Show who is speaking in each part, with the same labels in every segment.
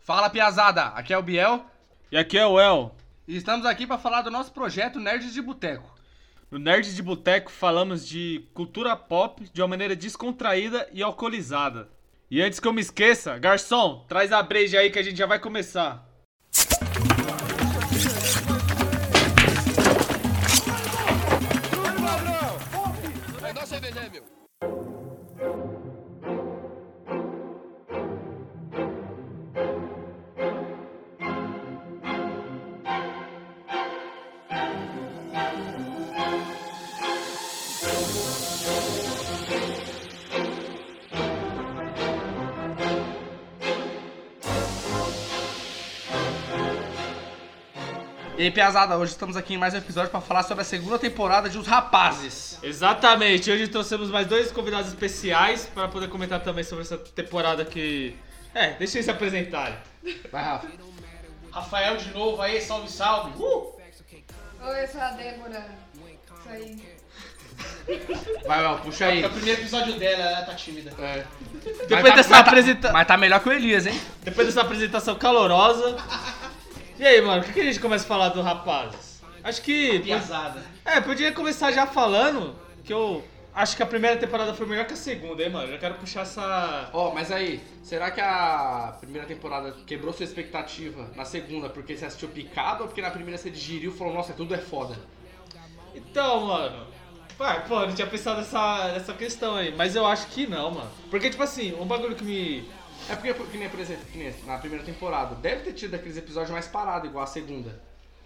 Speaker 1: Fala, piazada! Aqui é o Biel
Speaker 2: E aqui é o El.
Speaker 1: e estamos aqui para falar do nosso projeto Nerds de Boteco.
Speaker 2: No Nerd de Boteco falamos de cultura pop de uma maneira descontraída e alcoolizada. E antes que eu me esqueça, garçom, traz a breja aí que a gente já vai começar.
Speaker 1: E aí, piazada, hoje estamos aqui em mais um episódio para falar sobre a segunda temporada de Os Rapazes.
Speaker 2: Exatamente, hoje trouxemos mais dois convidados especiais para poder comentar também sobre essa temporada que. É, deixa eles se apresentarem.
Speaker 1: Vai, Rafa.
Speaker 2: Rafael de novo aí, salve, salve! Uh!
Speaker 3: Oi, eu sou a Débora. Isso aí.
Speaker 1: Vai, Léo, puxa
Speaker 4: é
Speaker 1: aí.
Speaker 2: primeiro episódio dela, ela tá tímida.
Speaker 1: É. Mas
Speaker 2: Depois
Speaker 1: tá-
Speaker 2: dessa
Speaker 1: mas tá-
Speaker 2: apresenta-
Speaker 1: Mas tá melhor que o Elias, hein?
Speaker 2: Depois dessa apresentação calorosa. E aí, mano, o que, que a gente começa a falar do rapazes? Acho que.
Speaker 4: piazada. Tá
Speaker 2: É, podia começar já falando que eu acho que a primeira temporada foi melhor que a segunda, hein, mano? Já quero puxar essa.
Speaker 1: Ó, mas aí, será que a primeira temporada quebrou sua expectativa na segunda porque você assistiu picado ou porque na primeira você digeriu e falou, nossa, tudo é foda?
Speaker 2: Então, mano. Vai, pô, eu não tinha pensado nessa, nessa questão aí, mas eu acho que não, mano. Porque, tipo assim, um bagulho que me.
Speaker 1: É porque, que nem, por exemplo, que nem na primeira temporada, deve ter tido aqueles episódios mais parados, igual a segunda.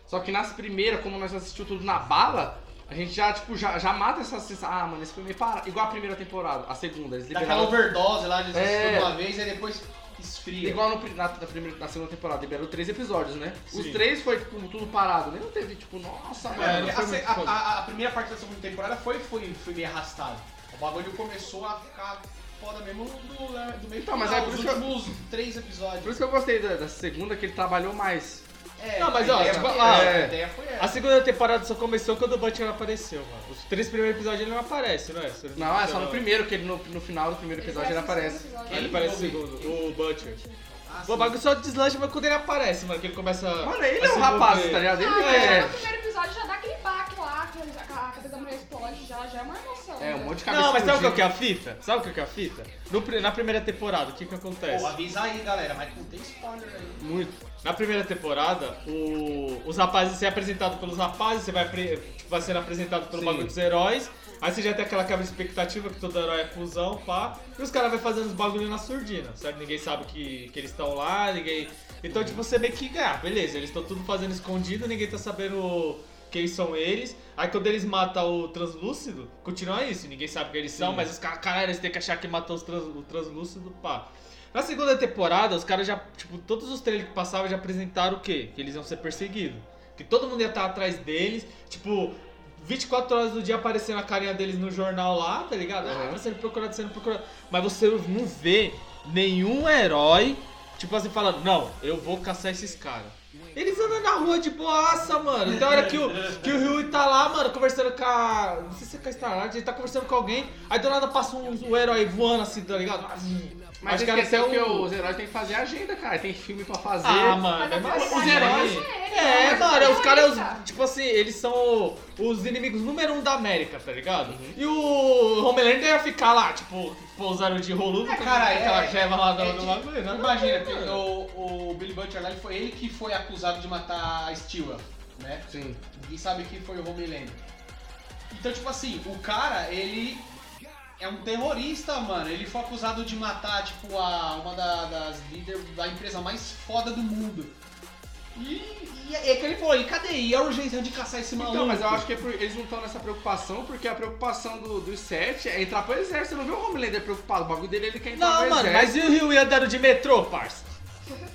Speaker 1: Só que nas primeiras, como nós assistiu tudo na bala, a gente já, tipo, já, já mata essa sensação. Ah, mano, esse foi meio parado. Igual a primeira temporada, a segunda, eles
Speaker 4: Dá aquela
Speaker 1: liberaram.
Speaker 4: overdose lá, eles
Speaker 1: É.
Speaker 4: estudam uma vez e depois esfria.
Speaker 1: Igual no pri- na, na primeira, na segunda temporada, liberaram três episódios, né? Os
Speaker 2: Sim. É,
Speaker 1: três foi tipo, tudo parado, nem não teve, tipo, nossa,
Speaker 4: Mano,
Speaker 1: mano.
Speaker 2: não
Speaker 4: É, a,
Speaker 2: foi muito
Speaker 4: a-
Speaker 2: foda.
Speaker 4: a- a primeira parte da segunda temporada foi, foi, foi meio arrastado. O bagulho começou a ficar foda mesmo do, né, do meio
Speaker 1: Então, mas
Speaker 4: final,
Speaker 1: é por
Speaker 4: os
Speaker 1: isso que eu-
Speaker 4: últimos três episódios.
Speaker 1: Por isso que eu gostei da, da segunda, que ele trabalhou mais.
Speaker 4: É,
Speaker 2: Não, mas,
Speaker 4: a
Speaker 2: ó,
Speaker 4: ideia,
Speaker 2: tipo,
Speaker 4: foi-
Speaker 2: ah,
Speaker 4: a
Speaker 1: é.
Speaker 4: ideia foi essa.
Speaker 2: A segunda temporada só começou quando o Butcher apareceu, mano. Os três primeiros episódios ele não aparece, não é? Se eu me
Speaker 1: Não, é só
Speaker 2: engano.
Speaker 1: no primeiro, que ele no, no final do primeiro
Speaker 3: é
Speaker 1: episódio ele aparece.
Speaker 3: Ah,
Speaker 2: Ele aparece no segundo, o Butcher.
Speaker 4: Ah,
Speaker 2: O bagulho só deslancha mas quando ele aparece, mano, que ele começa.
Speaker 1: Mano, ele
Speaker 2: a
Speaker 1: é um
Speaker 2: se
Speaker 1: rapaz,
Speaker 2: envolver.
Speaker 1: tá ligado? Ele
Speaker 3: Ah, já
Speaker 1: é.
Speaker 3: no primeiro episódio já dá aquele baque lá, que já- que a cabeça da mulher explode, já, já é uma emoção.
Speaker 1: É, um
Speaker 3: né?
Speaker 1: monte de cabeça.
Speaker 2: Não, mas sabe o que é o
Speaker 1: explodindo.
Speaker 2: que é a fita? Sabe o que é que é a fita? No pri- na primeira temporada, o que que acontece?
Speaker 1: é.
Speaker 4: Pô, avisa aí, galera, mas não tem spoiler aí.
Speaker 1: Muito.
Speaker 2: Na primeira temporada, o- os rapazes, você é apresentado pelos rapazes, você vai, pre- tipo, vai sendo apresentado pelo
Speaker 1: Sim.
Speaker 2: bagulho dos heróis, aí você já tem aquela quebra de expectativa que todo herói é cuzão, pá, e os caras vão fazendo os bagulho na surdina, certo? Ninguém sabe que, que eles estão lá, ninguém... Então, tipo, você meio que ganha, beleza, eles estão tudo fazendo escondido, ninguém tá sabendo quem são eles, aí quando eles matam o translúcido, continua isso, ninguém sabe quem eles são,
Speaker 1: Sim.
Speaker 2: mas os caras, caralho, eles têm que achar que matou os trans- o translúcido, pá. Na segunda temporada, os caras já, tipo, todos os trailers que passavam já apresentaram o quê? Que eles iam ser perseguidos. Que todo mundo ia estar atrás deles, tipo, 24 horas do dia aparecendo a carinha deles no jornal lá, tá ligado? Ah,
Speaker 1: Uhum.
Speaker 2: tá sendo procurado, sendo procurado. Mas você não vê nenhum herói, tipo assim, falando, não, eu vou caçar esses caras. Eles andam na rua de boaça, mano. Tem hora que o, que o Rui tá lá, mano, conversando com a. Não sei se é com a Starlight, ele tá conversando com alguém. Aí do nada passa um, um herói voando assim, tá ligado? Ah, hum.
Speaker 1: Mas
Speaker 2: Acho que era
Speaker 1: esqueceu
Speaker 2: até
Speaker 1: que
Speaker 2: um-
Speaker 1: os heróis têm que fazer agenda, cara. Tem filme pra fazer.
Speaker 2: Ah, mano,
Speaker 3: Mas a
Speaker 2: mas os
Speaker 4: né?
Speaker 3: prioridade
Speaker 2: heróis.
Speaker 3: é ele,
Speaker 2: É,
Speaker 3: né?
Speaker 2: mano, os caras,
Speaker 3: Eita.
Speaker 2: os- tipo assim, eles são os inimigos número um da América, tá ligado? E o Homelander ia ficar lá, tipo, pousaram de roludo
Speaker 4: É,
Speaker 2: com
Speaker 4: cara, é-
Speaker 2: aquela gema
Speaker 1: Ah,
Speaker 2: lá
Speaker 4: é
Speaker 2: do do
Speaker 4: de-
Speaker 2: bagulho, né?
Speaker 4: Imagina,
Speaker 2: Mano.
Speaker 4: porque o, o Billy Butcher lá, ele foi ele que foi acusado de matar a Stewart, né?
Speaker 1: Sim.
Speaker 4: Ninguém sabe quem foi o Homelander. Então, tipo assim, o cara, ele é um terrorista, mano. Ele foi acusado de matar, tipo, a, uma da- das líderes da empresa mais foda do mundo. E, e é que ele falou, e cadê? E a urgência de caçar esse maluco?
Speaker 1: Então, mas eu acho que é por- eles não estão nessa preocupação, porque a preocupação do, dos sete é entrar pro exército. Você não vê o Homelander preocupado. O bagulho dele ele quer entrar
Speaker 2: Não,
Speaker 1: pro
Speaker 2: mano,
Speaker 1: exército.
Speaker 2: mas e o Rio ia andando de metrô, parça?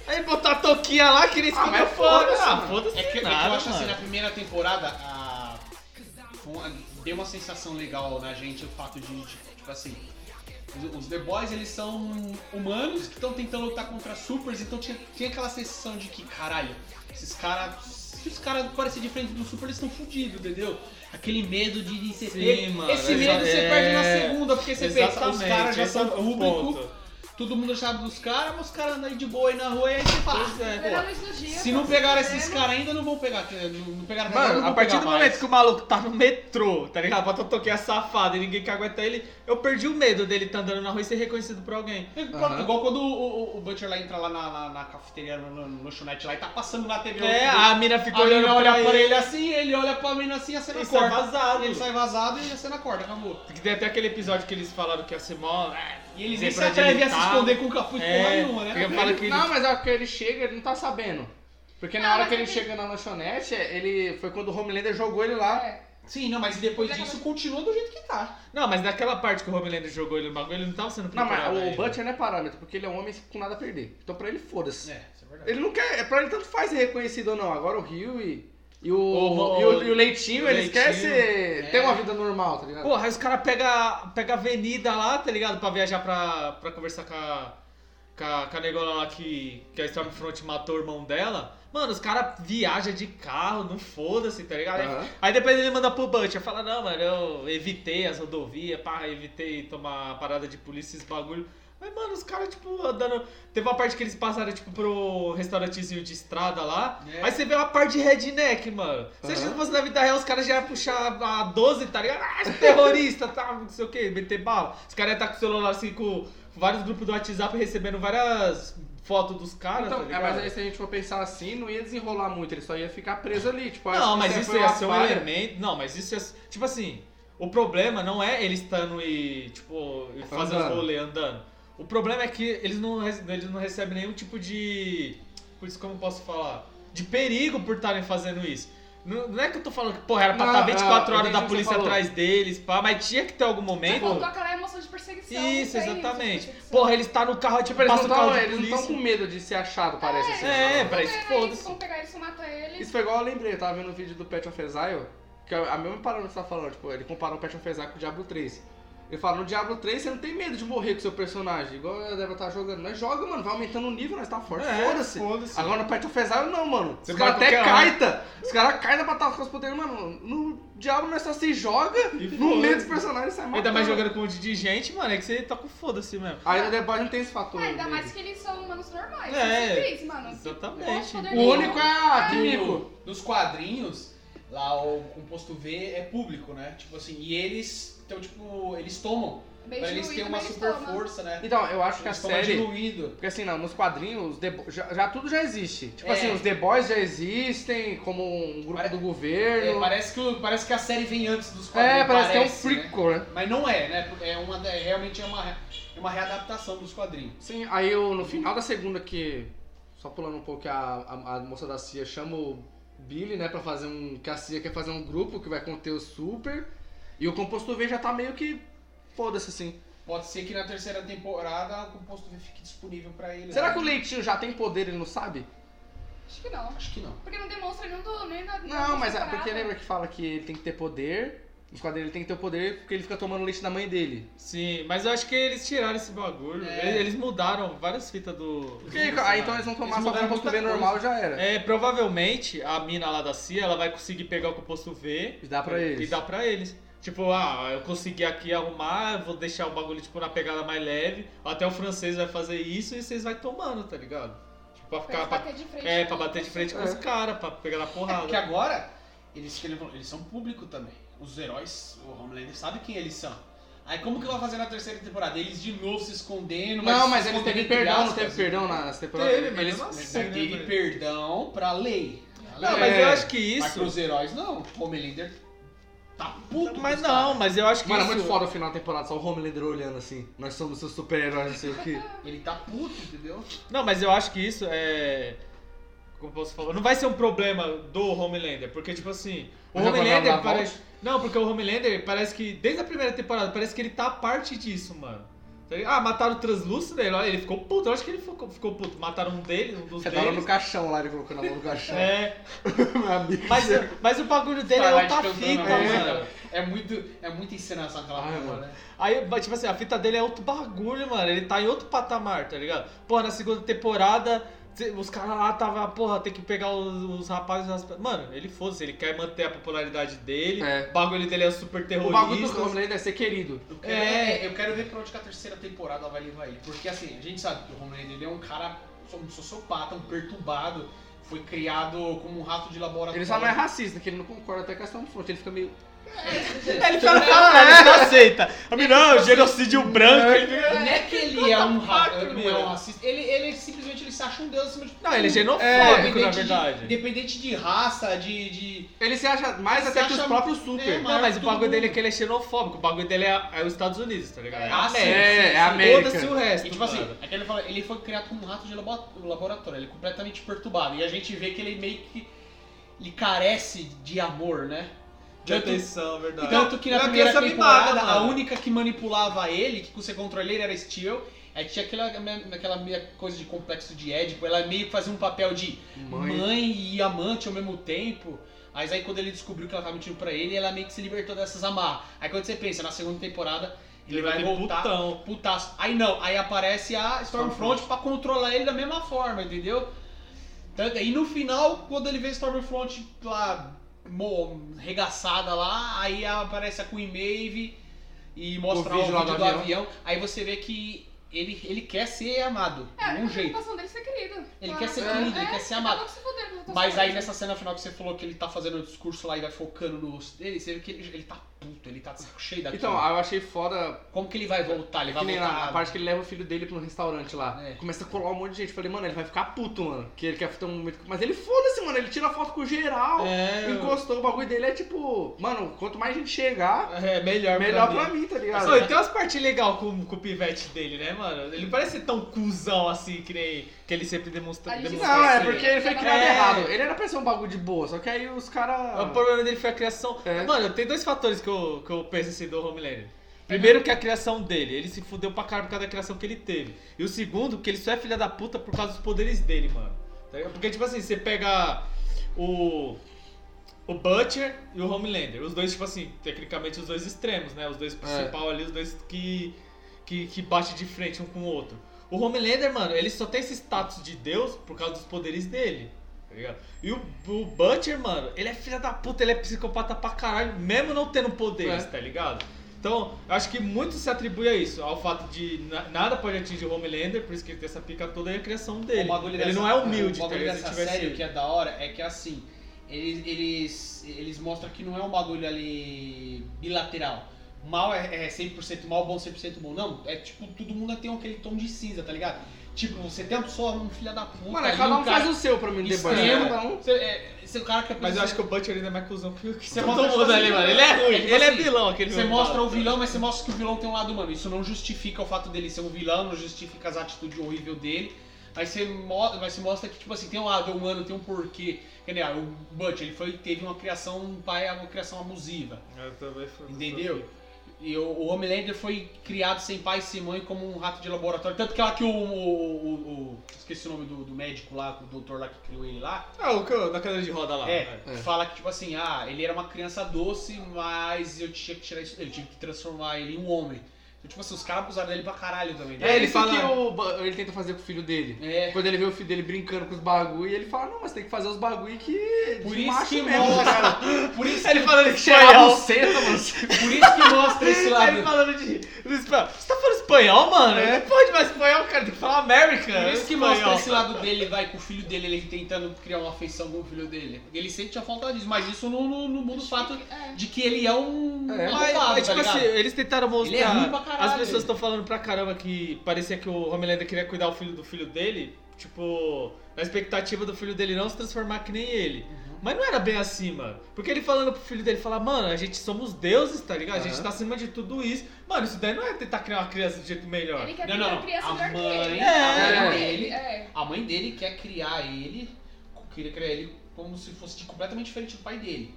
Speaker 2: Aí botar a toquinha lá que nem
Speaker 1: Ah, mas
Speaker 2: escuta fora.
Speaker 1: foda-se,
Speaker 2: Ah,
Speaker 1: mano.
Speaker 2: foda-se
Speaker 4: É que, é que eu
Speaker 2: nada,
Speaker 4: acho assim, na
Speaker 2: mano.
Speaker 4: primeira temporada, a- foi uma- deu uma sensação legal na gente o fato de, de- tipo assim, os, os The Boys eles são humanos que estão tentando lutar contra supers, então tinha, tinha aquela sensação de que, caralho, esses caras. Se os caras parecerem de frente do super, eles estão fodidos, entendeu? Aquele medo de ser
Speaker 2: Sim,
Speaker 4: pego.
Speaker 2: mano,
Speaker 4: Esse medo
Speaker 2: exa-
Speaker 4: você perde na
Speaker 2: é,
Speaker 4: segunda, porque você pensa, os
Speaker 2: Exatamente,
Speaker 4: caras já
Speaker 2: esse é
Speaker 4: são
Speaker 2: o
Speaker 4: público.
Speaker 2: ponto.
Speaker 4: todo mundo sabe dos caras, mas os caras andam aí de boa aí na rua e aí você fala.
Speaker 2: Pois é.
Speaker 4: "Pô,
Speaker 3: Pela luz do dia.
Speaker 4: se não
Speaker 3: tá
Speaker 4: pegaram
Speaker 3: chovendo.
Speaker 4: esses caras ainda, não vão pegar. eh, Não não pegaram até agora,
Speaker 2: Mano,
Speaker 4: não
Speaker 2: a
Speaker 4: vão
Speaker 2: partir
Speaker 4: pegar
Speaker 2: do
Speaker 4: mais."
Speaker 2: momento que o maluco tá no metrô, tá ligado? Bota toquinha safada e ninguém quer aguentar ele, eu perdi o medo dele tá andando na rua e ser reconhecido por alguém.
Speaker 4: É igual-
Speaker 1: Aham.
Speaker 4: Igual quando o, o, o Butcher lá entra lá na, na, na cafeteria, no, no- no lanchonete lá e tá passando na TV.
Speaker 2: É,
Speaker 4: a,
Speaker 2: a mina ficou
Speaker 4: a
Speaker 2: olhando
Speaker 4: mina olha
Speaker 2: pra
Speaker 4: pra
Speaker 2: ele.
Speaker 4: ele assim, ele olha pra mina assim e a cena
Speaker 2: Ele sai
Speaker 4: corta.
Speaker 2: vazado.
Speaker 4: Ele sai vazado e a cena corta, acabou.
Speaker 2: Porque tem até aquele episódio que eles falaram que a Simó.
Speaker 4: assim. E eles nem se atrevem a se esconder com o capuz
Speaker 2: É,
Speaker 4: porra nenhuma, né?
Speaker 2: fica- fala que ele-
Speaker 1: Não, mas é que ele chega, ele não tá sabendo. Porque na
Speaker 3: Não,
Speaker 1: hora
Speaker 3: mas é
Speaker 1: que ele
Speaker 3: ele-
Speaker 1: chega na lanchonete, é, ele foi quando o Homelander jogou ele lá.
Speaker 3: É.
Speaker 4: Sim, não, mas depois disso continua do jeito que tá.
Speaker 2: Não, mas naquela parte que o Homelander jogou ele no bagulho, ele não tava sendo
Speaker 1: Não, mas
Speaker 2: procurado
Speaker 1: o
Speaker 2: ainda.
Speaker 1: Butcher não é parâmetro, porque ele é um homem com nada a perder. Então pra ele, foda-se.
Speaker 4: É, isso é verdade.
Speaker 1: Ele não quer, é pra ele tanto faz ser reconhecido ou não. Agora o Rio e, e, o,
Speaker 2: O-
Speaker 1: e, o, e o Leitinho,
Speaker 2: o
Speaker 1: eles querem
Speaker 2: Leitinho,
Speaker 1: ser,
Speaker 4: é.
Speaker 1: ter uma vida normal, tá ligado?
Speaker 2: Porra, aí os caras pegam pega a avenida lá, tá ligado? Pra viajar pra, pra conversar com a, com a, com a negona lá que, que a Stormfront matou o irmão dela. Mano, os caras viajam de carro, não foda-se, tá ligado? Aí-
Speaker 1: Aham.
Speaker 2: Aí, depois ele manda pro Butcher, fala, não, mano, eu evitei as rodovias, pá, evitei tomar parada de polícia, esses bagulho. Mas, mano, os caras, tipo, andando... Teve uma parte que eles passaram, tipo, pro restaurantezinho de estrada lá.
Speaker 4: É.
Speaker 2: Aí você vê uma parte de redneck, mano. Se
Speaker 1: Aham.
Speaker 2: uhum. fosse na vida real, os caras já iam puxar a 12, tá ligado? Ah, esse terrorista, tá, não sei o que, meter bala. Os caras iam estar com o celular, assim, com vários grupos do WhatsApp recebendo várias fotos dos caras,
Speaker 1: Então,
Speaker 2: tá
Speaker 1: é,
Speaker 2: ligado?
Speaker 1: mas aí se a gente for pensar assim, não ia desenrolar muito, ele só ia ficar preso ali. Tipo, acho
Speaker 2: Não,
Speaker 1: que
Speaker 2: mas
Speaker 1: essa
Speaker 2: isso
Speaker 1: foi
Speaker 2: ia
Speaker 1: uma
Speaker 2: ser um
Speaker 1: falha.
Speaker 2: elemento. Não, mas isso é. Tipo assim, o problema não é eles estando e, tipo, e fazendo os
Speaker 1: Andando.
Speaker 2: rolê andando. O problema é que eles não, re- eles não recebem nenhum tipo de. Por isso, como eu posso falar? De perigo por estarem fazendo isso. Não, não é que eu tô falando que, porra, era pra tá
Speaker 1: Não,
Speaker 2: estar
Speaker 1: não,
Speaker 2: 24
Speaker 1: eu
Speaker 2: horas
Speaker 1: entendi
Speaker 2: da
Speaker 1: o que
Speaker 2: polícia
Speaker 1: você falou.
Speaker 2: atrás deles, pá, mas tinha que ter algum
Speaker 3: Mas
Speaker 2: momento.
Speaker 3: faltou aquela emoção de perseguição.
Speaker 2: Isso,
Speaker 3: não tem
Speaker 2: exatamente.
Speaker 3: emoção de perseguição.
Speaker 2: Porra, eles tá no carro, tipo,
Speaker 1: Eles
Speaker 2: passa
Speaker 1: não
Speaker 2: o carro
Speaker 1: tão-
Speaker 2: de
Speaker 1: eles não estão
Speaker 2: polícia.
Speaker 1: com medo de ser achado, parece. assim.
Speaker 2: É, pra
Speaker 3: Não,
Speaker 2: isso,
Speaker 3: é, eles
Speaker 2: foda-se.
Speaker 3: vão pegar eles, vão matar eles.
Speaker 1: Isso foi igual eu lembrei, eu tava vendo um vídeo do Pet of Exile, que é a mesma parada que você tá falando, tipo, ele comparou o Pet of Exile com o Diablo 3. Ele fala, no Diablo 3 você não tem medo de morrer com o seu personagem, igual a Débora tá jogando. Nós joga, mano, vai aumentando o nível, nós tá forte,
Speaker 2: É,
Speaker 1: foda-se.
Speaker 2: foda-se.
Speaker 1: Agora no Pet of Exile não, mano.
Speaker 2: Você
Speaker 1: os caras
Speaker 2: vai
Speaker 1: até
Speaker 2: qualquer hora.
Speaker 1: caita. Os caras caem na batata com os poderes, mano. No Diablo nós só se joga,
Speaker 2: E
Speaker 1: no meio
Speaker 2: foda-se.
Speaker 1: dos personagens sai matando.
Speaker 2: Ainda mais jogando com um monte de gente, mano, é que você tá com foda-se mesmo.
Speaker 1: Aí no The Boys não tem esse fator. né?
Speaker 3: Ah, ainda
Speaker 1: dele.
Speaker 3: mais que eles são humanos normais.
Speaker 2: É,
Speaker 3: É. Civis, mano.
Speaker 2: exatamente.
Speaker 3: Não pode poder
Speaker 1: O único é a Kimiko.
Speaker 4: No- Nos quadrinhos, lá o composto V é público, né? Tipo assim, e eles. Então, tipo, eles tomam.
Speaker 3: Beijo
Speaker 4: Pra eles
Speaker 3: no
Speaker 4: terem
Speaker 3: ídolo,
Speaker 4: uma
Speaker 3: eles
Speaker 4: super
Speaker 3: tomam.
Speaker 4: força, né?
Speaker 1: Então, eu acho que a
Speaker 4: Eles tomam
Speaker 1: série...
Speaker 4: diluído.
Speaker 1: Porque assim, não, nos quadrinhos, The Bo- já, já tudo já existe. Tipo
Speaker 4: É.
Speaker 1: assim, os The Boys já existem como um grupo
Speaker 4: Pare-
Speaker 1: do
Speaker 4: É,
Speaker 1: governo. É,
Speaker 4: parece, que, o- parece que a série vem antes dos quadrinhos.
Speaker 1: parece, que é um
Speaker 4: né?
Speaker 1: prequel, né?
Speaker 4: Mas não é, né? É uma, é, realmente é uma, re- é uma readaptação dos quadrinhos.
Speaker 1: Sim, aí eu, no final da segunda que... Só pulando um pouco que a, a, a moça da CIA chama o Billy, né, pra fazer um... Que a CIA quer fazer um grupo que vai conter o Super. E o Composto V já tá meio que... Foda-se, assim.
Speaker 4: Pode ser que na terceira temporada o composto V fique disponível pra ele.
Speaker 1: Será
Speaker 4: né?
Speaker 1: que o Leitinho já tem poder e ele não sabe?
Speaker 3: Acho que não.
Speaker 4: Acho que não.
Speaker 3: Porque não demonstra nenhum do. Nem da,
Speaker 1: Não, mas é
Speaker 3: é
Speaker 1: porque lembra que fala que ele tem que ter poder... Os quadrinhos ele tem que ter o poder porque ele fica tomando leite da mãe dele.
Speaker 2: Sim, mas eu acho que eles tiraram esse bagulho.
Speaker 4: É.
Speaker 2: Eles, eles mudaram várias fitas do.
Speaker 1: Porque aí então eles vão tomar
Speaker 4: Eles
Speaker 1: só
Speaker 4: mudaram
Speaker 1: pra composto
Speaker 4: muita
Speaker 1: V normal já era.
Speaker 2: É, provavelmente a mina lá da CIA ela vai conseguir pegar o composto V
Speaker 1: E dá pra eles.
Speaker 2: e dar pra eles. Tipo, ah, eu consegui aqui arrumar, eu vou deixar o bagulho tipo, na pegada mais leve. Até o francês vai fazer isso e vocês vai tomando, tá ligado? Tipo, pra
Speaker 3: Pra
Speaker 2: ficar.
Speaker 3: eles
Speaker 2: pra-
Speaker 3: bater de frente.
Speaker 2: é, pra bater de frente com
Speaker 1: É.
Speaker 2: os caras, pra pegar na
Speaker 4: É porque
Speaker 2: porrada.
Speaker 4: agora eles, que levam- eles são público também. Os heróis, o Homelander sabe quem eles são. Aí como que vai fazer na terceira temporada? Eles de novo se escondendo.
Speaker 1: Não,
Speaker 4: se
Speaker 1: mas eles
Speaker 4: escondendo
Speaker 1: teve
Speaker 4: entre
Speaker 1: perdão, não
Speaker 4: aspas.
Speaker 1: teve perdão na, nessa temporada.
Speaker 2: Teve, mas
Speaker 1: eles,
Speaker 2: mesmo
Speaker 4: Mas
Speaker 2: assim,
Speaker 4: aí
Speaker 2: né,
Speaker 4: teve
Speaker 2: mano?
Speaker 4: perdão pra lei.
Speaker 2: Não,
Speaker 1: É.
Speaker 2: mas eu acho que
Speaker 4: Mas
Speaker 2: isso.
Speaker 4: pros heróis não. O Homelander tá puto.
Speaker 2: Mas
Speaker 4: com os
Speaker 2: não, mas eu acho que
Speaker 1: Mano, é
Speaker 2: isso.
Speaker 1: muito foda o final da temporada, só o Homelander olhando assim. Nós somos seus super-heróis, não sei o quê.
Speaker 4: caras. Ele tá puto, entendeu?
Speaker 2: Não, mas eu acho que isso é. Como posso falar? Não vai ser um problema do Homelander, porque, tipo assim. O
Speaker 1: Mas é agora
Speaker 2: Homelander
Speaker 1: ela volta?
Speaker 2: parece. Não, porque o Homelander parece que, desde a primeira temporada, parece que ele tá a parte disso, mano. Tá ligado? Ah, mataram o Translúcido dele, olha, ele ficou puto, eu acho que ele ficou, ficou puto. Mataram um dele, um dos
Speaker 1: Você tava no
Speaker 2: deles.
Speaker 1: caixão lá, ele colocando a mão no caixão.
Speaker 2: É,
Speaker 1: Meu amigo.
Speaker 2: mas, mas o bagulho dele
Speaker 1: Tá
Speaker 2: é
Speaker 4: Starlight
Speaker 2: outra
Speaker 4: cantando
Speaker 2: fita,
Speaker 4: a música.
Speaker 2: mano.
Speaker 4: É muito, é muita encenação aquela
Speaker 1: Ai,
Speaker 4: porra,
Speaker 1: mano.
Speaker 4: né?
Speaker 2: Aí, mas, tipo assim, a fita dele é outro bagulho, mano. Ele tá em outro patamar, tá ligado? Pô, na segunda temporada Cê- Os caras lá tava, porra, tem que pegar os, os rapazes. As... Mano, ele fosse, ele quer manter a popularidade dele.
Speaker 1: É.
Speaker 2: O bagulho dele é super
Speaker 1: O
Speaker 2: terrorista.
Speaker 1: bagulho do Homeland é ser querido.
Speaker 4: Eu quero, é, eu quero ver pra onde que a terceira temporada ela vai levar ele. Porque assim, a gente sabe que o Homelander ele é um cara um sociopata, um perturbado, foi criado como um rato de laboratório.
Speaker 1: Ele só não é racista, que ele não concorda até com a questão de fonte. Ele fica meio.
Speaker 2: Ele só não fala, ele só aceita. Ah, mas Não, genocídio branco. ele fica-
Speaker 4: Não é que ele é um, ra
Speaker 2: What the fuck,
Speaker 4: ele é um
Speaker 2: mano?
Speaker 4: racista, ele, ele simplesmente ele se acha um deus acima de tudo.
Speaker 2: Não, ele é genofóbico,
Speaker 4: Independente
Speaker 2: na
Speaker 4: de-
Speaker 2: verdade.
Speaker 4: Independente de raça, de. de...
Speaker 1: Ele se acha mais
Speaker 4: Ele se
Speaker 1: até que os
Speaker 4: acha-
Speaker 1: próprios
Speaker 4: É,
Speaker 1: super.
Speaker 2: Não, mas o
Speaker 4: Todo
Speaker 2: bagulho dele é
Speaker 4: mundo.
Speaker 2: que ele é xenofóbico. O bagulho dele é, é os Estados Unidos, tá ligado?
Speaker 4: É,
Speaker 2: a
Speaker 4: sim,
Speaker 1: sim,
Speaker 2: América.
Speaker 1: sim. É a América.
Speaker 2: Foda-se o resto.
Speaker 4: E tipo assim,
Speaker 2: mano.
Speaker 4: é que ele, fala, ele foi criado como um rato de labo- laboratório, ele é completamente perturbado. E a gente vê que ele meio que. Ele carece de amor, né?
Speaker 2: de atenção, verdade.
Speaker 4: Tanto que na
Speaker 2: Ele é uma
Speaker 4: primeira
Speaker 2: criança
Speaker 4: temporada,
Speaker 2: mimada,
Speaker 4: a
Speaker 2: mano.
Speaker 4: única que manipulava ele, que conseguia controlar ele, era a Steel. Aí tinha aquela, aquela meia coisa de complexo de Édipo, ela meio que fazia um papel de mãe.
Speaker 1: Mãe.
Speaker 4: e amante ao mesmo tempo. Mas aí quando ele descobriu que ela tava mentindo pra ele, ela meio que se libertou dessas amarras. Aí quando você pensa, na segunda temporada, ele, vai,
Speaker 2: ter
Speaker 4: voltar...
Speaker 2: putão.
Speaker 4: Putaço. Aí não, aí aparece a Stormfront pra controlar ele da mesma forma, entendeu? Tanto- E no final, quando ele vê a Stormfront lá, mo, regaçada lá, aí aparece a Queen Maeve e mostra
Speaker 1: O
Speaker 4: o
Speaker 1: vídeo
Speaker 4: vídeo,
Speaker 1: lá do
Speaker 4: do, avião. Aí você vê que ele, ele quer ser amado,
Speaker 3: É,
Speaker 4: de
Speaker 3: a
Speaker 4: um jeito.
Speaker 3: preocupação dele é ser querido.
Speaker 4: Ele
Speaker 3: Claro.
Speaker 4: quer ser
Speaker 3: É,
Speaker 4: querido, ele quer ser amado.
Speaker 3: acabou que se fuderam com essa
Speaker 4: Mas
Speaker 3: situação.
Speaker 4: aí nessa cena final que você falou que ele tá fazendo o discurso lá e vai focando nos... Ele, você vê que ele, ele tá puto, ele tá de saco cheio daquilo.
Speaker 1: Então, eu achei foda
Speaker 4: Como que ele vai voltar? Ele vai
Speaker 1: Que nem na,
Speaker 4: voltar...
Speaker 1: na parte que ele leva o filho dele pra um restaurante lá.
Speaker 4: É.
Speaker 1: Começa a colar um monte de gente. Falei, mano, ele vai ficar puto, mano. Que ele quer ter um momento. Mas ele foda-se, mano. Ele tira foto com geral.
Speaker 2: É,
Speaker 1: Encostou. O bagulho dele é tipo, mano, quanto mais gente chegar,
Speaker 2: é melhor,
Speaker 1: melhor
Speaker 2: mim.
Speaker 1: pra mim, tá ligado?
Speaker 2: Ô, e tem umas partes legais com, com o pivete dele, né, mano? Ele não parece ser tão cuzão assim que nem que ele sempre demonstra.
Speaker 3: A gente
Speaker 2: demonstra
Speaker 1: Não, é
Speaker 2: ser.
Speaker 1: porque ele foi criado
Speaker 2: É.
Speaker 1: errado. Ele era pra ser um bagulho de boa, só que aí os
Speaker 2: O
Speaker 1: caras.
Speaker 2: problema dele foi a criação.
Speaker 1: É.
Speaker 2: Mano, tem dois fatores que eu, que eu penso assim do Homelander. Primeiro que é a criação dele, ele se fudeu pra caralho por causa da criação que ele teve. E o segundo, que ele só é filha da puta por causa dos poderes dele, mano. Tá ligado? Porque, tipo assim, você pega o. O Butcher e o Homelander. Os dois, tipo assim, tecnicamente os dois extremos, né? Os dois principal ali, os dois que, que, que bate de frente um com o outro. O Homelander, mano, ele só tem esse status de Deus por causa dos poderes dele. Tá ligado? E o, o Butcher, mano, ele é filha da puta, ele é psicopata pra caralho, mesmo não tendo poderes,
Speaker 1: É.
Speaker 2: tá ligado? Então, eu acho que muito se atribui a isso, ao fato de na- nada pode atingir o Homelander, por isso que ele tem essa pica toda e a criação dele. Ele não é humilde,
Speaker 4: o
Speaker 2: tá
Speaker 4: bagulho
Speaker 2: ligado? Se
Speaker 4: dessa
Speaker 2: tivesse-
Speaker 4: série, o que é da hora é que assim, eles, eles, eles mostram que não é um bagulho ali bilateral. Mal é, é 100% mal, bom 100% bom. Não, é tipo, todo mundo tem aquele tom de cinza, tá ligado? Tipo, você tem uma pessoa, um filho da puta.
Speaker 1: Mano,
Speaker 4: e
Speaker 1: é cada um
Speaker 4: cara
Speaker 1: faz o seu pra mim, no The Boys, né?
Speaker 4: extremo.
Speaker 1: Cada um.
Speaker 4: Você, é, você é o cara que é
Speaker 2: Mas eu acho que o Butcher ainda é mais cuzão que o que
Speaker 4: Você
Speaker 2: todo
Speaker 4: mostra, tipo
Speaker 2: mundo
Speaker 4: assim,
Speaker 2: ali, mano. Ele é ruim,
Speaker 4: é tipo
Speaker 2: ele tá. é
Speaker 4: assim,
Speaker 2: vilão aquele
Speaker 4: Você
Speaker 2: vilão.
Speaker 4: mostra o vilão, mas você mostra que o vilão tem um lado humano. Isso não justifica o fato dele ser um vilão, não justifica as atitudes horríveis dele. Mas você, mo- mas você mostra que, tipo assim, tem um lado humano, tem um porquê. Que nem, ah, o Butch, ele foi, teve uma criação, um pai, uma criação abusiva.
Speaker 2: Eu também fui-
Speaker 4: Entendeu? E o, o Homelander foi criado sem pai e sem mãe como um rato de laboratório. Tanto que lá que o. o- o- o- esqueci o nome do, do médico lá, o doutor lá que criou ele lá.
Speaker 2: Ah, o que eu- na cadeira de roda lá.
Speaker 4: É,
Speaker 1: É.
Speaker 4: fala que, tipo assim, ah, ele era uma criança doce, mas eu tinha que tirar isso dele, eu tive que transformar ele em um homem. Então, tipo assim, os caras abusaram dele pra caralho também.
Speaker 1: É,
Speaker 4: Né?
Speaker 2: ele
Speaker 1: ele isso
Speaker 2: fala-
Speaker 1: que o ba- ele tenta fazer com o filho dele.
Speaker 4: É.
Speaker 1: Quando ele vê o filho dele brincando com os bagulho, ele fala, não, mas tem que fazer os bagulho que.
Speaker 4: Por
Speaker 1: de
Speaker 4: isso
Speaker 1: macho
Speaker 4: que
Speaker 1: mesmo, tá
Speaker 4: mostra-
Speaker 1: cara.
Speaker 4: Por isso,
Speaker 2: Ele falando em
Speaker 1: Cheira a
Speaker 2: espanhol.
Speaker 1: buceta, mano.
Speaker 4: por isso que mostra esse
Speaker 2: Ele tá
Speaker 4: lado.
Speaker 2: falando de, do espanhol. Você tá falando espanhol, mano?
Speaker 1: É.
Speaker 2: Não pode mais espanhol, cara. Tem que falar American.
Speaker 4: Por isso que
Speaker 2: espanhol.
Speaker 4: mostra esse lado dele, vai, com o filho dele, ele tentando criar uma afeição com o filho dele. Ele sente a falta disso, mas isso não, não, não muda o fato
Speaker 3: É.
Speaker 4: de que ele é um
Speaker 1: É.
Speaker 2: Mas,
Speaker 4: arrombado,
Speaker 2: mas,
Speaker 4: tá
Speaker 2: tipo
Speaker 4: ligado?
Speaker 2: assim, eles tentaram mostrar.
Speaker 4: Ele é ruim pra caralho.
Speaker 2: As pessoas estão falando pra caramba que parecia que o Homelander queria cuidar o filho do filho dele. Tipo, na expectativa do filho dele não se transformar que nem ele.
Speaker 4: Uhum.
Speaker 2: Mas não era bem assim, mano. Porque ele falando pro filho dele, fala, mano, a gente somos deuses, tá ligado? A gente
Speaker 1: Aham.
Speaker 2: tá acima de tudo isso. Mano, isso daí não é tentar criar uma criança de um jeito melhor.
Speaker 3: Ele quer
Speaker 4: Não, não,
Speaker 3: criar criança
Speaker 4: a
Speaker 3: melhor que
Speaker 4: mãe-
Speaker 3: ele.
Speaker 2: É.
Speaker 3: A mãe
Speaker 1: É.
Speaker 3: dele, É.
Speaker 4: A mãe dele quer criar ele, queria criar ele como se fosse completamente diferente do pai dele.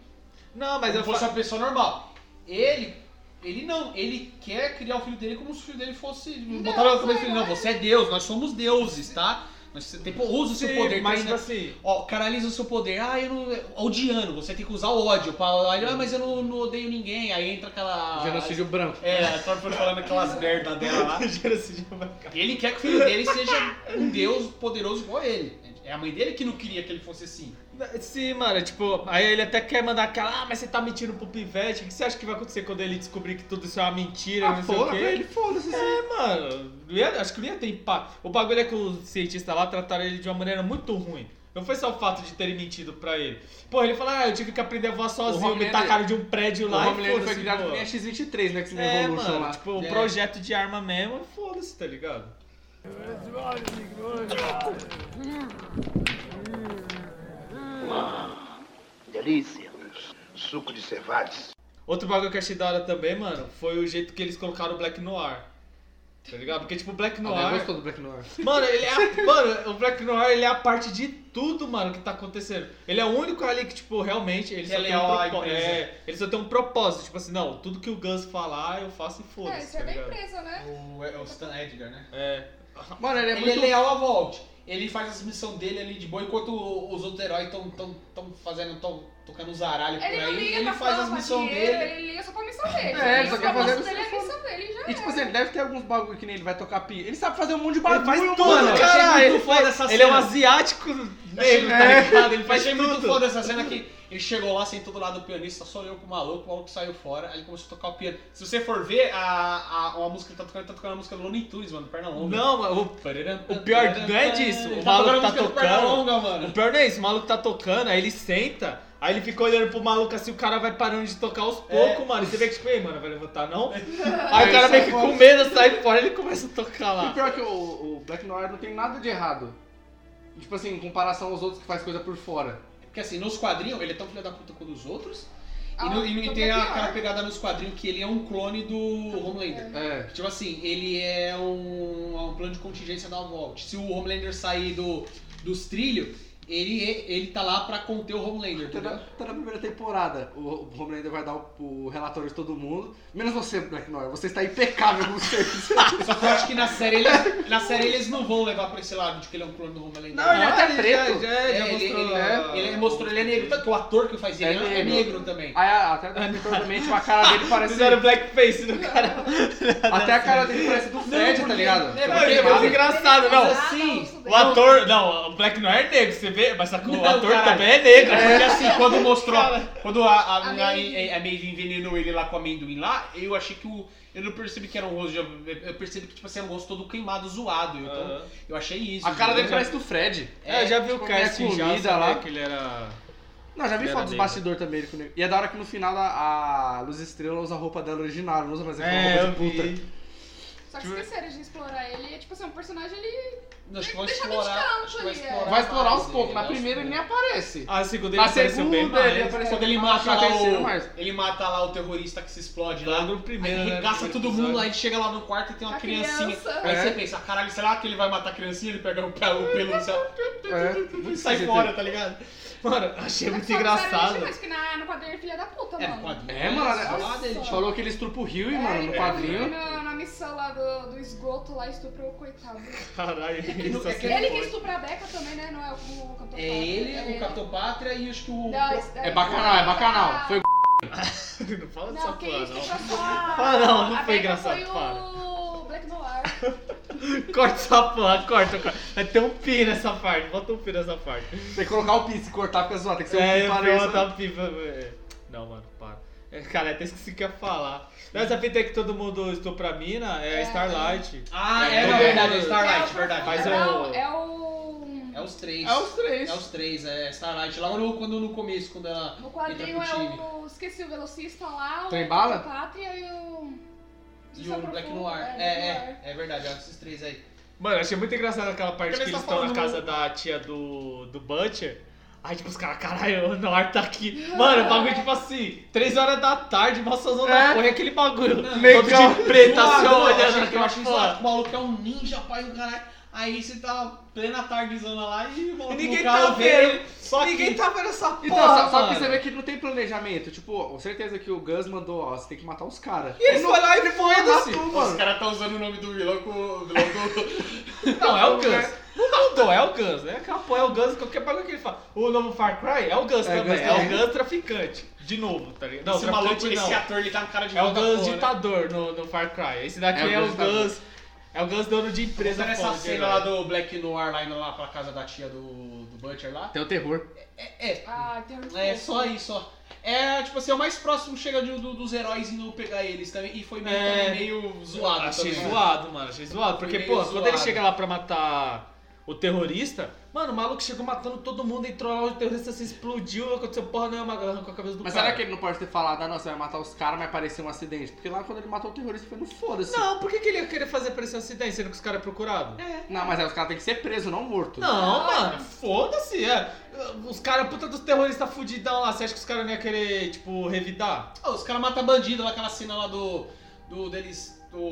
Speaker 2: Não,
Speaker 4: Mas
Speaker 2: mas
Speaker 4: se
Speaker 2: eu
Speaker 4: fosse
Speaker 2: falo.
Speaker 4: uma pessoa normal. Ele, ele não, ele quer criar o filho dele como se o filho dele fosse. botar na cabeça dele, não, você é Deus, nós somos deuses, tá? Nós você tem, usa o seu poder, tá mas. né?
Speaker 2: mas tipo assim.
Speaker 4: Ó, canaliza o seu poder. Ah, eu não. Odiando, você tem que usar o ódio. Pra, ah, mas eu não, não odeio ninguém. Aí entra aquela.
Speaker 1: "Ah, Genocídio branco.
Speaker 4: É, só por falando aquelas merda dela lá.
Speaker 2: Genocídio vai-
Speaker 4: Ele quer que o filho dele seja um deus poderoso igual a ele. É É a mãe dele que não queria que ele fosse assim.
Speaker 2: Sim, mano, tipo, aí ele até quer mandar aquela, ah, mas você tá mentindo pro pivete, o que você acha que vai acontecer quando ele descobrir que tudo isso é uma mentira,
Speaker 1: Ah,
Speaker 2: não sei o
Speaker 1: foda,
Speaker 2: quê?
Speaker 1: pra ele, foda-se. assim.
Speaker 2: É, mano, não ia- acho que não ia ter impacto. O bagulho é que os cientistas lá trataram ele de uma maneira muito ruim. Não foi só o fato de terem mentido pra ele. Pô, ele falou, ah, eu tive que aprender a voar sozinho, me
Speaker 1: Homelander-
Speaker 2: tacaram de um prédio
Speaker 1: O
Speaker 2: lá e
Speaker 1: Homelander foi
Speaker 2: foda-se,
Speaker 1: criado
Speaker 2: pô.
Speaker 1: que nem a X-23, né? Que se
Speaker 2: É,
Speaker 1: Evolution
Speaker 2: mano,
Speaker 1: lá.
Speaker 2: tipo, o
Speaker 4: É.
Speaker 2: projeto de arma mesmo, foda-se, tá ligado?
Speaker 5: Delícia. Suco de cevades.
Speaker 2: Outro bagulho que eu achei da hora também, mano, foi o jeito que eles colocaram o Black Noir. Tá ligado? Porque, tipo, o Black
Speaker 1: Alguém
Speaker 2: Noir...
Speaker 1: gostou do Ah, é Black Noir.
Speaker 2: Mano, ele é a, mano, o Black Noir ele é a parte de tudo, mano, que tá acontecendo. Ele é o único ali que, tipo, realmente, ele
Speaker 4: Que
Speaker 2: só
Speaker 4: é né?
Speaker 2: tem um
Speaker 4: leal à
Speaker 2: propósito.
Speaker 4: empresa.
Speaker 2: É, ele só tem um propósito, tipo assim, não, tudo que o Gus falar, eu faço e
Speaker 3: É,
Speaker 2: foda-se.
Speaker 3: isso é
Speaker 2: tá
Speaker 3: bem
Speaker 2: ligado?
Speaker 3: empresa, né?
Speaker 4: O, é o Stan Edgar, né?
Speaker 2: É.
Speaker 1: Mano, ele é
Speaker 4: ele
Speaker 1: muito...
Speaker 4: é leal a Volt. Ele faz as missões dele ali de boa, enquanto o- os outros heróis estão fazendo, tão tocando os aralhos por
Speaker 3: Ele não
Speaker 4: aí,
Speaker 3: liga
Speaker 4: ele
Speaker 3: pra
Speaker 4: faz
Speaker 3: fama,
Speaker 4: as missões
Speaker 3: dinheiro,
Speaker 4: dele.
Speaker 3: Ele liga só pra missão dele.
Speaker 1: É,
Speaker 3: Isso
Speaker 1: só quer
Speaker 3: é o
Speaker 1: fazer a
Speaker 3: negócio dele,
Speaker 1: missão
Speaker 3: a missão dele e já
Speaker 1: E
Speaker 3: é.
Speaker 1: tipo assim, ele deve ter alguns bagulho que nem ele vai tocar pi. Ele sabe fazer um monte de
Speaker 2: Ele
Speaker 1: bagulho,
Speaker 2: faz tudo,
Speaker 1: mano.
Speaker 4: achei
Speaker 2: cara.
Speaker 4: muito
Speaker 2: Ele,
Speaker 4: foda
Speaker 2: faz-
Speaker 4: essa
Speaker 2: ele é um
Speaker 4: cena.
Speaker 2: asiático negro, tá
Speaker 1: É.
Speaker 2: ligado? Ele
Speaker 4: Eu
Speaker 2: faz
Speaker 4: achei muito
Speaker 2: tudo.
Speaker 4: foda essa cena que ele chegou lá, sentou do lado do pianista, só olhou pro maluco, o maluco saiu fora, aí ele começou a tocar o piano. Se você for ver, a, a, a música que tá tocando, ele tá tocando a música do Looney Tunes, mano, perna longa.
Speaker 2: Não, mano, o O pior não é disso,
Speaker 4: Ele
Speaker 2: o
Speaker 4: tá
Speaker 2: maluco
Speaker 4: tocando
Speaker 2: tá
Speaker 4: a música do perna
Speaker 2: tocando.
Speaker 4: longa,
Speaker 2: O
Speaker 4: mano.
Speaker 2: pior não é isso, o maluco tá tocando, aí ele senta, aí ele fica olhando pro maluco assim, o cara vai parando de tocar
Speaker 4: É.
Speaker 2: aos poucos, mano. E você vê que tipo, ei, mano, vai levantar não? Aí o cara
Speaker 1: Aí
Speaker 2: meio
Speaker 1: sai
Speaker 4: é
Speaker 2: que
Speaker 1: fora.
Speaker 2: com medo sai fora ele começa a tocar
Speaker 1: E
Speaker 2: lá.
Speaker 1: pior que o, o Black Noir não tem nada de errado. Tipo assim, em comparação aos outros que faz coisa por fora.
Speaker 4: Porque assim, nos quadrinhos, ele é tão filho da puta quanto os outros.
Speaker 3: Ah,
Speaker 4: e no- e
Speaker 3: então
Speaker 4: tem
Speaker 3: é
Speaker 4: a-
Speaker 3: pior. Tá
Speaker 4: aquela pegada nos quadrinhos que ele é um clone do Homelander.
Speaker 1: É.
Speaker 4: Tipo assim, ele é um, é um plano de contingência da Vault. Se o Homelander sair do, dos trilhos, ele, ele tá lá pra conter o Homelander,
Speaker 1: Até Tá na,
Speaker 4: entendeu?
Speaker 1: até na primeira temporada, o, o Homelander vai dar o, o relatório de todo mundo. Menos você, Black Noir. Você está impecável com o serviço.
Speaker 4: Só que eu acho que na série, eles, na série eles não vão levar pra esse lado de que ele é um clone do Homelander.
Speaker 1: Não, ele é até
Speaker 2: preto.
Speaker 1: preto.
Speaker 2: Ah, Já, já,
Speaker 4: É,
Speaker 2: já
Speaker 4: ele-
Speaker 2: mostrou.
Speaker 4: ele-
Speaker 2: a-
Speaker 4: Ele mostrou, ele é negro. Tanto que o ator que faz ele é, é negro. também.
Speaker 1: Aí, a- até provavelmente tipo, a cara dele parece.
Speaker 2: Fizeram blackface no cara.
Speaker 1: até a cara dele parece do Fred,
Speaker 4: porque-
Speaker 1: tá ligado?
Speaker 4: é,
Speaker 2: Não, ele é
Speaker 4: Porque
Speaker 2: muito
Speaker 4: vale.
Speaker 2: engraçado,
Speaker 3: Ah,
Speaker 2: não.
Speaker 3: não,
Speaker 4: assim,
Speaker 3: isso daí
Speaker 2: O ator, não, o Black não é negro, você vê, mas só que o
Speaker 4: Não,
Speaker 2: ator
Speaker 4: caralho.
Speaker 2: também é negro.
Speaker 4: É porque assim, quando mostrou.
Speaker 2: Cara.
Speaker 4: Quando a, é, a, a,
Speaker 3: Amendoim.
Speaker 4: a- a Maeve envenenou ele lá com amendoim lá, eu achei que o. Eu não percebi que era um rosto. de- Eu percebi que, tipo assim, era um rosto todo queimado, zoado. Então,
Speaker 2: Aham.
Speaker 4: eu achei isso.
Speaker 1: A cara dele
Speaker 4: entendeu?
Speaker 1: parece do Fred.
Speaker 2: É, eu já vi o
Speaker 1: tipo,
Speaker 2: casting
Speaker 1: minha
Speaker 2: já,
Speaker 1: comida
Speaker 2: sabia
Speaker 1: lá.
Speaker 2: que ele era...
Speaker 1: Não, já vi
Speaker 2: Ele era
Speaker 1: foto dos
Speaker 2: negro.
Speaker 1: bastidores também. Ele com negro. E é da hora que no final a, a Luz Estrela usa a roupa dela original, não usa mais aquela
Speaker 2: É, eu
Speaker 1: roupa de puta.
Speaker 2: vi.
Speaker 3: Só que esqueceram de explorar ele. É tipo assim, um personagem ele.
Speaker 4: Acho que vão
Speaker 3: Deixa
Speaker 4: explorar.
Speaker 3: bem de canto
Speaker 4: acho que vai
Speaker 3: ali, é.
Speaker 4: explorar
Speaker 1: Vai explorar aos
Speaker 4: mais um
Speaker 1: poucos. Na
Speaker 4: aos
Speaker 1: primeira ele nem
Speaker 4: poucos.
Speaker 1: aparece.
Speaker 2: A segunda Ah, ele
Speaker 1: Na
Speaker 2: apareceu bem
Speaker 1: segunda ele
Speaker 2: mais.
Speaker 1: apareceu.
Speaker 4: Quando ele
Speaker 1: Na
Speaker 4: mata lá
Speaker 1: terceira,
Speaker 4: o.
Speaker 1: mas-
Speaker 4: Ele mata lá o terrorista que se explode
Speaker 2: Lá
Speaker 4: lá.
Speaker 2: no primeiro,
Speaker 4: Aí
Speaker 2: né,
Speaker 4: regaça
Speaker 2: no
Speaker 4: todo
Speaker 2: episódio.
Speaker 4: mundo, aí chega lá no quarto e tem uma
Speaker 3: A
Speaker 4: criancinha.
Speaker 3: criança.
Speaker 4: Aí
Speaker 1: É.
Speaker 4: você pensa, caralho, será que ele vai matar a criancinha? Ele pega o pelo, o pelo no céu
Speaker 1: É.
Speaker 4: e sai fora, tá ligado?
Speaker 2: Mano, achei muito
Speaker 3: Só que sério,
Speaker 2: engraçado.
Speaker 3: Não mais, que na, no quadrinho ele é filha da puta,
Speaker 4: É,
Speaker 3: mano.
Speaker 4: pode.
Speaker 1: É, mano,
Speaker 4: Só
Speaker 1: né?
Speaker 4: lá dele, tipo,
Speaker 1: Falou que ele estrupa o Rio,
Speaker 3: É,
Speaker 1: mano, no
Speaker 3: ele foi
Speaker 1: quadrinho.
Speaker 3: Na, na missão lá do, do esgoto lá, estuprou o coitado.
Speaker 2: Caralho,
Speaker 4: não-
Speaker 2: isso
Speaker 4: é
Speaker 2: assim
Speaker 4: que
Speaker 2: foi.
Speaker 3: Ele que estupra a Beca também, né? Não é o, o cantor né?
Speaker 4: É ele, o Capitão Pátria e acho que o.
Speaker 1: É bacanal, é bacanal. Foi o
Speaker 2: Não fala
Speaker 3: Ah,
Speaker 2: dessa
Speaker 3: Não, quem
Speaker 2: porra,
Speaker 3: estuprou
Speaker 2: não.
Speaker 3: só a-
Speaker 2: Ah, não, não
Speaker 3: a
Speaker 2: foi
Speaker 3: Becca Foi
Speaker 2: engraçado,
Speaker 3: o Black Noir.
Speaker 2: Corta essa porra, corta, corta. Vai ter um pi nessa parte, bota um pi nessa parte.
Speaker 1: Tem que colocar o pi, se cortar fica zoado, tem que ser
Speaker 2: É,
Speaker 1: um pi
Speaker 2: eu
Speaker 1: para
Speaker 2: vou
Speaker 1: isso.
Speaker 2: botar um pi. pra- é. Não, mano, para. É, Cara, até esqueci o que eu ia falar. Não, essa fita aí que todo mundo estupra a mina é,
Speaker 3: É,
Speaker 2: Starlight.
Speaker 4: Ah, é,
Speaker 2: É,
Speaker 4: na
Speaker 2: é.
Speaker 4: verdade, é o
Speaker 3: é
Speaker 4: Starlight,
Speaker 3: o
Speaker 4: verdade.
Speaker 2: Mas
Speaker 4: é,
Speaker 3: Não,
Speaker 2: o-
Speaker 3: é o.
Speaker 4: os três.
Speaker 1: É os três.
Speaker 4: É os três, é Starlight. Lá no, quando, no começo, quando ela.
Speaker 3: No quadrinho
Speaker 4: entra
Speaker 3: é
Speaker 4: pro time.
Speaker 3: o. Esqueci o velocista lá, o
Speaker 1: Trem bala?
Speaker 3: Capitão Pátria e o.
Speaker 4: E o Black Noir. É,
Speaker 3: né?
Speaker 4: é, é verdade, é esses três aí.
Speaker 2: Mano, achei muito engraçado aquela parte
Speaker 4: Porque
Speaker 2: que
Speaker 4: eles
Speaker 2: eles
Speaker 4: tão
Speaker 2: estão na
Speaker 4: falando-
Speaker 2: casa da tia do, do Butcher. Aí, tipo, os caras, caralho, o Noir tá aqui. Mano, o bagulho, tipo assim, 3 horas da tarde, mó sozão da
Speaker 1: É.
Speaker 2: porra, e aquele bagulho.
Speaker 4: Não,
Speaker 2: Todo de preto,
Speaker 4: Zoado,
Speaker 2: assim,
Speaker 4: não, eu
Speaker 2: olhando
Speaker 4: achei- Eu
Speaker 2: aquela
Speaker 4: achei isso lá,
Speaker 2: porra.
Speaker 4: que o maluco é um ninja, pai do caralho. Aí você tá plena tardezona lá e o maluco
Speaker 2: E
Speaker 4: no
Speaker 2: ninguém
Speaker 4: carro
Speaker 2: tá
Speaker 4: vê
Speaker 2: vendo.
Speaker 4: ele, Só
Speaker 2: Ninguém
Speaker 4: que...
Speaker 2: tá vendo essa porra,
Speaker 1: Então, só, só que
Speaker 2: mano.
Speaker 1: você vê que não tem planejamento. Tipo, com certeza que o Gus mandou, ó, você tem que matar os caras.
Speaker 2: E eles foram lá e
Speaker 1: Foda-se,
Speaker 2: foda-se.
Speaker 4: Os
Speaker 1: mano.
Speaker 4: caras tá usando o nome do vilão com o vilão do.
Speaker 2: Não, é o
Speaker 4: né?
Speaker 2: Guns. Não mudou, é o Guns, né? Aquela porra é o Guns, qualquer bagulho que ele fala. O novo Far Cry é o Guns
Speaker 1: É,
Speaker 2: também.
Speaker 1: Guns
Speaker 2: é o
Speaker 1: também.
Speaker 2: Guns traficante. De novo, tá ligado? Não,
Speaker 4: esse
Speaker 2: traficante
Speaker 4: maluco,
Speaker 2: não.
Speaker 4: esse ator, ele tá com cara de
Speaker 2: É o
Speaker 4: louco da
Speaker 2: Guns
Speaker 4: porra, né?
Speaker 2: ditador no, no Far Cry. Esse daqui é,
Speaker 1: É o
Speaker 2: o
Speaker 1: Guns ditador.
Speaker 2: Guns. É o Guns dono de empresa
Speaker 4: Nessa
Speaker 2: foda, né? de
Speaker 4: cena
Speaker 2: herói.
Speaker 4: lá do Black Noir lá indo lá pra casa da tia do, do Butcher lá.
Speaker 1: Tem o terror.
Speaker 4: É, é,
Speaker 3: Ah, tem um
Speaker 4: é só isso, ó. É, tipo assim, é o mais próximo chega de- do- dos heróis indo pegar eles também. E foi meio,
Speaker 2: É.
Speaker 4: também meio zoado
Speaker 2: Achei
Speaker 4: também. né?
Speaker 2: zoado, mano. Achei zoado. Porque,
Speaker 4: Meio
Speaker 2: pô, quando ele
Speaker 4: zoado.
Speaker 2: chega lá pra matar o terrorista, mano, o maluco chegou matando todo mundo, entrou lá, o terrorista se explodiu, aconteceu porra nenhuma, arrancou a cabeça do
Speaker 1: Mas
Speaker 2: cara.
Speaker 1: será que ele não pode ter falado, ah, não, você vai matar os caras, mas parecia um acidente? Porque lá quando ele matou o terrorista foi no foda-se.
Speaker 2: Não, por que, que ele ia querer fazer parecer um acidente, sendo que os caras é procurado?
Speaker 1: Não, mas aí os caras têm que ser presos, não morto.
Speaker 2: Não, mano, foda-se. é. Os caras, puta dos terroristas fudidão lá, você acha que os caras não iam querer, tipo, revidar?
Speaker 4: Ah, os caras matam bandido lá, aquela cena lá do. do deles. do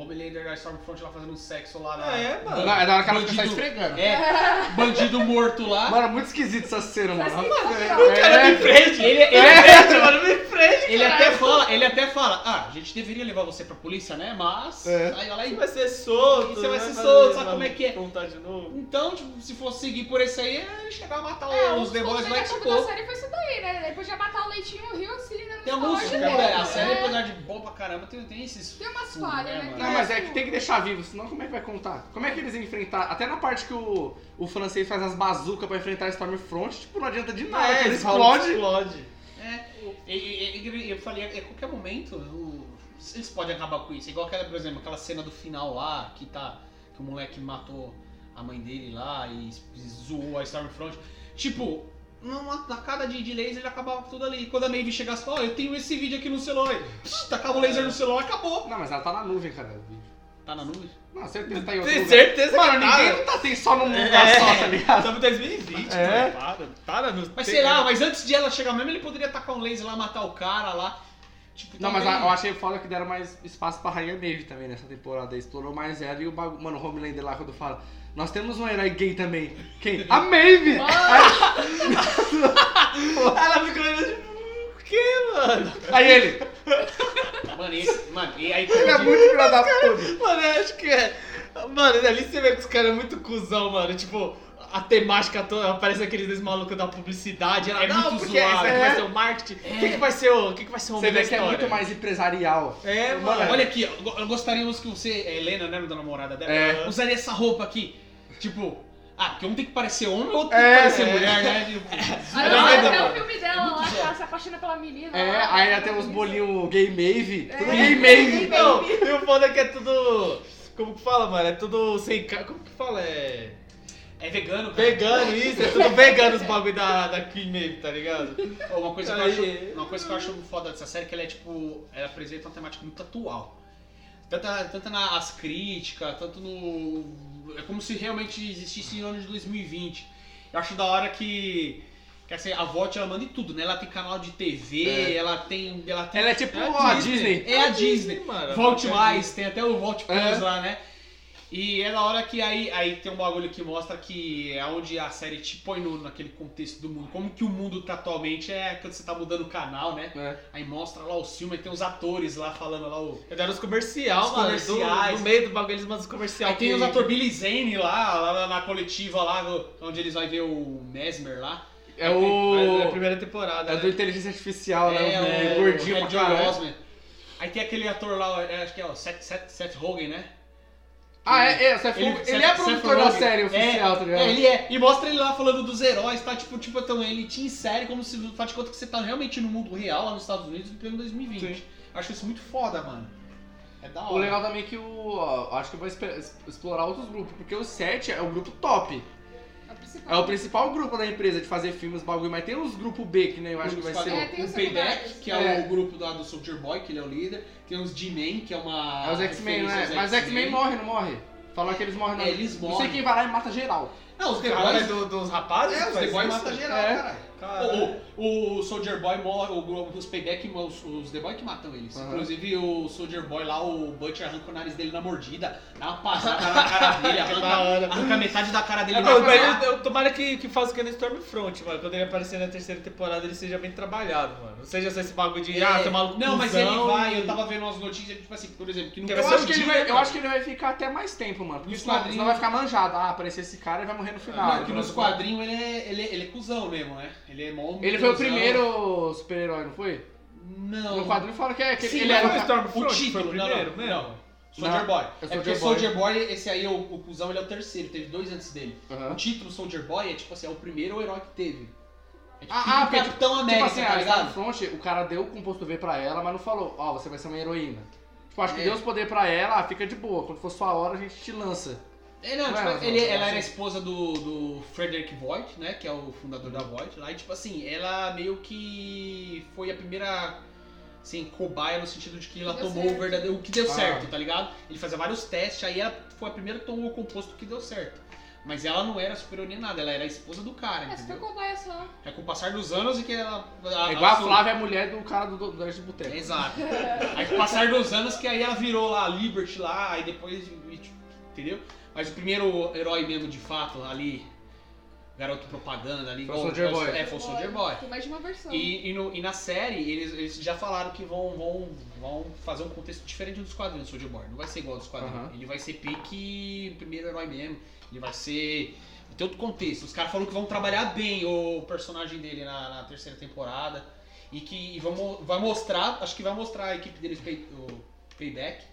Speaker 4: Homelander da Stormfront lá fazendo um sexo lá na.
Speaker 2: É, mano.
Speaker 1: Não, é da hora que ela
Speaker 4: Bandido.
Speaker 1: começar esfregando.
Speaker 4: É, bandido morto lá.
Speaker 1: Mano, é muito esquisito essa cena, mano.
Speaker 2: O cara me
Speaker 1: É,
Speaker 2: prende! Ele, ele
Speaker 1: É.
Speaker 2: prende, mano, me prende!
Speaker 4: Ele até fala, ele até fala, ah, a gente deveria levar você pra polícia, né? Mas.
Speaker 1: É.
Speaker 4: Aí vai lá e.
Speaker 2: Vai ser solto,
Speaker 4: Você vai
Speaker 2: né,
Speaker 4: ser
Speaker 2: fazer-
Speaker 4: solto, sabe como é que é?
Speaker 2: Contar de novo.
Speaker 4: Então, tipo, se for seguir por esse aí, é chegar a matar os demônios lá e
Speaker 3: negativo da
Speaker 4: acabou.
Speaker 3: série foi isso daí, né? Ele podia matar o leitinho no rio se ele não
Speaker 4: Tem alguns.
Speaker 3: falou de novo,
Speaker 4: É, a série,
Speaker 3: né?
Speaker 4: apesar de bom pra caramba, tem, tem esses.
Speaker 3: Tem umas
Speaker 4: Sim,
Speaker 3: falhas,
Speaker 4: é,
Speaker 3: né?
Speaker 4: mano.
Speaker 1: Não, mas é que tem que deixar vivo, senão como é que vai contar? Como é que eles iam enfrentar? Até na parte que o, o francês faz as bazucas pra enfrentar a Stormfront, tipo, não adianta de nada,
Speaker 2: É,
Speaker 1: ele
Speaker 2: esse Paulo
Speaker 1: explode.
Speaker 2: explode.
Speaker 4: É, e- e- e- eu falei, a qualquer momento o- eles podem acabar com isso. Igual aquela, por exemplo, aquela cena do final lá, que tá. Que o moleque matou a mãe dele lá e zoou a Stormfront. Tipo, numa tacada de, de laser ele acabava com tudo ali. E Quando a Maeve chegasse e falasse, ó, eu tenho esse vídeo aqui no celular. Psh, tacava o laser no celular acabou.
Speaker 1: Não, mas ela tá na nuvem, cara. o vídeo.
Speaker 4: Tá na nuvem?
Speaker 1: Não, certeza tá em outro
Speaker 2: Tem
Speaker 1: lugar.
Speaker 2: certeza
Speaker 1: Mano,
Speaker 2: que
Speaker 1: ninguém
Speaker 2: tá.
Speaker 1: não tá tem só no mundo
Speaker 2: É.
Speaker 1: só, tá ligado?
Speaker 2: Estamos em 2020,
Speaker 1: É.
Speaker 2: mano, para, para. Não
Speaker 4: Mas
Speaker 2: tem-
Speaker 4: sei lá, mas antes de ela chegar mesmo, ele poderia tacar um laser lá, matar o cara lá. Tipo,
Speaker 1: Não, mas
Speaker 4: também-
Speaker 1: a- eu achei foda que deram mais espaço pra Rainha Maeve também nessa temporada. aí, Explorou mais ela e o bagulho. Mano, o Homelander lá quando fala. Nós temos um herói gay também. Quem? A Maeve!
Speaker 2: Ela ficou olhando tipo, o que, mano?
Speaker 1: Aí ele.
Speaker 4: Mano, e, esse- mano, e aí
Speaker 1: Ele é muito filha da puta.
Speaker 2: Mano, eu acho que é... Mano, ali você vê que os caras é muito cuzão, mano. Tipo, a temática toda, parece aqueles dois malucos da publicidade. Ela,
Speaker 4: É
Speaker 2: não,
Speaker 4: muito
Speaker 2: porque
Speaker 4: zoado.
Speaker 2: esse aqui
Speaker 1: É.
Speaker 2: vai ser o marketing. O que, que vai ser o... O que, que vai ser o
Speaker 1: Você
Speaker 2: homem da
Speaker 1: vê que é
Speaker 2: história?
Speaker 1: muito mais empresarial.
Speaker 2: É, mano.
Speaker 1: Mano,
Speaker 4: Olha aqui, eu go- eu gostaríamos que você, é Helena, né, da namorada dela,
Speaker 1: É.
Speaker 4: usaria essa roupa aqui. Tipo, ah, porque um tem que parecer homem, outro tem
Speaker 1: É,
Speaker 4: que parecer
Speaker 1: é.
Speaker 4: mulher, né? Tipo,
Speaker 3: Aí
Speaker 1: Não,
Speaker 3: vai
Speaker 1: não,
Speaker 3: até
Speaker 1: não.
Speaker 3: o filme dela lá, que ela se apaixona pela menina.
Speaker 1: É,
Speaker 3: lá.
Speaker 1: aí até uns bolinhos gay Maeve. Tudo
Speaker 3: É.
Speaker 1: gay Maeve.
Speaker 2: Não, e o foda é que é tudo... Como que fala, mano? É tudo sem... ca- Como que fala? É...
Speaker 4: é vegano, cara.
Speaker 2: Vegano, isso, é tudo vegano os bagulho da, da Queen Maeve, tá ligado?
Speaker 4: Ó, Uma coisa, que eu
Speaker 2: Aí.
Speaker 4: acho, uma coisa que eu acho foda dessa série é que ela é tipo. Ela apresenta uma temática muito atual. Tanto, tanto nas críticas, tanto no. É como se realmente existisse no ano de 2020. Eu acho da hora que. que assim, a VOT ela manda em tudo, né? Ela tem canal de TV,
Speaker 1: É.
Speaker 4: ela tem. Ela tem.
Speaker 1: Ela é tipo
Speaker 2: É
Speaker 1: a
Speaker 2: a
Speaker 1: Disney.
Speaker 4: É a Disney.
Speaker 2: mano.
Speaker 4: Volte
Speaker 2: É a
Speaker 4: mais, tem até o Volte Plus
Speaker 1: É.
Speaker 4: lá, né? E é na hora que aí, aí tem um bagulho que mostra que é onde a série te põe no, naquele contexto do mundo. Como que o mundo tá atualmente é quando você tá mudando o canal, né?
Speaker 1: É.
Speaker 4: Aí mostra lá o filme, aí tem os atores lá falando lá o.
Speaker 2: Eu deram os É comercial,
Speaker 4: Os
Speaker 2: mano.
Speaker 4: comerciais.
Speaker 2: Do, no meio do bagulho eles mandam os comercial.
Speaker 4: Aí tem
Speaker 2: que-
Speaker 4: os atores Billy Zane lá, lá na- na coletiva lá, no- onde eles vão ver o Mesmer lá.
Speaker 1: É
Speaker 2: Mas É a
Speaker 1: o.
Speaker 2: primeira temporada.
Speaker 1: É
Speaker 2: né?
Speaker 1: do Inteligência Artificial, né?
Speaker 4: é,
Speaker 1: O gordinho pra
Speaker 4: Red
Speaker 1: caralho.
Speaker 4: Osment. Aí tem aquele ator lá, é, acho que é o Seth, Seth, Seth Rogen, né?
Speaker 1: Ah, é, é, o Seth
Speaker 4: Ele-
Speaker 1: Rogen- ele,
Speaker 4: Seth-
Speaker 1: é
Speaker 4: Seth
Speaker 1: produtor da
Speaker 4: Rogen.
Speaker 1: série oficial,
Speaker 4: é,
Speaker 1: tá ligado?
Speaker 4: É, ele é. E mostra ele lá falando dos heróis, tá? Tipo, tipo então, ele te insere como se faz de conta que você tá realmente no mundo real, lá nos Estados Unidos, no pleno 2020. Acho isso muito foda, mano. É da hora.
Speaker 1: O legal também é que o. ó, Acho que eu vou espe- es- explorar outros grupos, porque o 7 é o grupo top.
Speaker 3: É o principal.
Speaker 1: É o principal grupo da empresa de fazer filmes, bagulho, mas tem os grupos B que nem eu acho que vai ser.
Speaker 3: É,
Speaker 1: o-
Speaker 3: tem
Speaker 4: o
Speaker 3: os
Speaker 4: Payback,
Speaker 3: secundários.
Speaker 4: que é, o grupo lá do Soldier Boy, que ele é o líder. Tem os G-Men, que é uma.
Speaker 1: É os X-Men,
Speaker 4: referência
Speaker 1: né?
Speaker 4: aos
Speaker 1: Mas os X-men morre, não morre? Falar que eles morrem, não.
Speaker 4: É, eles
Speaker 1: Não sei
Speaker 4: morrem.
Speaker 1: quem vai lá e mata geral.
Speaker 4: Não, os The
Speaker 2: Cara, é
Speaker 4: Boys.
Speaker 2: do, dos rapazes?
Speaker 4: É, os The
Speaker 2: Faz
Speaker 4: Boys
Speaker 2: isso?
Speaker 4: mata geral,
Speaker 1: É.
Speaker 4: caralho.
Speaker 2: Caralho.
Speaker 4: O, o- o Soldier Boy morre, o, grupo- os Payback, os, os The Boy que matam eles.
Speaker 1: Aham.
Speaker 4: Inclusive o Soldier Boy lá, o Butcher arranca o nariz dele na mordida, dá uma passada na cara dele,
Speaker 2: Da hora.
Speaker 4: arranca, arranca metade da cara dele.
Speaker 2: É,
Speaker 4: na
Speaker 2: mano, mas
Speaker 4: cara.
Speaker 2: eu- eu- tomara que, que faça que no Stormfront, mano. Quando ele aparecer na terceira temporada, ele seja bem trabalhado, mano. Não seja só esse bagulho de,
Speaker 1: É.
Speaker 2: ah, tem maluco
Speaker 4: Não, mas ele
Speaker 2: cuzão
Speaker 4: vai, eu
Speaker 2: e-
Speaker 4: tava vendo umas notícias, tipo assim, por exemplo, que não
Speaker 2: Quer
Speaker 1: Eu
Speaker 2: Vai ser
Speaker 1: acho,
Speaker 2: um
Speaker 1: que ele
Speaker 2: dia,
Speaker 1: vai,
Speaker 2: né,
Speaker 1: eu
Speaker 2: mano?
Speaker 1: acho que ele vai ficar até mais tempo, mano. Porque
Speaker 4: Nos
Speaker 1: senão,
Speaker 4: quadrinhos-
Speaker 1: senão vai ficar manjado. Ah, aparecer esse cara e vai morrer no final.
Speaker 4: Não, que nos quadrinhos ele é, ele, é- ele é cuzão mesmo, né? Ele é mó
Speaker 1: Ele foi o
Speaker 4: cuzão.
Speaker 1: primeiro super-herói, não foi?
Speaker 4: Não.
Speaker 1: No quadrinho fala que, é, que
Speaker 4: Sim,
Speaker 1: ele
Speaker 2: Mas
Speaker 1: era.
Speaker 4: o
Speaker 2: o Stormfront foi o
Speaker 4: título, não,
Speaker 2: primeiro
Speaker 4: não.
Speaker 2: mesmo?
Speaker 4: Soldier
Speaker 1: Não,
Speaker 4: Boy.
Speaker 1: é
Speaker 4: É
Speaker 1: Soldier
Speaker 4: porque
Speaker 1: Boy.
Speaker 4: Soldier Boy, esse aí, é o, o cuzão, ele é o terceiro, teve dois antes dele.
Speaker 1: Aham.
Speaker 4: O título Soldier Boy é tipo assim, é o primeiro herói que teve. É tipo
Speaker 1: Ah, ah,
Speaker 4: o Capitão América,
Speaker 1: tipo assim,
Speaker 4: tá
Speaker 1: a Star
Speaker 4: ligado?
Speaker 1: Front, o cara deu o composto V pra ela, mas não falou, ó, você vai ser uma heroína. Tipo, acho que
Speaker 4: É.
Speaker 1: deu os poderes pra ela, ah, fica de boa. Quando for sua hora, a gente te lança.
Speaker 4: É, não,
Speaker 1: Não,
Speaker 4: tipo,
Speaker 1: não,
Speaker 4: ele-
Speaker 1: não,
Speaker 4: ela
Speaker 1: não.
Speaker 4: era a esposa do, do Frederick Voigt, né? Que é o fundador da Voigt lá. E, tipo assim, ela meio que foi a primeira, assim, cobaia no sentido de que ela
Speaker 3: Que deu
Speaker 4: tomou o
Speaker 3: certo.
Speaker 4: verdadeiro... O que deu
Speaker 1: Ah.
Speaker 4: certo, tá ligado? Ele fazia vários testes, aí ela foi a primeira que tomou o composto que deu certo. Mas ela não era superior nem nada, ela era a esposa do cara,
Speaker 3: É super
Speaker 4: entendeu?
Speaker 3: cobaia só.
Speaker 4: É com o passar dos anos e que ela...
Speaker 1: É igual a
Speaker 4: sua-
Speaker 1: Flávia, a mulher do cara do, do, do Arte Boteco.
Speaker 4: Exato. Aí com o passar dos anos que aí ela virou lá a Liberty lá, aí depois. e, tipo, Entendeu? Mas o primeiro herói mesmo de fato ali, garoto propaganda ali,
Speaker 1: Foi o
Speaker 4: igual-
Speaker 1: Soldier Boy.
Speaker 4: É, foi o Soldier Boy.
Speaker 3: Tem mais de uma versão.
Speaker 4: E, e no- e na série, eles, eles já falaram que vão, vão, vão fazer um contexto diferente dos quadrinhos do Soldier Boy. Não vai ser igual ao dos quadrinhos.
Speaker 1: Aham.
Speaker 4: Ele vai ser pique primeiro herói mesmo. Ele vai ser. Vai ter outro contexto. Os caras falaram que vão trabalhar bem o personagem dele na, na terceira temporada. E que e vão mo- vai mostrar, acho que vai mostrar a equipe deles pay- o Payback.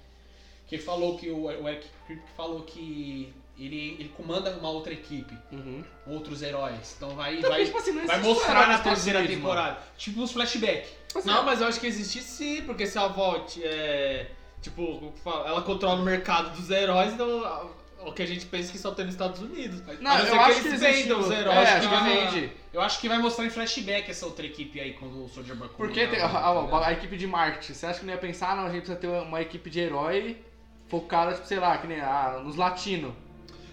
Speaker 4: Que ele falou que o, o Eric Kripke falou que ele, ele comanda uma outra equipe,
Speaker 1: Uhum.
Speaker 4: outros heróis. Então vai.
Speaker 1: Então,
Speaker 4: vai
Speaker 1: tipo assim, não
Speaker 4: Vai
Speaker 1: existe
Speaker 4: mostrar
Speaker 1: herói
Speaker 4: na
Speaker 1: nos Estados
Speaker 4: terceira
Speaker 1: Unidos, mano.
Speaker 4: temporada. Tipo uns flashback.
Speaker 1: Tipo assim,
Speaker 2: Não, mas eu acho que existe sim, porque se a Volt é. Tipo, como que fala? ela controla o mercado dos heróis, então a- o que a gente pensa que só tem nos Estados Unidos.
Speaker 1: Não,
Speaker 2: a não ser
Speaker 1: eu acho
Speaker 2: que
Speaker 1: que
Speaker 2: eles
Speaker 1: existe
Speaker 2: vendam os
Speaker 1: o-
Speaker 2: heróis.
Speaker 1: é,
Speaker 2: que
Speaker 1: acho que
Speaker 2: vai-
Speaker 1: vende.
Speaker 4: Eu acho que vai mostrar em flashback essa outra equipe aí quando o Soldier Boy
Speaker 1: Porque tem, ah,
Speaker 4: comandar,
Speaker 1: a, a-
Speaker 4: entendeu?
Speaker 1: a equipe de marketing, você acha que não ia pensar, "Ah, não, a gente precisa ter uma, uma equipe de herói focada, tipo, sei lá, que nem ah, nos latinos.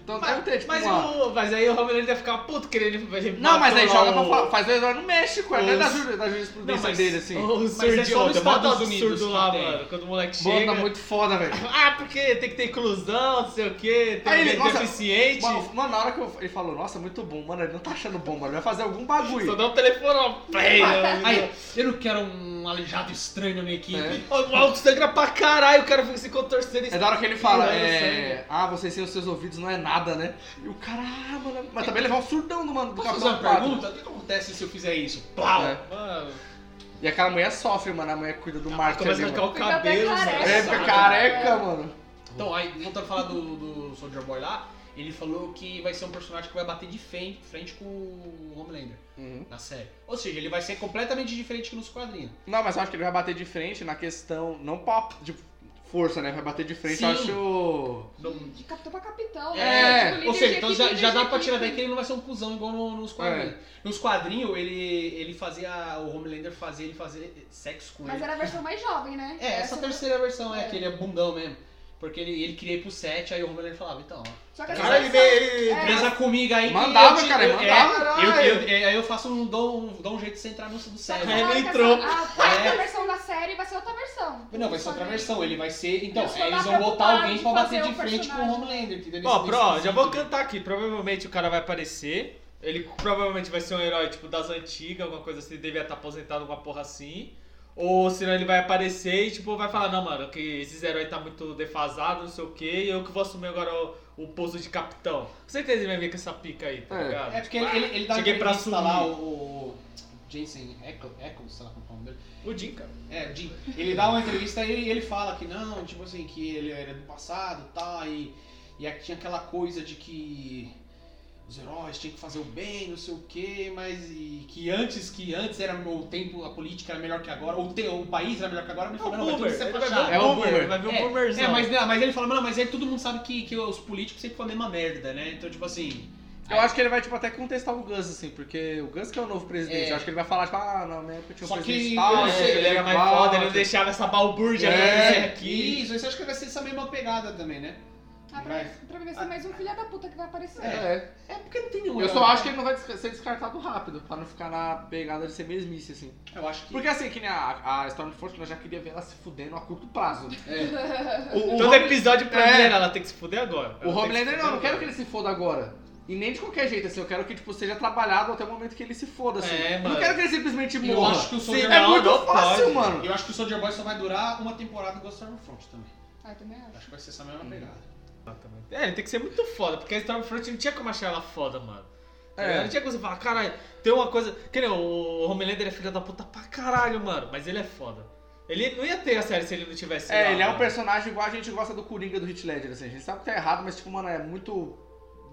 Speaker 1: Então deve ter,
Speaker 2: Mas,
Speaker 1: tipo,
Speaker 2: mas
Speaker 1: uma...
Speaker 2: o- mas aí o Romero ele deve ficar puto querendo. Ele
Speaker 1: Não, mas aí
Speaker 2: matou lá
Speaker 1: joga pra
Speaker 2: o-
Speaker 1: fora, faz o herói no México, é
Speaker 2: os-
Speaker 1: né, da, ju- da jurisprudência
Speaker 4: Não, mas-
Speaker 1: dele, assim.
Speaker 2: O é
Speaker 4: só nos
Speaker 2: surdiota, bota
Speaker 4: Estados
Speaker 2: o
Speaker 4: Unidos
Speaker 2: um surdo
Speaker 4: que
Speaker 2: lá,
Speaker 4: tem.
Speaker 2: mano, quando o moleque
Speaker 1: Banda
Speaker 2: chega.
Speaker 1: muito foda, velho.
Speaker 2: Ah, porque tem que ter inclusão, não sei o quê, tem
Speaker 1: Aí
Speaker 2: que
Speaker 1: ele-
Speaker 2: ter
Speaker 1: nossa,
Speaker 2: deficiente.
Speaker 1: Mano, mano, na hora que eu- ele falou, nossa, muito bom, mano, ele não tá achando bom, mano, ele vai fazer algum bagulho.
Speaker 2: Só dá um telefone, ó,
Speaker 4: É.
Speaker 2: play, né?
Speaker 4: Aí, eu não quero um aleijado estranho na minha equipe.
Speaker 1: É.
Speaker 2: Ó, O maluco sangra pra caralho, o cara fica se contorcendo.
Speaker 1: É da hora que ele fala,
Speaker 2: Tirando
Speaker 1: é. Ah, vocês sem os seus ouvidos não é nada, né? E o cara, ah, mano. Mas também levar um surdão do mano do
Speaker 4: Posso fazer
Speaker 1: Capitão
Speaker 4: uma
Speaker 1: Pato.
Speaker 4: pergunta? O que acontece se eu fizer isso? Plau!
Speaker 1: É.
Speaker 2: sangue. Mano,
Speaker 1: E aquela mulher sofre, mano. A mulher cuida
Speaker 4: Ah,
Speaker 1: do Marte
Speaker 2: começa a
Speaker 1: ali.
Speaker 2: arrancar
Speaker 1: mano.
Speaker 2: o
Speaker 3: Fica até
Speaker 2: cabelo.
Speaker 3: careca.
Speaker 1: É,
Speaker 4: Sabe?
Speaker 1: fica careca, mano.
Speaker 4: Então, aí, voltando a falar do, do Soldier Boy lá, ele falou que vai ser um personagem que vai bater de frente, frente com o Homelander
Speaker 1: Uhum.
Speaker 4: na série. Ou seja, ele vai ser completamente diferente que nos quadrinhos.
Speaker 1: Não, mas eu acho que ele vai bater de frente na questão. Não pop de força, né? Vai bater de frente,
Speaker 4: Sim.
Speaker 1: eu acho.
Speaker 3: De capitão pra capitão,
Speaker 1: É,
Speaker 3: né? Tipo, líder
Speaker 4: Ou
Speaker 3: de
Speaker 4: seja, então
Speaker 3: equipe,
Speaker 4: já,
Speaker 3: líder
Speaker 4: já
Speaker 3: tipo de
Speaker 4: dá pra
Speaker 3: equipe.
Speaker 4: tirar daí que ele não vai ser um cuzão igual no- nos quadrinhos. Nos quadrinhos, ele, ele fazia. O Homelander fazia ele fazer sexo com
Speaker 3: Mas
Speaker 4: ele.
Speaker 3: era a versão mais jovem, né?
Speaker 4: É, essa terceira versão é,
Speaker 3: é.
Speaker 4: que ele é bundão mesmo. Porque ele, ele queria ir pro set, aí o Homelander falava, então, ó,
Speaker 3: Só que essa
Speaker 2: Cara, ele,
Speaker 3: versão-
Speaker 2: ele, ele
Speaker 4: presa comigo aí. É que
Speaker 1: Mandava,
Speaker 4: eu te-
Speaker 1: cara,
Speaker 4: eu-
Speaker 1: mandava, né?
Speaker 4: É, eu,
Speaker 1: caralho.
Speaker 4: eu, é, aí eu faço um. dou um, dou um jeito de você entrar no, no set.
Speaker 2: Cara,
Speaker 3: na hora
Speaker 2: ele
Speaker 3: que
Speaker 2: entrou.
Speaker 3: Essa, a quarta
Speaker 4: É.
Speaker 3: versão da série vai ser outra versão.
Speaker 4: Não, vai ser outra versão, ele vai ser. Então,
Speaker 3: Eles
Speaker 4: é, eles
Speaker 3: foram
Speaker 4: vão
Speaker 3: lá
Speaker 4: botar
Speaker 3: preocupados
Speaker 4: alguém
Speaker 3: de
Speaker 4: pra bater
Speaker 3: fazer
Speaker 4: de
Speaker 3: o
Speaker 4: frente com o
Speaker 3: personagem.
Speaker 4: Homelander, entendeu?
Speaker 2: Ó,
Speaker 4: Nesse-
Speaker 2: pro, ó,
Speaker 4: nesse
Speaker 2: já vou
Speaker 4: sentido.
Speaker 2: cantar aqui. Provavelmente o cara vai aparecer. Ele provavelmente vai ser um herói, tipo, das antigas, alguma coisa assim. Devia estar aposentado, alguma porra assim. Ou senão ele vai aparecer e, tipo, vai falar: Não, mano, que esses heróis tá muito defasado, não sei o quê. E eu que vou assumir agora o, o posto de capitão. Com certeza ele vai vir com essa pica aí, tá
Speaker 1: É.
Speaker 2: ligado?
Speaker 4: É porque ele, ele, ele dá
Speaker 2: Cheguei pra
Speaker 4: entrevista lá,
Speaker 2: assumir.
Speaker 4: o, o Jensen Eccles, Eccles, sei lá como é o nome dele.
Speaker 2: O Jim, cara.
Speaker 4: É, o Jim. Ele dá uma entrevista e ele, ele fala que não, tipo assim, que ele era do passado e tal, e, e aqui tinha aquela coisa de que os heróis tinham que fazer o bem, não sei o quê, mas e que antes, que antes era o tempo, a política era melhor que agora, ou te- o país era melhor que agora, ele
Speaker 2: É o
Speaker 4: fala, não, vai tudo
Speaker 2: Boomer.
Speaker 4: ser
Speaker 2: Ele vai
Speaker 4: fachada."
Speaker 2: ver
Speaker 1: É
Speaker 2: o
Speaker 1: o
Speaker 2: Boomer.
Speaker 1: Boomer.
Speaker 2: Vai ver o
Speaker 4: É,
Speaker 2: Boomerzão.
Speaker 4: É, mas, não, mas ele fala, mano, mas aí todo mundo sabe que, que os políticos sempre falam a mesma merda, né? Então, tipo assim.
Speaker 1: Eu acho que ele vai, tipo, até contestar o Gus, assim, porque o Gus que é o novo presidente.
Speaker 4: É.
Speaker 1: Eu acho que ele vai falar, tipo, ah, na minha época tinha um
Speaker 4: Só que
Speaker 1: presidente
Speaker 4: eu
Speaker 1: tal,
Speaker 4: não
Speaker 2: É,
Speaker 4: sei,
Speaker 2: ele era mais
Speaker 1: igual,
Speaker 2: foda, ele não
Speaker 1: assim.
Speaker 2: deixava essa balbúrdia
Speaker 1: É.
Speaker 2: acontecer aqui.
Speaker 4: Isso, isso acho que vai ser essa mesma pegada também, né?
Speaker 3: Ah, pra,
Speaker 4: Vai.
Speaker 3: pra mim vai ser mais um filho da puta que vai aparecer.
Speaker 1: É.
Speaker 4: É porque não tem nenhum.
Speaker 1: Eu só acho que ele não vai des- ser descartado rápido, pra não ficar na pegada de ser mesmice, assim.
Speaker 4: Eu acho que.
Speaker 1: Porque assim, que nem a, a Stormfront, nós já queria ver ela se fudendo a curto prazo.
Speaker 4: É.
Speaker 1: O, o,
Speaker 2: Todo
Speaker 1: Home-
Speaker 2: episódio pra
Speaker 1: É.
Speaker 2: mim era, ela tem que se fuder agora.
Speaker 1: o Homelander, não, eu não quero que ele se foda agora. E nem de qualquer jeito, assim, eu quero que, tipo, seja trabalhado até o momento que ele se foda, assim.
Speaker 2: É,
Speaker 1: Eu
Speaker 2: mano.
Speaker 1: Não quero que ele simplesmente
Speaker 4: Eu
Speaker 1: morra.
Speaker 4: acho que o
Speaker 1: Sim,
Speaker 4: Soldier
Speaker 1: é
Speaker 2: Boy
Speaker 1: muito
Speaker 2: não
Speaker 1: fácil,
Speaker 2: pode.
Speaker 1: mano.
Speaker 4: Eu acho que o Soldier Boy só vai durar uma temporada do Stormfront também.
Speaker 3: Ah, eu também acho.
Speaker 4: Acho que vai ser essa mesma pegada.
Speaker 2: É, ele tem que ser muito foda, porque a Stormfront não tinha como achar ela foda, mano. Tá
Speaker 1: É.
Speaker 2: Não tinha como você falar, caralho, tem uma coisa. Que nem o Homelander é filho da puta pra caralho, mano, mas ele é foda. Ele não ia ter a série se ele não tivesse. lá,
Speaker 1: É, ele é um
Speaker 2: né?
Speaker 1: personagem igual a gente gosta do Coringa do Heath Ledger, assim. A gente sabe que tá errado, mas, tipo, mano, é muito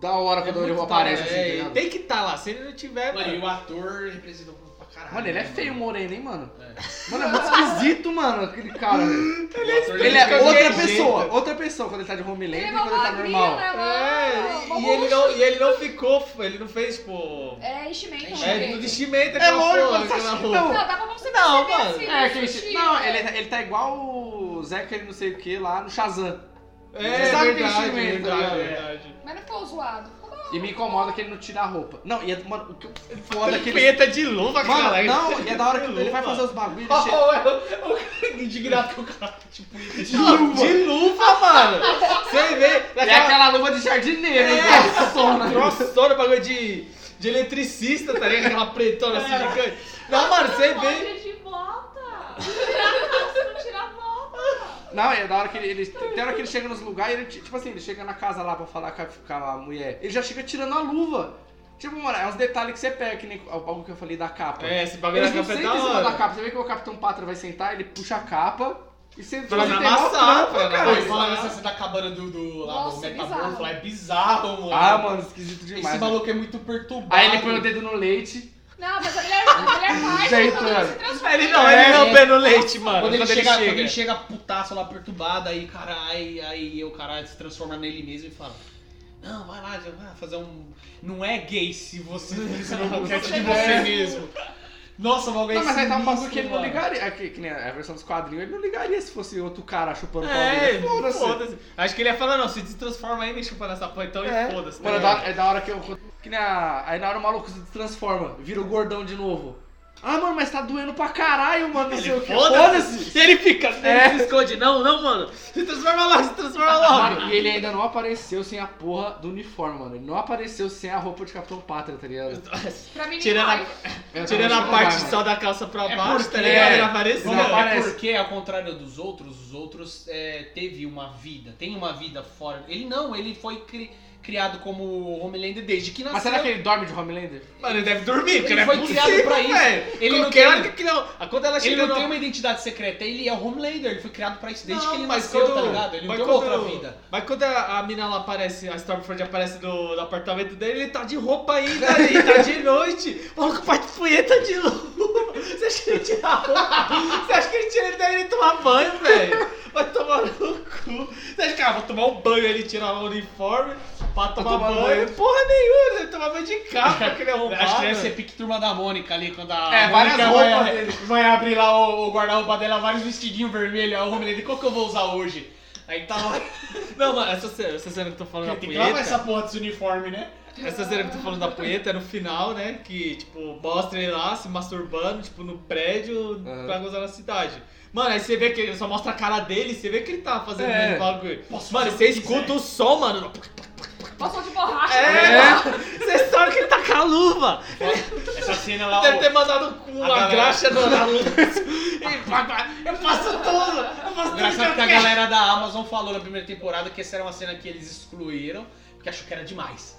Speaker 1: da hora quando ele
Speaker 2: muito
Speaker 1: aparece,
Speaker 2: tal,
Speaker 1: assim,
Speaker 2: é,
Speaker 1: tá
Speaker 2: ele
Speaker 1: ligado?
Speaker 2: Tem que estar lá, se ele não tiver,
Speaker 4: Mano, e
Speaker 2: É, mano.
Speaker 4: o ator representou pra caralho. né,
Speaker 1: Mano, ele é feio,
Speaker 4: mano.
Speaker 1: moreno, hein, mano?
Speaker 4: É.
Speaker 1: Mano, é muito esquisito, mano, aquele cara. velho.
Speaker 4: O ator,
Speaker 1: Ele
Speaker 2: fica
Speaker 1: é
Speaker 2: de
Speaker 1: outra
Speaker 2: qualquer
Speaker 1: pessoa,
Speaker 2: jeito.
Speaker 1: outra pessoa quando ele tá de homeland
Speaker 3: Ele
Speaker 1: e
Speaker 3: é
Speaker 1: quando ele tá normal.
Speaker 3: malvadinho, né,
Speaker 2: É,
Speaker 3: mano?
Speaker 2: e, e ele não, e ele não ficou, ele não fez, tipo, pô.
Speaker 3: É enchimento.
Speaker 2: É,
Speaker 3: gente.
Speaker 2: no vestimento,
Speaker 1: É
Speaker 2: aquela
Speaker 1: lógico,
Speaker 2: porra,
Speaker 1: você acha
Speaker 2: aquela
Speaker 1: que
Speaker 2: roupa.
Speaker 1: não?
Speaker 3: Não, dá pra você
Speaker 2: Não,
Speaker 3: perceber,
Speaker 2: mano.
Speaker 3: assim,
Speaker 1: É,
Speaker 3: o
Speaker 1: aquele
Speaker 3: estilo,
Speaker 1: chi- Não,
Speaker 3: né?
Speaker 1: ele, ele tá igual o Zeca ele não sei o que lá no Shazam.
Speaker 2: É,
Speaker 1: Você sabe que
Speaker 2: verdade,
Speaker 1: vestimento, tá
Speaker 2: verdade, é
Speaker 1: ligado?
Speaker 2: verdade.
Speaker 3: Mas não ficou zoado. Ficou da hora.
Speaker 1: E me incomoda que ele não tira a roupa. Não, e é, mano, o que eu- foda é que ele.
Speaker 2: Preta de luva,
Speaker 1: Mano,
Speaker 2: caralho.
Speaker 1: não, e é da hora que ele vai fazer os bagulhos. Ele chega...
Speaker 4: o indignado que o cara, tipo,
Speaker 2: de luva. De luva, mano. Você vê.
Speaker 1: É aquela luva de jardineiro,
Speaker 2: É.
Speaker 1: grossona.
Speaker 2: grossona, bagulho de, de eletricista, tá ligado? Aquela pretona assim
Speaker 1: É.
Speaker 2: gigante. Não, mano, você vê.
Speaker 3: Pode de volta. Você não tira a volta.
Speaker 1: Não, é da hora que ele, ele- Tem hora que ele chega nos lugares e ele, ti- tipo assim, ele chega na casa lá pra falar com a, com a mulher. Ele já chega tirando a luva. Tipo, mano, é uns detalhes que você pega, que nem o bagulho que eu falei da capa.
Speaker 2: É, esse bagulho
Speaker 1: Eles
Speaker 2: da
Speaker 1: não
Speaker 2: capa é da
Speaker 1: sentam em cima da
Speaker 2: hora.
Speaker 1: capa. Você vê que o Capitão Pátria vai sentar, ele puxa a capa e você
Speaker 2: Pra
Speaker 4: é
Speaker 1: você
Speaker 2: não
Speaker 1: tem mó
Speaker 2: amassar,
Speaker 1: trampa,
Speaker 2: pra não
Speaker 1: cara.
Speaker 4: Pô, e falando essa cena da cabana do, do, lá, do
Speaker 3: Nossa,
Speaker 4: metamorfo
Speaker 3: bizarro.
Speaker 4: lá, é bizarro, mano.
Speaker 1: Ah, mano, esquisito demais. né?
Speaker 4: Esse maluco é muito perturbado.
Speaker 1: Aí ele põe o dedo no leite.
Speaker 3: Não, mas a mulher, a mulher faz
Speaker 1: Gente,
Speaker 3: quando ele
Speaker 1: mano.
Speaker 3: se transforma.
Speaker 2: Ele não, ele não
Speaker 4: É.
Speaker 2: pé no leite, mano.
Speaker 4: Quando ele, chega, quando ele chega putaço lá perturbado, aí, cara, aí, aí o cara se transforma nele mesmo e fala. Não, vai lá, já vai fazer um. Não é gay se você se não boquete de você mesmo. Nossa, mal
Speaker 2: é
Speaker 1: Não, mas aí tá um bagulho que ele não ligaria. É que, que nem a versão dos quadrinhos, ele não ligaria se fosse outro cara chupando o pau
Speaker 2: É,
Speaker 1: dele.
Speaker 2: foda-se. Acho que ele ia falar, não, se destransforma aí, me chupa nessa porra, então
Speaker 1: É.
Speaker 2: e foda-se. tá
Speaker 1: Mano, é da,
Speaker 2: ligado?
Speaker 1: hora- é da hora que eu. Que nem a, aí na hora o maluco se transforma, vira o gordão de novo. Ah, mano, mas tá doendo pra caralho, mano. Não sei o que. Foda-se!
Speaker 2: E ele fica, ele
Speaker 1: É.
Speaker 2: se esconde. Não, não, mano. Se transforma logo, se transforma logo.
Speaker 1: Mano, e ele ainda não apareceu sem a porra do uniforme, mano. Ele não apareceu sem a roupa de Capitão Pátria, tá ligado? Então,
Speaker 3: Pra mim,
Speaker 2: Tirando
Speaker 3: nem
Speaker 2: a-
Speaker 3: vai.
Speaker 1: Eu
Speaker 2: Tirando
Speaker 1: tava
Speaker 2: a parte
Speaker 1: chocado,
Speaker 2: só da calça pra
Speaker 4: É
Speaker 2: baixo,
Speaker 4: porque-
Speaker 2: tá ligado? Ele
Speaker 1: é.
Speaker 2: aparece.
Speaker 1: Não,
Speaker 4: Não,
Speaker 2: né?
Speaker 4: é
Speaker 1: aparece.
Speaker 4: porque, ao contrário dos outros, os outros é, teve uma vida, tem uma vida fora. Ele não, ele foi cri- criado como Homelander desde que
Speaker 1: mano.
Speaker 4: nasceu.
Speaker 1: Mas será que ele dorme de Homelander?
Speaker 2: Mano, ele deve dormir, porque
Speaker 4: Ele
Speaker 2: não é
Speaker 4: foi
Speaker 2: possível,
Speaker 4: criado pra isso.
Speaker 2: velho.
Speaker 4: Ele não
Speaker 2: Qualquer
Speaker 4: tem-
Speaker 2: hora que- que não. Ah, Quando ela
Speaker 4: Ele
Speaker 2: chega
Speaker 4: não
Speaker 2: no...
Speaker 4: tem uma identidade secreta, ele é o Homelander, ele foi criado pra isso desde
Speaker 2: Não,
Speaker 4: que ele
Speaker 2: mas
Speaker 4: nasceu,
Speaker 2: quando-
Speaker 4: tá ligado? Ele não
Speaker 2: mas
Speaker 4: tem uma
Speaker 2: quando-
Speaker 4: outra vida.
Speaker 2: Mas quando a, a mina lá aparece, a Stormfront aparece do, do apartamento dele, ele tá de roupa ainda, ele tá de noite. O maluco parte punheta de luva. Você acha que ele tira a roupa? Você acha que ele tira ele daí ele toma banho, velho? Vai tomar no cu. Você acha que, ah, vou tomar um banho, ele tira o uniforme pra tomar
Speaker 1: tomar
Speaker 2: banho?
Speaker 1: banho.
Speaker 2: Porra nenhuma, ele toma banho de capa, que ele é roubado.
Speaker 4: Acho que deve ser pique turma da Mônica ali, quando a
Speaker 1: É,
Speaker 4: Mônica
Speaker 2: então,
Speaker 1: várias
Speaker 4: vai,
Speaker 1: roupas dele.
Speaker 4: vai abrir lá o, o guarda-roupa dela, vários vestidinhos vermelhos, aí o Homelander, qual que eu vou usar hoje? Aí tá lá,
Speaker 2: Não, mano, essa, cena- essa cena que eu tô falando da
Speaker 4: tem que lavar
Speaker 2: punheta...
Speaker 4: essa porra desse uniforme, né?
Speaker 2: Essa cena que tu falando da punheta é no final, né? Que, tipo, mostra ele lá se masturbando, tipo, no prédio
Speaker 1: Aham.
Speaker 2: pra gozar na cidade. Mano, aí você vê que ele só mostra a cara dele, você vê que ele tá fazendo
Speaker 1: É.
Speaker 2: mesmo bagulho.
Speaker 4: Posso
Speaker 2: mano,
Speaker 4: fazer
Speaker 2: você
Speaker 4: o que
Speaker 2: escuta
Speaker 4: quiser.
Speaker 2: o som, mano.
Speaker 3: Passou de borracha.
Speaker 2: É! Você sabe que ele tá com a luva.
Speaker 4: Essa cena lá,
Speaker 2: Deve
Speaker 4: ó,
Speaker 2: ter mandado uma
Speaker 4: a galera-
Speaker 2: graxa no- na luva. E vai, vai, eu faço tudo! Eu faço tudo que
Speaker 4: Engraçado
Speaker 2: eu
Speaker 4: que a
Speaker 2: quero.
Speaker 4: galera da Amazon falou na primeira temporada que essa era uma cena que eles excluíram, porque achou que era demais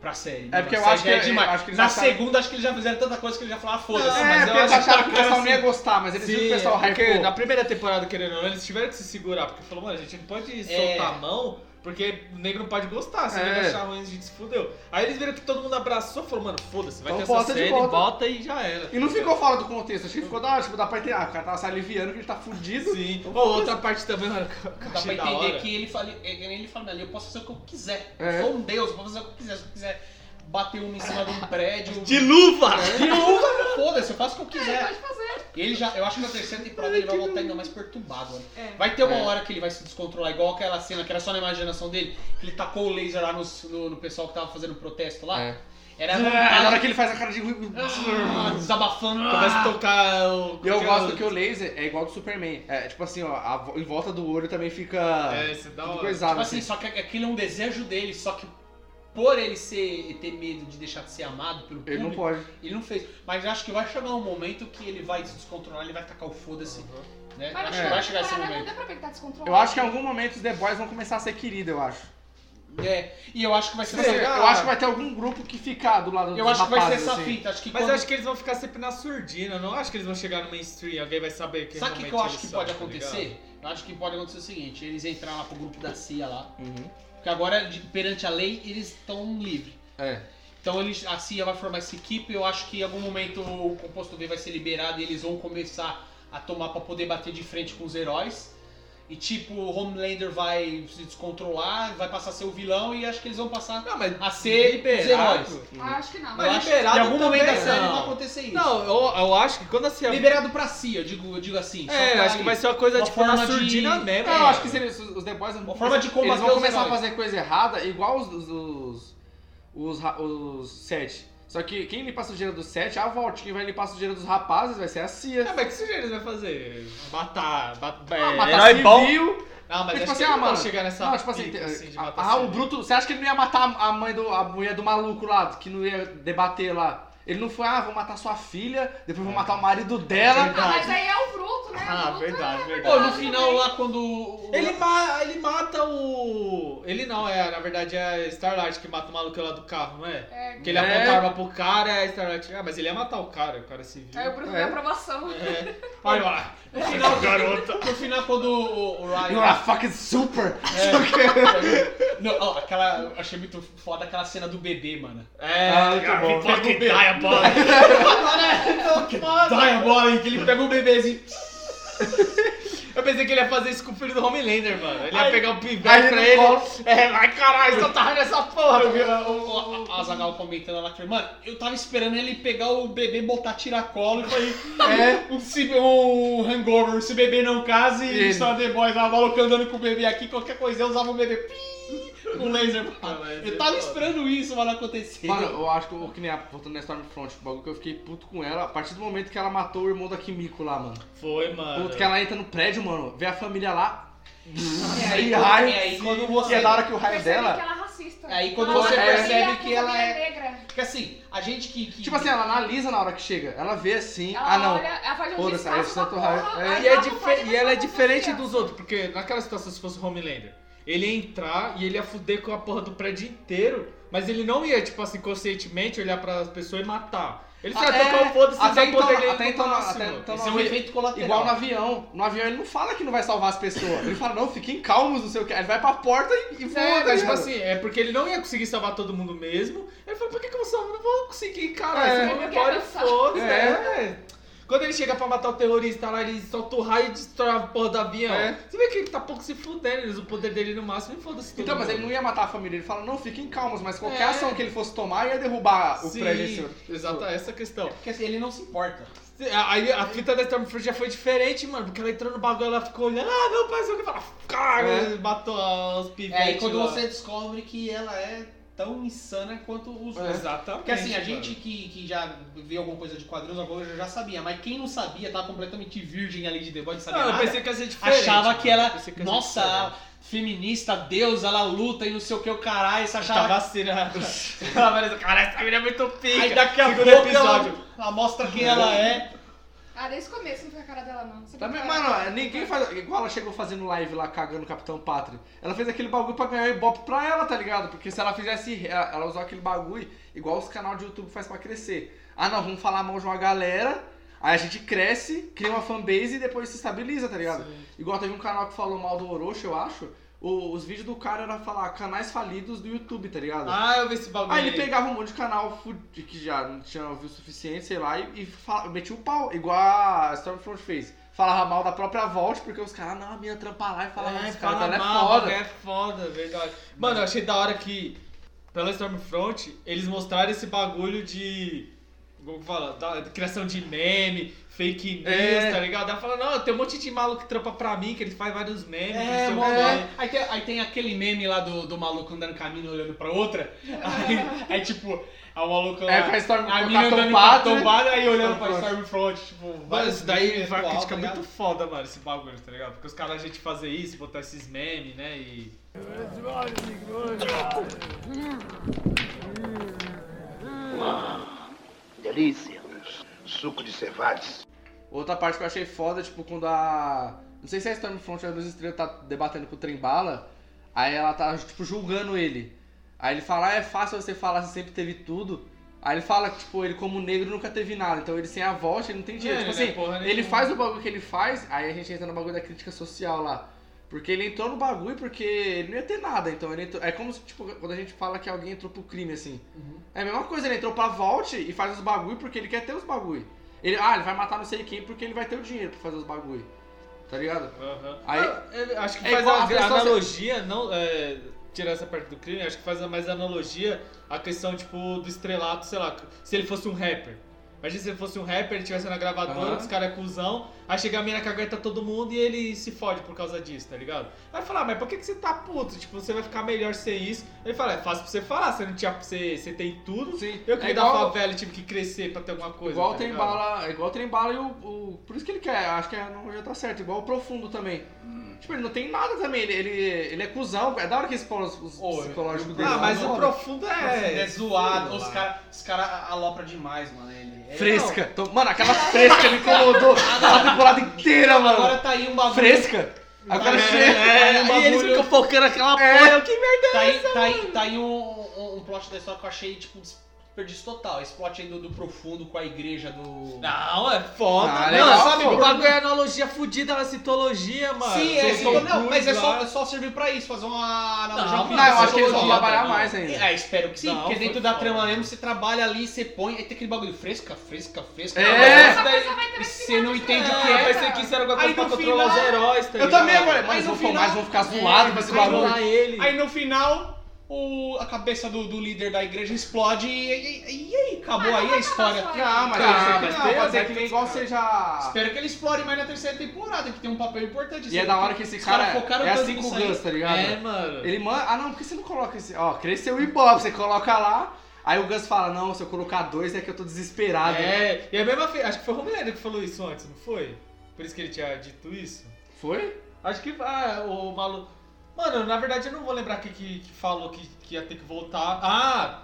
Speaker 4: pra série.
Speaker 1: É, porque
Speaker 4: Na
Speaker 1: eu
Speaker 4: série
Speaker 1: acho
Speaker 4: já
Speaker 1: que-
Speaker 4: é demais.
Speaker 1: eu acho que eles
Speaker 4: na
Speaker 1: acharam-
Speaker 4: segunda, acho que eles já fizeram tanta coisa que eles já falaram, ah,
Speaker 1: É,
Speaker 4: foda-se.
Speaker 2: mas eu
Speaker 1: porque eles
Speaker 2: acho que
Speaker 4: tá
Speaker 1: acharam que
Speaker 2: o
Speaker 1: o
Speaker 2: cara
Speaker 1: pessoal
Speaker 4: assim,
Speaker 2: se-
Speaker 1: não ia gostar, mas eles viram que o pessoal
Speaker 2: porque
Speaker 1: hypou.
Speaker 2: na primeira temporada, querendo ou não, eles tiveram que se segurar, porque falou, mano, a gente não pode soltar a mão, porque o negro não pode gostar, se o
Speaker 1: É.
Speaker 2: negro achar ruim, a gente se fudeu. Aí eles viram que todo mundo abraçou, falou, mano, foda-se, vai
Speaker 1: Então
Speaker 2: ter essa
Speaker 1: bota de
Speaker 2: cena, e
Speaker 1: volta.
Speaker 2: bota e já era.
Speaker 1: E não ficou fora do contexto, achei que ficou da hora, tipo, dá pra entender. Ah, o cara tava se aliviando que ele tá fudido.
Speaker 2: Sim. Ou outra parte também, mano, que eu
Speaker 4: Dá pra
Speaker 2: achei da
Speaker 4: entender
Speaker 2: hora.
Speaker 4: que ele fala, é, que nem ele fala ali, eu posso fazer o que eu quiser.
Speaker 1: É.
Speaker 4: Eu sou um deus, eu posso fazer o que eu quiser. Se eu quiser bater uma em cima de um prédio,
Speaker 2: De luva!
Speaker 1: É.
Speaker 4: de novo, foda-se, eu faço o que eu
Speaker 3: Ele
Speaker 4: quiser.
Speaker 3: pode fazer.
Speaker 4: E ele já, eu acho que na terceira temporada ele vai voltar ainda mais perturbado. Mano.
Speaker 3: É.
Speaker 4: Vai ter uma
Speaker 1: É.
Speaker 4: hora que ele vai se descontrolar, igual aquela cena que era só na imaginação dele, que ele tacou o laser lá nos- no, no pessoal que tava fazendo protesto lá.
Speaker 1: É.
Speaker 4: Era a
Speaker 1: Ah, na hora
Speaker 4: vontade-
Speaker 1: que ele faz a cara de.
Speaker 4: Ah, desabafando.
Speaker 2: Começa a
Speaker 4: Ah,
Speaker 2: tocar o...
Speaker 1: E eu gosto que o laser é igual do Superman. É tipo assim, ó, a vo- em volta do olho também fica.
Speaker 2: É, isso é da
Speaker 1: tudo
Speaker 2: hora.
Speaker 1: coisado.
Speaker 4: tipo assim, só que aquilo é um desejo dele, só que por ele ser, ter medo de deixar de ser amado pelo
Speaker 1: Ele
Speaker 4: público,
Speaker 1: não pode.
Speaker 4: Ele não fez. Mas eu acho que vai chegar um momento que ele vai se descontrolar, ele vai tacar o foda-se. Né?
Speaker 2: É.
Speaker 3: Mas
Speaker 4: Acho
Speaker 3: não
Speaker 4: que vai chegar esse
Speaker 3: Caraca, Não
Speaker 4: momento.
Speaker 2: um-
Speaker 3: dá pra ver que tá descontrolado.
Speaker 1: Eu acho que em algum momento os The Boys vão começar a ser queridos, eu acho.
Speaker 4: É, e eu acho que vai ser
Speaker 2: Sim.
Speaker 4: essa-
Speaker 1: Eu acho que vai ter algum grupo que fica do lado
Speaker 4: Eu
Speaker 1: dos
Speaker 4: acho que vai ser
Speaker 1: rapazes,
Speaker 4: essa
Speaker 1: assim.
Speaker 4: fita. Acho que
Speaker 2: Mas
Speaker 4: quando-
Speaker 2: eu acho que eles vão ficar sempre na surdina, não acho que eles vão chegar no mainstream, alguém vai saber que
Speaker 4: Sabe o que,
Speaker 2: realmente
Speaker 4: que eu acho
Speaker 2: eles
Speaker 4: que
Speaker 2: são,
Speaker 4: pode
Speaker 2: tá ligado?
Speaker 4: acontecer? Eu acho que pode acontecer o seguinte, eles entrar lá pro grupo da CIA lá,
Speaker 1: Uhum.
Speaker 4: porque agora, de- perante a lei, eles estão livres.
Speaker 1: É.
Speaker 4: Então eles, a CIA vai formar essa equipe, eu acho que em algum momento o composto V vai ser liberado e eles vão começar a tomar pra poder bater de frente com os heróis. E tipo, o Homelander vai se descontrolar, vai passar a ser o vilão e acho que eles vão passar
Speaker 2: Não, mas
Speaker 4: a ser os heróis.
Speaker 2: liberado.
Speaker 3: Ah, Acho que não.
Speaker 2: Mas é
Speaker 4: Eu acho que
Speaker 2: liberado
Speaker 4: em algum momento
Speaker 2: também
Speaker 4: da série
Speaker 2: não.
Speaker 4: vai acontecer isso.
Speaker 2: Não, eu, eu acho que quando a CIA.
Speaker 4: Liberado pra si, eu digo, eu digo assim. só
Speaker 2: É,
Speaker 4: pra
Speaker 2: acho que
Speaker 4: ali.
Speaker 2: vai ser uma coisa
Speaker 4: Uma
Speaker 2: tipo na É,
Speaker 4: forma de-
Speaker 2: surdina mesmo.
Speaker 1: Não, Então, É, eu acho que se eles, os The Boys vão,
Speaker 4: Uma forma de combater
Speaker 1: eles vão
Speaker 4: os
Speaker 1: começar a
Speaker 4: heróis.
Speaker 1: fazer coisa errada, igual os, os, os, os, ra- os sete. Só que quem limpa a sujeira dos sete é a Volt. Quem vai limpar a sujeira dos rapazes vai ser a CIA.
Speaker 2: Ah, mas que sujeira eles vão fazer? Matar. Bat, é,
Speaker 1: matar
Speaker 2: herói bom.
Speaker 1: civil.
Speaker 2: Não,
Speaker 1: Tipo assim,
Speaker 2: mas acho que eles
Speaker 1: ah,
Speaker 2: não vão
Speaker 1: mano,
Speaker 2: chegar nessa.
Speaker 1: Não, tipo assim,
Speaker 2: pica, assim, de
Speaker 1: ah,
Speaker 2: matar
Speaker 1: ah, o
Speaker 2: civil.
Speaker 1: Bruto. Você acha que ele não ia matar a mãe do. a mulher do maluco lá, que não ia debater lá? Ele não foi, ah, vou matar sua filha, depois vou matar o marido dela.
Speaker 3: Ah, mas aí é o Bruto, né?
Speaker 2: Ah,
Speaker 3: o Bruto
Speaker 2: verdade,
Speaker 3: é...
Speaker 2: verdade.
Speaker 4: Pô, no final lá quando. o-
Speaker 2: Ele, ma ele mata o. Ele não, é. Na verdade é a Starlight que mata o maluco lá do carro, não é?
Speaker 3: É,
Speaker 2: Que ele
Speaker 1: É.
Speaker 2: aponta a arma pro cara, a Starlight. Ah, mas ele ia matar o cara, o cara civil.
Speaker 3: aí o Bruto
Speaker 1: É.
Speaker 3: tem aprovação.
Speaker 2: É. Olha lá.
Speaker 4: No final, No final, quando o, o Ryan.
Speaker 1: You're a fucking super!
Speaker 4: Não, ó, aquela. Eu achei muito foda aquela cena do bebê, mano.
Speaker 2: É,
Speaker 1: Ah, muito
Speaker 2: cara,
Speaker 1: bom.
Speaker 2: fucking diabolic.
Speaker 4: Dai a bola aí, que ele pega o assim. bebezinho.
Speaker 2: Eu pensei que ele ia fazer isso com o filho do Homelander, mano. Ele ia
Speaker 4: Aí-
Speaker 2: pegar o pivete
Speaker 1: aí ele
Speaker 2: pra
Speaker 1: não
Speaker 2: ele.
Speaker 1: coloca.
Speaker 2: É, vai caralho, só tá raiva essa porra.
Speaker 4: Eu vi a- o- a, a Zagal comentando lá que, mano, eu tava esperando ele pegar o bebê, botar tiracolo e falei, é, um, ci- um hangover, se bebê não case,
Speaker 1: Ele.
Speaker 4: e só The Boys lá, maluco andando com o bebê aqui, qualquer coisa eu usava o bebê pi, com laser.
Speaker 2: Ah, mas é
Speaker 4: Eu tava
Speaker 2: foda.
Speaker 4: esperando isso, mano, acontecer.
Speaker 1: Mano, eu acho que, o que nem a, voltando na Stormfront, o bagulho que eu fiquei puto com ela, a partir do momento que ela matou o irmão da Kimiko lá, mano.
Speaker 2: Foi,
Speaker 4: Ah,
Speaker 2: mano.
Speaker 1: Puto que ela entra no prédio, mano, vê a família lá,
Speaker 4: É aí,
Speaker 1: e
Speaker 4: quando-
Speaker 1: raio,
Speaker 4: é aí quando
Speaker 1: e
Speaker 4: você.
Speaker 1: é da hora que o raio
Speaker 3: Percebe que
Speaker 1: dela...
Speaker 3: ela é racista.
Speaker 4: Aí quando
Speaker 3: Ela
Speaker 4: você
Speaker 3: é uma
Speaker 4: percebe
Speaker 3: família
Speaker 4: que ela
Speaker 3: com família
Speaker 4: é-
Speaker 3: negra.
Speaker 4: Porque assim, a gente que. que-
Speaker 1: Tipo assim, ela analisa na hora que chega, ela vê assim,
Speaker 3: Ela
Speaker 1: ah não,
Speaker 3: olha, ela faz um
Speaker 1: Foda-se,
Speaker 3: descaso
Speaker 1: aí eu
Speaker 3: da
Speaker 1: sinto raiva.
Speaker 3: porra, assim,
Speaker 1: É.
Speaker 4: Ah,
Speaker 3: aí
Speaker 2: E, é
Speaker 3: dá
Speaker 2: dife-
Speaker 3: vontade de
Speaker 2: e ela é
Speaker 3: matar a
Speaker 2: diferente
Speaker 3: família.
Speaker 2: dos outros, porque naquela situação, se fosse o Homelander, ele ia entrar e ele ia fuder com a porra do prédio inteiro, mas ele não ia, tipo assim, conscientemente olhar pras pessoas e matar. Ele só ia
Speaker 1: Ah, é.
Speaker 2: tocar o foda-se e
Speaker 1: Até
Speaker 2: dar o poder tá
Speaker 1: então-
Speaker 2: dele
Speaker 1: até
Speaker 2: pro
Speaker 1: então-
Speaker 2: próximo.
Speaker 1: até então-
Speaker 4: Esse é um efeito colateral.
Speaker 1: Igual no avião. No avião ele não fala que não vai salvar as pessoas. Ele fala, não, fiquem calmos, não sei o que. Aí Ele vai pra porta e, e voa.
Speaker 2: É,
Speaker 1: tá
Speaker 2: mas
Speaker 1: ligado?
Speaker 2: tipo assim, é porque ele não ia conseguir salvar todo mundo mesmo. Ele falou, por que, que eu salvo? Não vou conseguir, cara.
Speaker 1: É.
Speaker 2: É,
Speaker 3: Eu
Speaker 2: vou
Speaker 3: não
Speaker 2: embora e
Speaker 3: quero
Speaker 2: foda-se.
Speaker 1: É.
Speaker 2: É. Quando ele chega pra matar o terrorista lá, ele solta o raio e destrói a porra do avião.
Speaker 1: É.
Speaker 2: Você vê que ele tá pouco se fudendo, ele usa o poder dele no máximo e foda-se tudo.
Speaker 1: Então, mas ele não ia matar a família. Ele fala, não, fiquem calmos, mas qualquer
Speaker 2: É.
Speaker 1: ação que ele fosse tomar ia derrubar o
Speaker 2: Sim,
Speaker 1: prédio. em cima.
Speaker 2: Exato, essa é a questão.
Speaker 4: Porque assim, ele não se importa.
Speaker 2: Aí a fita da Stormfront já foi diferente, mano, porque ela entrou no bagulho, ela ficou olhando, ah, meu pai, sei o que fala, caralho,
Speaker 1: É.
Speaker 2: ele matou ah, os
Speaker 4: É, E
Speaker 2: pivetes.
Speaker 4: aí quando
Speaker 2: lá.
Speaker 4: você descobre que ela é tão insana quanto os outros.
Speaker 2: É, Exatamente.
Speaker 4: Porque assim, a
Speaker 2: mano.
Speaker 4: gente que, que já viu alguma coisa de quadrinhos, alguma coisa já sabia, mas quem não sabia, tava completamente virgem ali de The Boys, sabia
Speaker 2: Não, eu
Speaker 4: nada,
Speaker 2: pensei que ia ser diferente.
Speaker 4: Tá achava que ela,
Speaker 2: Eu pensei que ia ser
Speaker 4: nossa,
Speaker 2: diferente.
Speaker 4: feminista, Deus, ela luta e não sei o que, o caralho, você achava...
Speaker 2: Tava assinando. Caralho, essa mina é muito pica.
Speaker 4: Aí daqui a pouco
Speaker 2: Segundo episódio.
Speaker 4: Ela, ela mostra quem ela é.
Speaker 3: Ah, desde o começo não foi a cara dela, não. Você
Speaker 1: Também,
Speaker 3: foi a cara
Speaker 1: Tá mano, é,
Speaker 3: dela.
Speaker 1: ninguém faz. Igual ela chegou fazendo live lá cagando o Capitão Pátria. Ela fez aquele bagulho pra ganhar ibope pra ela, tá ligado? Porque se ela fizesse. Ela, ela usou aquele bagulho igual os canal de YouTube faz pra crescer. Ah, não, vamos falar mal de uma galera. Aí a gente cresce, cria uma fanbase e depois se estabiliza, tá ligado? Igual teve um canal que falou mal do Orochi, eu acho. O- os vídeos do cara era falar "Ah, canais falidos do YouTube, tá ligado?
Speaker 2: Ah, eu vi esse bagulho.
Speaker 1: Aí ele pegava um monte de canal fudido que já não tinha ouvido o suficiente, sei lá, e, e fala- metia o pau, igual a Stormfront fez. Falava mal da própria Volt, porque os caras, não, a mina trampa lá e fala mal
Speaker 2: É,
Speaker 1: dos caras,
Speaker 2: fala
Speaker 1: ela é
Speaker 2: mal,
Speaker 1: foda.
Speaker 2: É foda, verdade. Mano, eu achei da hora que, pela Stormfront, eles mostraram esse bagulho de. Como que fala? Da, da criação de meme, fake news,
Speaker 1: É.
Speaker 2: tá ligado? Ela fala, não, tem um monte de maluco que trampa pra mim, que ele faz vários memes. não sei
Speaker 4: É,
Speaker 2: o
Speaker 4: mó
Speaker 2: quê."
Speaker 4: dó. aí, tem, aí tem aquele meme lá do, do maluco andando caminho olhando pra outra. Aí, aí tipo, a maluco lá.
Speaker 1: É, com a Storm-
Speaker 4: a
Speaker 2: Tá
Speaker 1: com o
Speaker 4: mina
Speaker 1: Capitão
Speaker 4: andando pra
Speaker 1: Pátria.
Speaker 4: tombada aí olhando pra
Speaker 1: Stormfront.
Speaker 4: Stormfront. Tipo,
Speaker 2: né? Mano,
Speaker 4: vários
Speaker 2: isso daí
Speaker 4: memes
Speaker 2: foi uma
Speaker 4: virtual,
Speaker 2: crítica
Speaker 4: tá
Speaker 2: muito
Speaker 4: ligado?
Speaker 2: foda, mano, esse bagulho, tá ligado? Porque os caras, a gente fazer isso, botar esses memes, né, e...
Speaker 5: Delícia. Suco de cevades.
Speaker 1: Outra parte que eu achei foda, tipo, quando a. Não sei se a Stormfront ou a Luz Estrela tá debatendo com o Trembala. Aí ela tá, tipo, julgando ele. Aí ele fala, ah, é fácil você falar, você sempre teve tudo. Aí ele fala que, tipo, ele como negro nunca teve nada, então ele sem a voz, ele não tem dinheiro.
Speaker 2: É,
Speaker 1: tipo
Speaker 2: ele não é
Speaker 1: assim,
Speaker 2: porra
Speaker 1: ele
Speaker 2: nenhuma.
Speaker 1: faz o bagulho que ele faz, aí a gente entra no bagulho da crítica social lá. Porque ele entrou no bagulho porque ele não ia ter nada, então ele entrou... É como, se, tipo, quando a gente fala que alguém entrou pro crime, assim. É a mesma coisa, ele entrou pra Vault e faz os bagulho porque ele quer ter os bagulho. Ele, ah, ele vai matar não sei quem porque ele vai ter o dinheiro pra fazer os bagulho. Tá ligado?
Speaker 2: Aham.
Speaker 1: Aí-
Speaker 2: Ah, eu acho que
Speaker 1: É
Speaker 2: faz
Speaker 1: igual
Speaker 2: a,
Speaker 1: as pessoas-
Speaker 2: analogia, não. é, tirar essa parte do crime, acho que faz mais analogia à questão, tipo, do estrelato, sei lá, se ele fosse um rapper. Imagina se ele fosse um rapper, ele tivesse na gravadora,
Speaker 1: Aham.
Speaker 2: os caras é cuzão, aí chega a mina que aguenta todo mundo e ele se fode por causa disso, tá ligado? Aí fala, ah, mas por que, que você tá puto? Tipo, você vai ficar melhor sem isso. Ele fala, é fácil pra você falar, você não tinha. Você, você tem tudo.
Speaker 1: Sim.
Speaker 2: Eu que
Speaker 1: é
Speaker 2: vim da
Speaker 1: igual,
Speaker 2: favela e tive que crescer pra ter alguma coisa.
Speaker 1: igual
Speaker 2: tá
Speaker 1: tem
Speaker 2: ligado?
Speaker 1: bala, é igual tem bala e o, o- Por isso que ele quer, acho que é, não, já tá certo. Igual o profundo também. Tipo, ele não tem nada também, ele, ele, ele é cuzão. É da hora que eles falam os, os
Speaker 4: Ô,
Speaker 1: psicológicos
Speaker 4: eu-
Speaker 1: dele.
Speaker 2: Ah,
Speaker 1: lá,
Speaker 2: mas
Speaker 1: mano.
Speaker 2: o profundo
Speaker 4: É,
Speaker 2: é.
Speaker 4: zoado.
Speaker 2: sei
Speaker 4: Os
Speaker 2: lá.
Speaker 4: caras os cara alopram demais, mano. Ele. ele-
Speaker 1: Fresca. Então, mano, aquela fresca me incomodou a temporada inteira,
Speaker 4: Não,
Speaker 1: mano.
Speaker 4: Ah, agora tá aí um bagulho.
Speaker 1: Fresca. Agora
Speaker 4: É,
Speaker 1: chega.
Speaker 4: é, é, um
Speaker 1: e eles
Speaker 4: bagulho-
Speaker 1: ficam focando aquela
Speaker 2: É.
Speaker 1: porra. Que merda.
Speaker 4: Tá aí, tá aí, tá aí um, um, um plot da história que eu achei, tipo, desperdício total. Esse plot aí do, do profundo com a igreja do.
Speaker 2: Não, é foda.
Speaker 1: Ah,
Speaker 2: não,
Speaker 1: legal,
Speaker 2: sabe,
Speaker 1: pô.
Speaker 2: o bagulho é analogia fudida, ela é citologia, mano.
Speaker 4: Sim, é,
Speaker 2: Vocês
Speaker 4: sim,
Speaker 2: são
Speaker 4: não, mas é
Speaker 2: burros
Speaker 4: só,
Speaker 2: lá.
Speaker 4: é só servir pra isso, fazer uma analogia
Speaker 2: Não,
Speaker 4: com
Speaker 1: Não, eu acho que eles vão
Speaker 4: psicologia,
Speaker 1: trabalhar
Speaker 4: tá
Speaker 1: mais
Speaker 4: ligado?
Speaker 1: ainda.
Speaker 4: É, espero que sim,
Speaker 2: Não,
Speaker 4: porque
Speaker 2: foi
Speaker 4: dentro da
Speaker 2: foda.
Speaker 4: trama mesmo você trabalha ali, você põe, aí tem aquele bagulho fresca, fresca, fresca.
Speaker 1: É.
Speaker 4: Não, mas-
Speaker 3: Essa pessoa vai ter
Speaker 4: e
Speaker 3: que
Speaker 4: você não
Speaker 2: É,
Speaker 4: entende o que
Speaker 2: é,
Speaker 4: é.
Speaker 2: vai ser que isso era alguma
Speaker 4: Aí
Speaker 2: coisa pra
Speaker 4: no
Speaker 2: controlar os
Speaker 4: final-
Speaker 2: heróis, tá
Speaker 4: Eu
Speaker 2: ligado?
Speaker 4: também,
Speaker 1: Mas
Speaker 4: mano. Mas
Speaker 1: vão
Speaker 4: no
Speaker 1: ficar
Speaker 4: final-
Speaker 1: mais, vão ficar
Speaker 2: É,
Speaker 1: zoados com
Speaker 2: vai
Speaker 1: esse bagulho.
Speaker 2: controlar ele.
Speaker 4: Aí no final, o, a cabeça do, do líder da igreja explode e, e- e aí, acabou
Speaker 3: Mas
Speaker 4: aí
Speaker 3: Ah, não
Speaker 4: a
Speaker 3: vai
Speaker 4: história.
Speaker 3: acabar a
Speaker 1: Ah, mas
Speaker 2: Ah,
Speaker 1: tem que-
Speaker 2: mas
Speaker 1: não,
Speaker 2: tem-
Speaker 1: pode ser
Speaker 2: mas
Speaker 1: que
Speaker 2: tem-
Speaker 1: igual seja.
Speaker 4: Espero que ele explore mais na terceira temporada, que tem um papel importante.
Speaker 1: E é da hora que esse
Speaker 4: Os
Speaker 1: cara
Speaker 4: caras focaram
Speaker 1: é
Speaker 4: tanto
Speaker 1: assim com o
Speaker 4: nisso aí.
Speaker 1: Guns, tá ligado?
Speaker 2: assim, É, mano.
Speaker 1: Ele manda. Ah, não, por que você não coloca esse. Ó, cresceu o Ibope, você coloca lá. Aí o Gus fala: Não, se eu colocar dois é que eu tô desesperado.
Speaker 2: É, e a mesma. fe- Acho que foi o Homelander que falou isso antes, não foi? Por isso que ele tinha dito isso?
Speaker 1: Foi?
Speaker 2: Acho que ah, o maluco. Mano, na verdade eu não vou lembrar quem que, que falou que, que ia ter que voltar. Ah!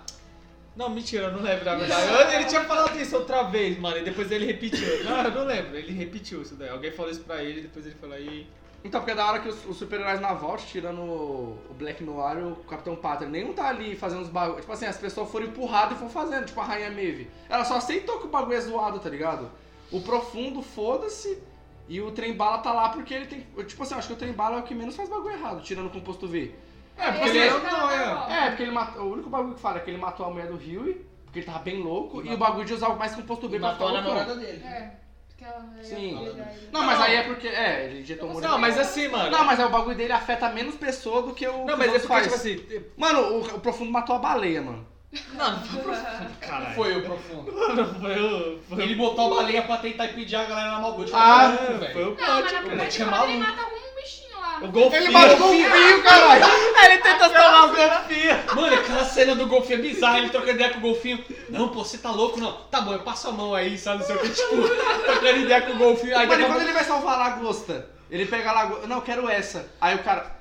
Speaker 2: Não, mentira, eu não lembro, na verdade. Eu- ele tinha falado isso outra vez, mano, e depois ele repetiu. Não, eu não lembro, ele repetiu isso daí. Alguém falou isso pra ele, depois ele falou aí.
Speaker 1: Então, porque é da hora que os, os super-heróis na volta, tirando o o Black Noir e o Capitão Pátria, nenhum tá ali fazendo os bagulhos. Tipo assim, as pessoas foram empurradas e foram fazendo, tipo a Rainha Maeve. Ela só aceitou que o bagulho é zoado, tá ligado? O profundo, foda-se. E o trem bala tá lá porque ele tem. Tipo assim, eu acho que o trem bala é o que menos faz bagulho errado, tirando o composto V.
Speaker 2: É,
Speaker 3: porque ele
Speaker 2: era
Speaker 3: é um nóia.
Speaker 1: É, porque ele matou. O único bagulho que fala é que ele matou a mulher do Huey, porque ele tava bem louco, e, o bagulho de usar mais composto B pra ficar
Speaker 4: Matou a
Speaker 1: loucão.
Speaker 4: namorada dele.
Speaker 3: É. Porque ela-
Speaker 1: Sim.
Speaker 3: ela-
Speaker 1: Não, mas aí é porque. É, ele injetou o
Speaker 2: Não, mas assim, mano.
Speaker 1: Não, mas é o bagulho dele afeta menos pessoa do que o. que
Speaker 2: Não,
Speaker 1: os
Speaker 2: mas é
Speaker 1: outros
Speaker 2: porque,
Speaker 1: faz.
Speaker 2: tipo assim.
Speaker 1: Mano, o, o profundo matou a baleia, mano.
Speaker 2: Não, não foi
Speaker 3: É.
Speaker 2: Caralho.
Speaker 4: Foi o profundo.
Speaker 2: Mano, foi o. Foi um
Speaker 4: Ele botou a baleia pra tentar impedir a galera na Malgut.
Speaker 1: Ah,
Speaker 4: Maluco,
Speaker 2: o. Foi um
Speaker 4: velho.
Speaker 2: o
Speaker 3: Não, mas na
Speaker 2: plot,
Speaker 3: primeira
Speaker 2: cara.
Speaker 4: Tinha
Speaker 3: temporada ele
Speaker 4: maluco.
Speaker 3: mata um bichinho lá.
Speaker 2: O golfinho.
Speaker 1: Ele matou um fio, caralho! ele tenta salvar o
Speaker 2: golfinho.
Speaker 4: Mano, aquela cena do golfinho é bizarra, ele trocando ideia com o golfinho. Não, pô, você tá louco, não. Tá bom, eu passo a mão aí, sabe, não sei o que, tipo, trocando ideia com o golfinho. Aí
Speaker 1: Mas
Speaker 4: daqui
Speaker 1: e
Speaker 4: a
Speaker 1: quando
Speaker 4: pouco-
Speaker 1: ele vai salvar a lagosta, ele pega a lagosta. Não, eu quero essa. Aí o cara.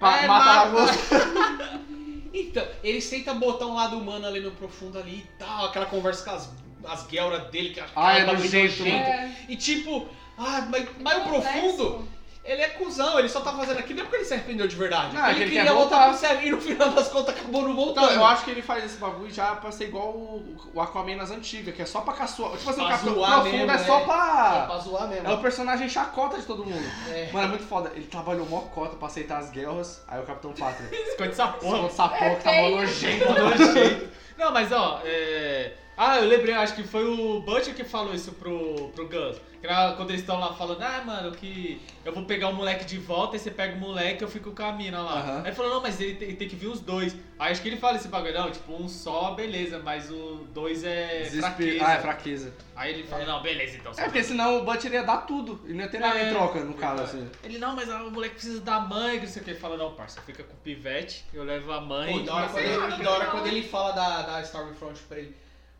Speaker 1: pa-
Speaker 4: É,
Speaker 1: mata a
Speaker 4: mata.
Speaker 1: lagosta.
Speaker 4: Então, ele tenta botar um lado humano ali no profundo ali e tal, aquela conversa com as, as guelras dele, que
Speaker 1: Ah, é
Speaker 4: aquela bagulho
Speaker 1: nojento,
Speaker 4: nojento.
Speaker 3: É.
Speaker 4: E tipo, ah, mas, mas o
Speaker 3: Complexo.
Speaker 4: profundo, ele é cuzão, ele só tá fazendo aquilo não é porque ele se arrependeu de verdade.
Speaker 1: Não, é que
Speaker 4: Ah, ele
Speaker 1: ele
Speaker 4: queria
Speaker 1: quer
Speaker 4: voltar
Speaker 1: voltar.
Speaker 4: pro sério e no final das contas acabou não voltando.
Speaker 1: Então, eu acho que ele faz esse bagulho já pra ser igual o, o Aquaman nas antigas, que é só pra caçoar. Tipo assim, o
Speaker 4: Pra
Speaker 1: Capitão
Speaker 4: zoar
Speaker 1: Profundo
Speaker 4: mesmo,
Speaker 1: é
Speaker 4: né?
Speaker 1: só
Speaker 4: É
Speaker 1: pra.
Speaker 4: pra zoar mesmo.
Speaker 1: É o personagem chacota de todo mundo.
Speaker 4: É.
Speaker 1: Mano, é muito foda. Ele trabalhou mó cota pra aceitar as guerras, aí o Capitão Pátria.
Speaker 2: Ficou dessa porra.
Speaker 1: Esse sapão que tá mó
Speaker 3: feio.
Speaker 1: nojento.
Speaker 2: Nojento. Não, mas ó, é... Ah, eu lembrei, acho que foi o Butcher que falou isso pro, pro Gus. Que na- Quando eles estão lá falando, ah, mano, que eu vou pegar o moleque de volta, e você pega o moleque eu fico com a mina lá.
Speaker 1: Aham.
Speaker 2: Aí ele falou, não, mas ele tem, tem que vir os dois. Aí acho que ele fala esse bagulho, não, tipo, um só, beleza, mas o dois é
Speaker 1: Desespero.
Speaker 2: fraqueza.
Speaker 1: Ah, é fraqueza.
Speaker 2: Aí ele fala, não, beleza, então.
Speaker 1: É porque senão o Butcher ia dar tudo. Ele não ia ter nada
Speaker 2: É.
Speaker 1: em troca, no caso, assim.
Speaker 2: Ele, não, mas ah, o moleque precisa da mãe, que não sei o que. Ele fala, não, parça, fica com o pivete, eu levo a mãe.
Speaker 4: Pô, da hora,
Speaker 3: Sei
Speaker 4: quando
Speaker 3: lá,
Speaker 4: ele,
Speaker 3: não
Speaker 4: da hora
Speaker 3: tem
Speaker 4: quando
Speaker 3: nome.
Speaker 4: ele fala da, da Stormfront pra ele.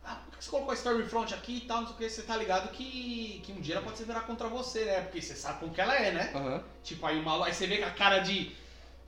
Speaker 4: Ah, por que você colocou a Stormfront aqui e tal, não sei o que, você tá ligado que, que um dia ela pode se virar contra você, né? Porque você sabe como que ela é, né?
Speaker 1: Aham.
Speaker 4: Tipo, aí o maluco, aí você vê com a cara de.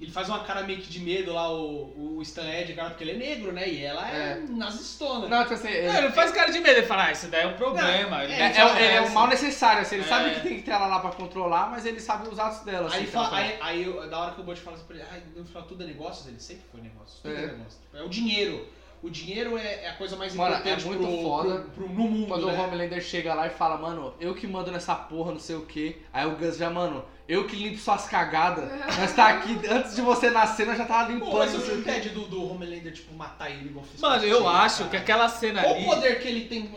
Speaker 4: Ele faz uma cara meio que de medo lá, o, o Stan Edgar, porque ele é negro, né? E ela é,
Speaker 1: É.
Speaker 4: nazistona.
Speaker 1: Não, tipo assim, ele,
Speaker 2: Não, ele não faz cara de medo, ele fala, ah, isso daí é um problema.
Speaker 4: Não,
Speaker 2: ele
Speaker 1: é, é,
Speaker 2: não
Speaker 1: é- é o
Speaker 2: conhece.
Speaker 1: mal necessário, assim, ele
Speaker 4: É.
Speaker 1: sabe que tem que ter ela lá pra controlar, mas ele sabe os atos dela, assim.
Speaker 4: Aí,
Speaker 1: que
Speaker 4: fala-
Speaker 1: ela faz.
Speaker 4: aí, aí eu- da hora que o Bot fala assim pra ele, ai, no final tudo é negócios, ele sempre foi negócio, tudo é,
Speaker 1: É.
Speaker 4: negócio. É o dinheiro. O dinheiro é, é a coisa mais
Speaker 1: Mano,
Speaker 4: importante
Speaker 1: é muito
Speaker 4: pro,
Speaker 1: foda
Speaker 4: pro- pro- no mundo,
Speaker 1: Quando o
Speaker 4: né?
Speaker 1: Homelander chega lá e fala, mano, eu que mando nessa porra, não sei o que. Aí o Gus já, mano, eu que limpo suas cagadas. Nós tá aqui, antes de você nascer, nós já tava limpando.
Speaker 4: Pô, mas
Speaker 1: não
Speaker 4: isso
Speaker 1: sei
Speaker 4: não
Speaker 1: o quê.
Speaker 4: impede do, do Homelander, tipo, matar ele igual fez
Speaker 2: Mano,
Speaker 4: com o
Speaker 2: eu
Speaker 4: Tio,
Speaker 2: acho
Speaker 4: cara.
Speaker 2: que aquela cena
Speaker 4: Qual o
Speaker 2: ali.
Speaker 4: poder que ele tem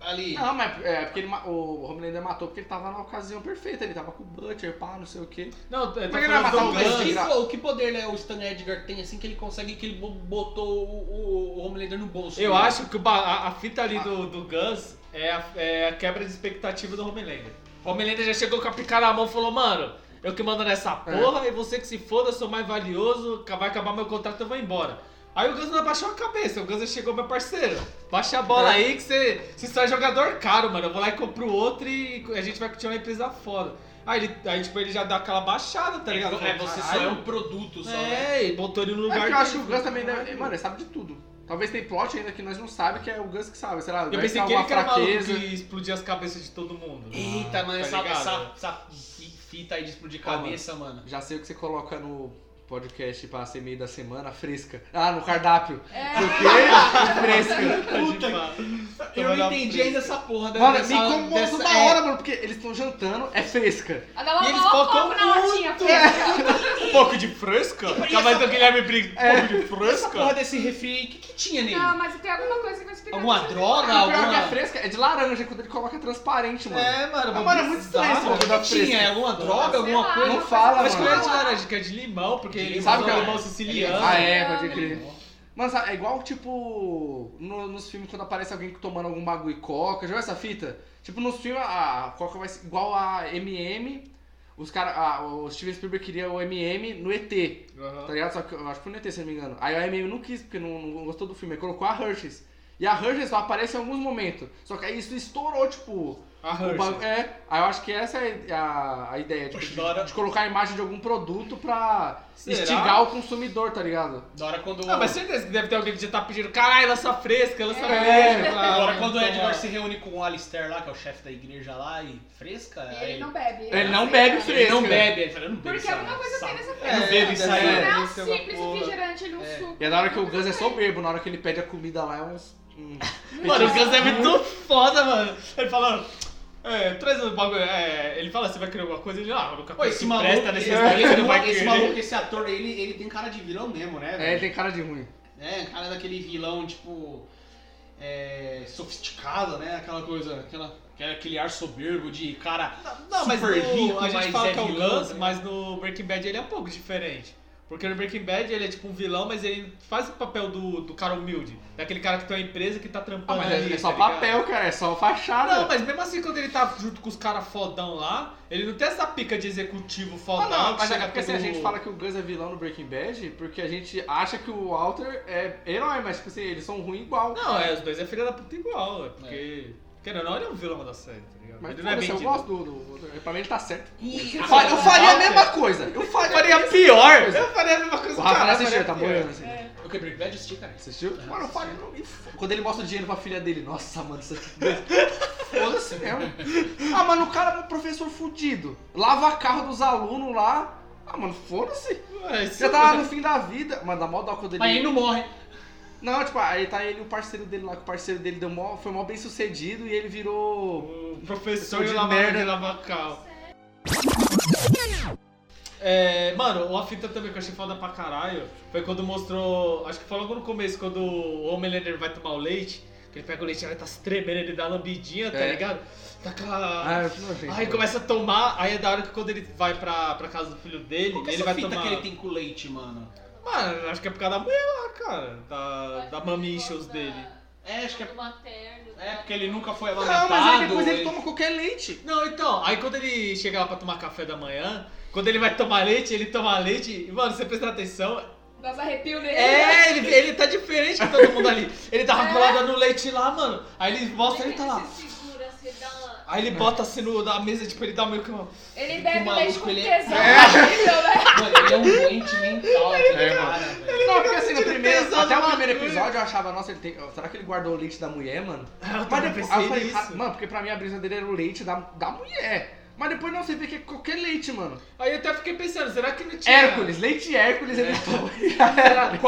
Speaker 4: ah, ali?
Speaker 1: Não, mas é porque ele ma- o Homelander matou porque ele tava na ocasião perfeita, ele tava com o Butcher, pá, não sei o que.
Speaker 2: Não, eu tô
Speaker 1: Mas ele vai
Speaker 2: falando do
Speaker 1: matar o
Speaker 4: Mas
Speaker 1: Gus,
Speaker 2: Gus.
Speaker 4: que,
Speaker 1: Gra-
Speaker 4: pô, que poder né, o Stan Edgar tem assim que ele consegue que ele bo- botou o, o- o Homelander no bolso?
Speaker 2: Eu
Speaker 4: né?
Speaker 2: acho que o ba- a, a fita ali do, do Guns é a, é a quebra de expectativa do Homelander. O Homelander já chegou com a picada na mão e falou, mano, eu que mando nessa
Speaker 1: É.
Speaker 2: porra e você que se foda, eu sou mais valioso, ca- vai acabar meu contrato, eu vou embora. Aí o Guns não abaixou a cabeça, o Guns já chegou, meu parceiro, baixa a
Speaker 1: É.
Speaker 2: bola aí que você, você só é jogador caro, mano, eu vou lá e compro outro e a gente vai continuar a empresa fora. Aí, ele, aí tipo, ele já dá aquela baixada, tá ligado?
Speaker 4: É, você só é um produto, só. né?
Speaker 2: É, e botou ele no
Speaker 1: É
Speaker 2: lugar é
Speaker 1: porque eu
Speaker 2: dele.
Speaker 1: acho que o Gus também deve. Mano, ele sabe de tudo. Talvez tem plot ainda que nós não sabemos, que é o Gus que sabe, sei lá,
Speaker 2: Eu
Speaker 1: deve
Speaker 2: pensei
Speaker 1: ter
Speaker 2: que ele
Speaker 1: alguma
Speaker 2: que era maluco
Speaker 1: fraqueza.
Speaker 2: que explodia as cabeças de todo mundo.
Speaker 4: Eita, mano,
Speaker 2: tá
Speaker 4: essa,
Speaker 2: ligado?
Speaker 4: essa- essa fi- fita aí de explodir
Speaker 1: Calma.
Speaker 4: cabeça, mano.
Speaker 1: Já sei o que você coloca no podcast pra ser meio da semana, fresca. Ah, no cardápio.
Speaker 3: É,
Speaker 1: Porque é fresca.
Speaker 4: Puta
Speaker 2: que-
Speaker 4: Eu não
Speaker 2: Tomar
Speaker 4: entendi
Speaker 2: fresca.
Speaker 4: ainda essa porra da
Speaker 1: Mano,
Speaker 4: dessa,
Speaker 1: me incomoda
Speaker 4: dessa-
Speaker 1: uma
Speaker 4: é,
Speaker 1: hora, mano, porque eles estão jantando, é fresca.
Speaker 3: ela dava
Speaker 2: E eles
Speaker 3: maior
Speaker 2: focam
Speaker 3: foco na latinha,
Speaker 2: muito.
Speaker 3: fresca.
Speaker 2: Um pouco de fresca? Cavalo do Guilherme Briggs, um pouco de
Speaker 4: Essa porra
Speaker 2: fresca?
Speaker 4: desse refri, o que, que tinha nele?
Speaker 3: Não, mas tem alguma coisa que eu explicar.
Speaker 4: Alguma
Speaker 3: pra você.
Speaker 4: droga?
Speaker 1: Ah, o pior
Speaker 4: alguma-
Speaker 1: que é fresca é de laranja, quando ele coloca é transparente, mano.
Speaker 2: É, mano.
Speaker 1: Ah,
Speaker 2: uma
Speaker 1: mano, é muito estranho esse
Speaker 2: bizarra.
Speaker 1: bagulho da
Speaker 4: que tinha?
Speaker 1: fresca.
Speaker 4: Alguma droga, alguma
Speaker 3: lá,
Speaker 4: coisa?
Speaker 1: Não
Speaker 3: mas-
Speaker 1: fala,
Speaker 2: Acho que não é de
Speaker 1: mano.
Speaker 2: laranja, acho que é de limão, porque ele
Speaker 1: Sabe
Speaker 2: sabe que
Speaker 1: que
Speaker 2: é
Speaker 1: é-
Speaker 2: limão siciliano.
Speaker 1: Ah, é, pode
Speaker 3: Não,
Speaker 1: crer. Mano, sabe, é igual, tipo, no- nos filmes quando aparece alguém tomando algum bagulho e coca. Já viu essa fita? Tipo, nos filmes a coca vai ser igual a M&M. Os cara, a- o Steven Spielberg queria o M&M no ET. Tá
Speaker 2: Aham.
Speaker 1: ligado? Só que eu acho que foi no ET, se não me engano. Aí a MM não quis, porque não, não gostou do filme. Aí colocou a Hershey's. E a Hershey's só aparece em alguns momentos. Só que aí isso estourou, tipo.
Speaker 2: A
Speaker 1: o
Speaker 2: Hershey.
Speaker 1: bagulho- É. Aí eu acho que essa é a, a ideia, tipo,
Speaker 4: Poxa,
Speaker 1: de,
Speaker 4: da hora.
Speaker 1: de colocar a imagem de algum produto pra
Speaker 2: Será?
Speaker 1: instigar o consumidor, tá ligado?
Speaker 4: Da hora quando.
Speaker 2: é Ah, mas certeza que deve ter alguém que já tá pedindo, caralho, lança fresca, lança
Speaker 1: É.
Speaker 2: fresca. lá,
Speaker 4: Agora, quando é o
Speaker 2: toma.
Speaker 4: Edgar se reúne com o Alistair lá, que é o chefe da igreja lá, e fresca,
Speaker 3: E
Speaker 4: aí
Speaker 3: ele não bebe.
Speaker 1: Ele não bebe
Speaker 3: aceita.
Speaker 1: fresca.
Speaker 4: ele não bebe, ele fala, eu não bebo.
Speaker 3: Porque
Speaker 4: isso aí,
Speaker 3: alguma coisa
Speaker 4: sabe?
Speaker 3: tem nessa
Speaker 2: É,
Speaker 4: Eu não
Speaker 3: fresca.
Speaker 4: bebo isso aí.
Speaker 2: deve-
Speaker 3: Não é um
Speaker 2: Esse é uma
Speaker 3: simples
Speaker 2: porra.
Speaker 3: refrigerante, ele é um
Speaker 4: É.
Speaker 3: suco.
Speaker 1: E é da hora que o Gus é soberbo, na hora que ele pede a comida lá é uns. um-
Speaker 2: Mano, o Gus é muito foda, mano. Ele fala. É, traz um bagulho. É, ele fala, você vai querer alguma coisa? Ele, ah, nunca
Speaker 4: Pô, esse maluco,
Speaker 2: presta
Speaker 4: esse,
Speaker 2: nesse
Speaker 1: é
Speaker 2: esquema, não vai
Speaker 4: esse
Speaker 2: querer.
Speaker 4: maluco, esse ator, ele, ele tem cara de vilão mesmo, né?
Speaker 1: É,
Speaker 4: velho?
Speaker 1: ele tem cara de ruim.
Speaker 4: É, cara daquele vilão, tipo, é, sofisticado, né? Aquela coisa, aquela, é aquele ar soberbo de cara
Speaker 1: é
Speaker 2: Não, mas
Speaker 4: super
Speaker 2: no-
Speaker 4: rico,
Speaker 2: a gente
Speaker 4: mas
Speaker 2: fala
Speaker 4: é
Speaker 2: que é o
Speaker 4: vilão,
Speaker 2: Guns,
Speaker 4: né?
Speaker 2: mas no Breaking Bad ele é um pouco diferente. Porque no Breaking Bad ele é tipo um vilão, mas ele faz o papel do, do cara humilde. Daquele cara que tem uma empresa que tá
Speaker 1: Ah,
Speaker 2: trampando
Speaker 1: mas
Speaker 2: ali,
Speaker 1: é, é só
Speaker 2: tá ligado?
Speaker 1: papel, cara, é só fachada.
Speaker 2: Não, mas mesmo assim quando ele tá junto com os caras fodão lá, ele não tem essa pica de executivo
Speaker 1: Ah,
Speaker 2: fodão.
Speaker 1: não,
Speaker 2: que
Speaker 1: mas é
Speaker 2: chega
Speaker 1: porque assim,
Speaker 2: todo-
Speaker 1: a gente fala que o Gus é vilão no Breaking Bad, porque a gente acha que o Walter é herói, mas tipo assim, eles são ruins igual.
Speaker 2: Não, é, os dois é filha da puta igual, é porque... Querendo ou não, ele é um vilão da série, tá ligado?
Speaker 1: Mas
Speaker 2: ele
Speaker 1: não
Speaker 2: não é
Speaker 1: eu
Speaker 2: vendido.
Speaker 1: gosto do, do, do- Pra mim ele tá certo.
Speaker 4: E-
Speaker 1: Eu faria, eu faria a mesma coisa. Eu
Speaker 2: Eu
Speaker 1: faria,
Speaker 2: faria é pior!
Speaker 1: coisa.
Speaker 2: Eu faria a mesma coisa
Speaker 1: O
Speaker 2: que o
Speaker 1: Rafa não
Speaker 2: cara,
Speaker 1: assistiu,
Speaker 2: faria
Speaker 1: tá
Speaker 2: pior.
Speaker 1: boiando assim.
Speaker 4: Eu quebrei o pé de assistir, cara.
Speaker 1: Assistiu? Mano, eu faria. não me foda. Quando ele mostra o dinheiro pra filha dele, nossa, mano, isso aqui. Foda-se mesmo. Ah, mano, o cara é um professor fudido. Lava carro dos alunos lá. Ah, mano, foda-se.
Speaker 2: Ué, isso é
Speaker 1: Já tá lá no fim da vida. Mano, dá mó dó quando ele.
Speaker 4: Mas ele não morre.
Speaker 1: Não, tipo, aí tá ele e o parceiro dele lá, que o parceiro dele deu mó, foi mó bem sucedido e ele virou.
Speaker 2: O professor
Speaker 1: de
Speaker 2: de lava-
Speaker 1: merda.
Speaker 2: de lavacal. É, mano, uma fita também que eu achei foda pra caralho foi quando mostrou. Acho que foi logo no começo, quando o Homelander vai tomar o leite, que ele pega o leite e tá se tremendo, ele dá uma lambidinha, tá
Speaker 1: É.
Speaker 2: ligado? Tá aquela.
Speaker 1: Ah, que nojento.
Speaker 2: Aí começa a tomar, aí é da hora que quando ele vai pra, pra casa do filho dele,
Speaker 4: Qual que é
Speaker 2: ele
Speaker 4: essa
Speaker 2: vai
Speaker 4: fita
Speaker 2: tomar.
Speaker 4: que ele tem com leite, mano?
Speaker 2: Mano, acho que é por causa da mulher lá, cara. Da, da mami issues dele.
Speaker 4: É, acho que é...
Speaker 6: Do materno.
Speaker 4: É, porque ele nunca foi
Speaker 1: Não,
Speaker 4: amamentado.
Speaker 1: Ah, mas aí depois ele toma qualquer leite.
Speaker 2: Não, então, aí quando ele chega lá pra tomar café da manhã, quando ele vai tomar leite, ele toma leite, e, mano, você presta atenção,
Speaker 3: Dá uns arrepios nele.
Speaker 2: é, ele, ele tá
Speaker 4: É.
Speaker 2: diferente que todo mundo ali. Ele tava colado no leite lá, mano, aí ele mostra, ele tá lá.
Speaker 6: Ele se segura assim,
Speaker 3: Ele dá uma...
Speaker 2: Aí ele bota assim no, na mesa, tipo, ele dá meio que uma...
Speaker 3: Ele
Speaker 4: Que
Speaker 3: bebe
Speaker 4: maluco,
Speaker 3: leite com
Speaker 4: ele
Speaker 3: tesão.
Speaker 4: é-
Speaker 3: horrível, né?
Speaker 4: Mano, ele é um doente mental,
Speaker 1: É,
Speaker 4: aquele
Speaker 1: mano.
Speaker 4: cara, velho.
Speaker 1: Não, porque assim, no
Speaker 2: Tira
Speaker 1: primeiro,
Speaker 2: tesão
Speaker 1: até
Speaker 2: do
Speaker 1: o primeiro
Speaker 2: bagulho.
Speaker 1: episódio eu achava, nossa, ele tem, será que ele guardou o leite da mulher, mano?
Speaker 2: eu
Speaker 1: Mas
Speaker 2: também
Speaker 1: depois,
Speaker 2: pensei
Speaker 1: aí eu falei,
Speaker 2: nisso.
Speaker 1: ah, mano, porque pra mim a brisa dele era o leite da, da mulher. Mas depois não, você vê que é qualquer leite, mano.
Speaker 2: Aí eu até fiquei pensando, será que não tinha...
Speaker 1: Hércules, leite Hércules, é ele tomou.
Speaker 2: Será,
Speaker 1: É,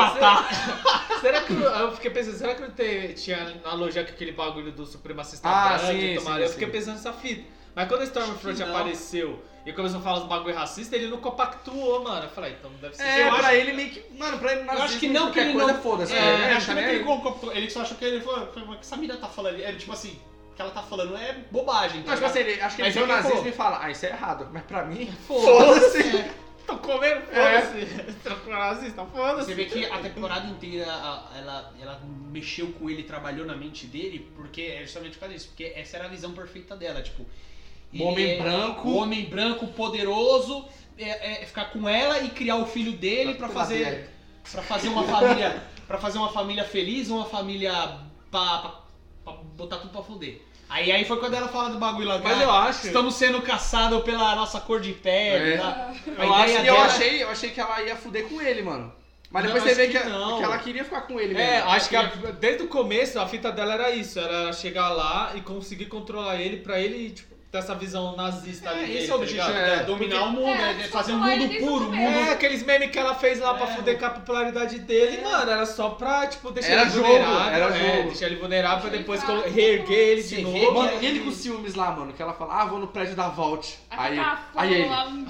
Speaker 2: será, será que... Aí eu fiquei pensando, será que não te- tinha na loja com aquele bagulho do supremacista
Speaker 1: Ah,
Speaker 2: branco
Speaker 1: sim,
Speaker 2: e tomar-
Speaker 1: sim,
Speaker 2: Eu
Speaker 1: sim.
Speaker 2: fiquei pensando nessa fita. Mas quando o Stormfront
Speaker 4: Acho que não.
Speaker 2: apareceu e começou a falar os bagulho racista, ele não compactuou, mano. Eu falei, então deve ser...
Speaker 1: É,
Speaker 2: eu
Speaker 1: pra
Speaker 2: acho-
Speaker 1: ele meio que. Mano, pra ele
Speaker 4: Eu acho
Speaker 1: nazismo,
Speaker 4: que não que
Speaker 1: qualquer
Speaker 4: ele
Speaker 1: coisa,
Speaker 4: não...
Speaker 1: Foda-se.
Speaker 4: é,
Speaker 1: né?
Speaker 4: eu acho que
Speaker 1: Tá
Speaker 4: não é
Speaker 1: nem
Speaker 4: que
Speaker 1: aí.
Speaker 4: ele colocou... Ele só achou que ele falou... "Foi, mas o que essa mina tá falando? Ele, tipo assim... O que ela tá falando é bobagem. tá
Speaker 1: Não, tipo
Speaker 4: ligado?
Speaker 1: assim, ele, acho que ele
Speaker 4: Mas
Speaker 1: vê o
Speaker 4: ele
Speaker 1: nazismo
Speaker 4: falou.
Speaker 1: e fala, ah, isso é errado. Mas pra mim,
Speaker 2: Foda-se.
Speaker 1: foda-se.
Speaker 2: Tô comendo,
Speaker 1: É.
Speaker 2: foda-se. Tô nazista,
Speaker 4: Você vê
Speaker 2: foda-se.
Speaker 4: que a temporada inteira a- ela, ela mexeu com ele, trabalhou na mente dele, porque é justamente por causa disso. Porque essa era a visão perfeita dela, tipo.
Speaker 1: O homem
Speaker 4: ele é-
Speaker 1: branco.
Speaker 4: O homem branco poderoso, é- é ficar com ela e criar o filho dele pra fazer para fazer uma família para fazer uma família feliz, uma família pra, pra- pra botar tudo pra foder. Aí aí foi quando ela fala do bagulho lá, "Ah,
Speaker 2: Mas
Speaker 4: cara,
Speaker 2: eu acho...
Speaker 4: estamos sendo caçados pela nossa cor de pele,
Speaker 1: É.
Speaker 4: tá? A
Speaker 2: Eu acho
Speaker 4: ideia
Speaker 1: E eu
Speaker 4: dela- é
Speaker 1: achei, eu achei que ela ia fuder com ele, mano. Mas
Speaker 2: Não,
Speaker 1: depois
Speaker 2: acho
Speaker 1: você vê
Speaker 2: que
Speaker 1: que, a-
Speaker 2: não.
Speaker 1: que ela queria ficar com ele
Speaker 2: É,
Speaker 1: mesmo.
Speaker 2: acho que a- desde o começo a fita dela era isso, era ela chegar lá e conseguir controlar ele pra ele, tipo, ter essa visão nazista
Speaker 4: É,
Speaker 2: ali. dele,
Speaker 4: esse é
Speaker 2: tá
Speaker 4: o objetivo,
Speaker 2: ligado?
Speaker 4: é, dominar o mundo,
Speaker 3: É,
Speaker 4: é, fazer um
Speaker 3: controlar ele
Speaker 4: mundo
Speaker 3: desde o
Speaker 4: puro, um
Speaker 3: começo.
Speaker 4: mundo
Speaker 2: É, aqueles memes que ela fez lá pra
Speaker 4: É.
Speaker 2: fuder com a popularidade dele,
Speaker 4: É.
Speaker 2: mano, era só pra, tipo, deixar
Speaker 1: Era
Speaker 2: ele
Speaker 1: jogo,
Speaker 2: vulnerável.
Speaker 1: era
Speaker 2: é,
Speaker 1: jogo.
Speaker 2: deixar ele vulnerável pra depois
Speaker 3: Sim,
Speaker 2: colo-
Speaker 3: tá.
Speaker 2: reerguer ele de
Speaker 4: um Sim,
Speaker 2: novo. né?
Speaker 4: reerguer.
Speaker 1: Mano, e ele com ciúmes lá, mano, que ela fala, ah, vou no prédio da Vault. Aí,
Speaker 3: Atacar fogo
Speaker 1: aí ele.
Speaker 3: tá, lá no-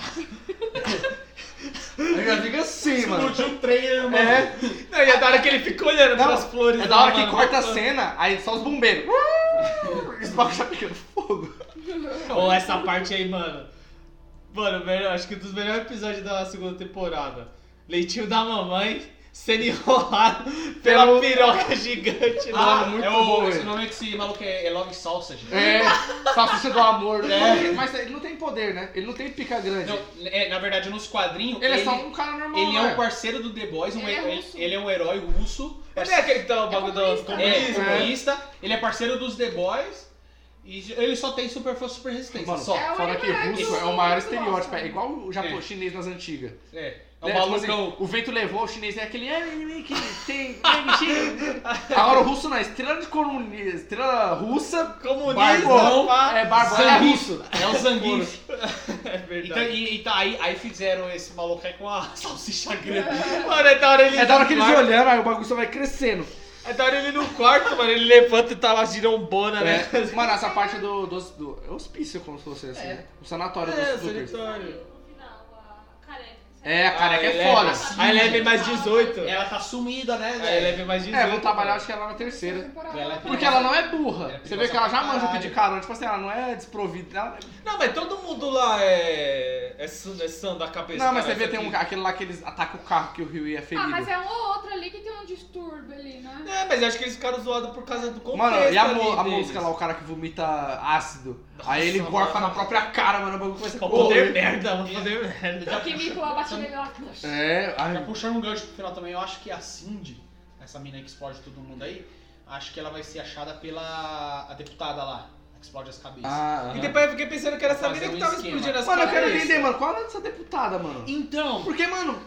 Speaker 1: Aí já fica assim, mano.
Speaker 4: Explodiu o trailer, mano.
Speaker 1: É,
Speaker 2: Não, e é da hora que ele fica olhando
Speaker 1: Não,
Speaker 2: pelas flores.
Speaker 1: é
Speaker 2: lá,
Speaker 1: da hora que
Speaker 2: mano,
Speaker 1: corta a
Speaker 2: mano.
Speaker 1: cena, aí só os bombeiros. Uh! Os bagulhos já pegando fogo.
Speaker 2: Ou essa parte aí, mano. Mano, melhor, acho que dos melhores episódios da segunda temporada. Leitinho da mamãe sendo enrolado pela
Speaker 1: Pelo-
Speaker 2: piroca gigante
Speaker 4: Ah,
Speaker 2: lá.
Speaker 1: É Ah, muito
Speaker 4: é
Speaker 1: bom,
Speaker 4: o, esse
Speaker 1: velho.
Speaker 4: nome é que esse maluco é, é Love Sausage.
Speaker 1: É, salsicha do amor. né? Mas ele não tem poder, né? Ele não tem pica grande.
Speaker 4: Não, é, na verdade, nos quadrinhos,
Speaker 1: Ele é só um cara normal.
Speaker 4: ele é
Speaker 1: né?
Speaker 4: um parceiro do The Boys, um
Speaker 3: Ele é
Speaker 4: he-
Speaker 3: russo.
Speaker 4: ele é um herói russo,
Speaker 2: Não é aquele que tá o bagulho do
Speaker 3: comunista,
Speaker 4: é
Speaker 2: comunismo?
Speaker 4: comunista, ele é parceiro dos The Boys e ele só tem super força super resistência.
Speaker 1: Mano, um
Speaker 4: só.
Speaker 3: É o
Speaker 1: fala que
Speaker 3: Oliver
Speaker 1: russo
Speaker 3: Reed
Speaker 1: é o maior
Speaker 3: do-
Speaker 1: estereótipo.
Speaker 3: do-
Speaker 1: É igual o japo-
Speaker 4: É.
Speaker 1: chinês nas antigas.
Speaker 4: É, é
Speaker 1: Né?
Speaker 4: um
Speaker 1: Tipo
Speaker 4: malucão.
Speaker 1: assim, o vento levou, o chinês é aquele. "Ah, que tem- tem chinês." Agora o russo não, é estrela de comunista, estrela russa.
Speaker 2: Comunismo,
Speaker 1: Barbão,
Speaker 2: pá.
Speaker 1: é barbão, é
Speaker 4: Zangief.
Speaker 1: russo.
Speaker 4: É o Zangief.
Speaker 2: É
Speaker 4: Então,
Speaker 2: verdade.
Speaker 4: e, e tá, aí, aí fizeram esse maluco aí com a salsicha grande.
Speaker 2: Mano, é da hora ele.
Speaker 1: É da hora que eles
Speaker 2: no quarto-
Speaker 1: olhando, aí o bagulho só vai crescendo.
Speaker 2: É da hora ele no quarto, mano. Ele levanta e tá lá girombona, né?
Speaker 1: É. Mano, essa parte do, dos- do, É hospício, como se fosse assim,
Speaker 4: É.
Speaker 1: né? O sanatório
Speaker 2: É,
Speaker 1: dos supers.
Speaker 2: solitário.
Speaker 3: No final, a careca.
Speaker 1: É, a careca
Speaker 2: Aí
Speaker 1: é foda.
Speaker 2: leva- Aí leve mais 18.
Speaker 4: Ela tá sumida, né?
Speaker 2: Aí
Speaker 4: velho?
Speaker 2: leve mais 18.
Speaker 1: É, vão trabalhar, acho que ela na terceira.
Speaker 3: Temporada Ah,
Speaker 4: Ela é
Speaker 3: pra-
Speaker 1: Porque ela não é burra.
Speaker 4: É,
Speaker 1: Você vê que ela já
Speaker 4: perigosa pra
Speaker 1: manja
Speaker 4: caralho.
Speaker 1: pedir carona. Tipo assim, ela não é desprovida. ela-
Speaker 2: Não, mas todo mundo lá é. É, san- é sã da cabeça.
Speaker 1: Não, mas você
Speaker 2: cara,
Speaker 1: vê,
Speaker 2: essa
Speaker 1: tem um,
Speaker 2: aqui.
Speaker 1: aquele lá que eles atacam o carro que o Rio ia ferido.
Speaker 3: Ah, mas é um ou outro ali que tem um distúrbio ali, né?
Speaker 2: É, mas eu acho que eles ficaram zoados por causa do contexto
Speaker 1: Mano, e a,
Speaker 2: ali
Speaker 1: mo- a
Speaker 2: deles.
Speaker 1: música lá, o cara que vomita ácido.
Speaker 2: Nossa,
Speaker 1: aí ele
Speaker 2: mano. É
Speaker 1: gorfa na própria cara, mano. O bagulho começa a
Speaker 2: O
Speaker 1: correr.
Speaker 2: poder merda, o poder merda.
Speaker 3: O químico lá bate nele lá.
Speaker 1: É,
Speaker 4: Já
Speaker 1: ai,
Speaker 4: puxando um gancho pro final também, eu acho que a Cindy, essa mina aí que explode todo mundo aí, acho que ela vai ser achada pela a deputada lá, a que explode as cabeças.
Speaker 1: ah,
Speaker 2: E
Speaker 1: ah.
Speaker 2: depois eu fiquei pensando que era essa
Speaker 4: Fazer
Speaker 2: mina que
Speaker 4: um
Speaker 2: tava
Speaker 4: esquema.
Speaker 2: explodindo as
Speaker 1: Mano, eu quero
Speaker 2: cabeças.
Speaker 1: entender, mano, qual é dessa deputada, mano?
Speaker 4: Então,
Speaker 1: Porque, mano,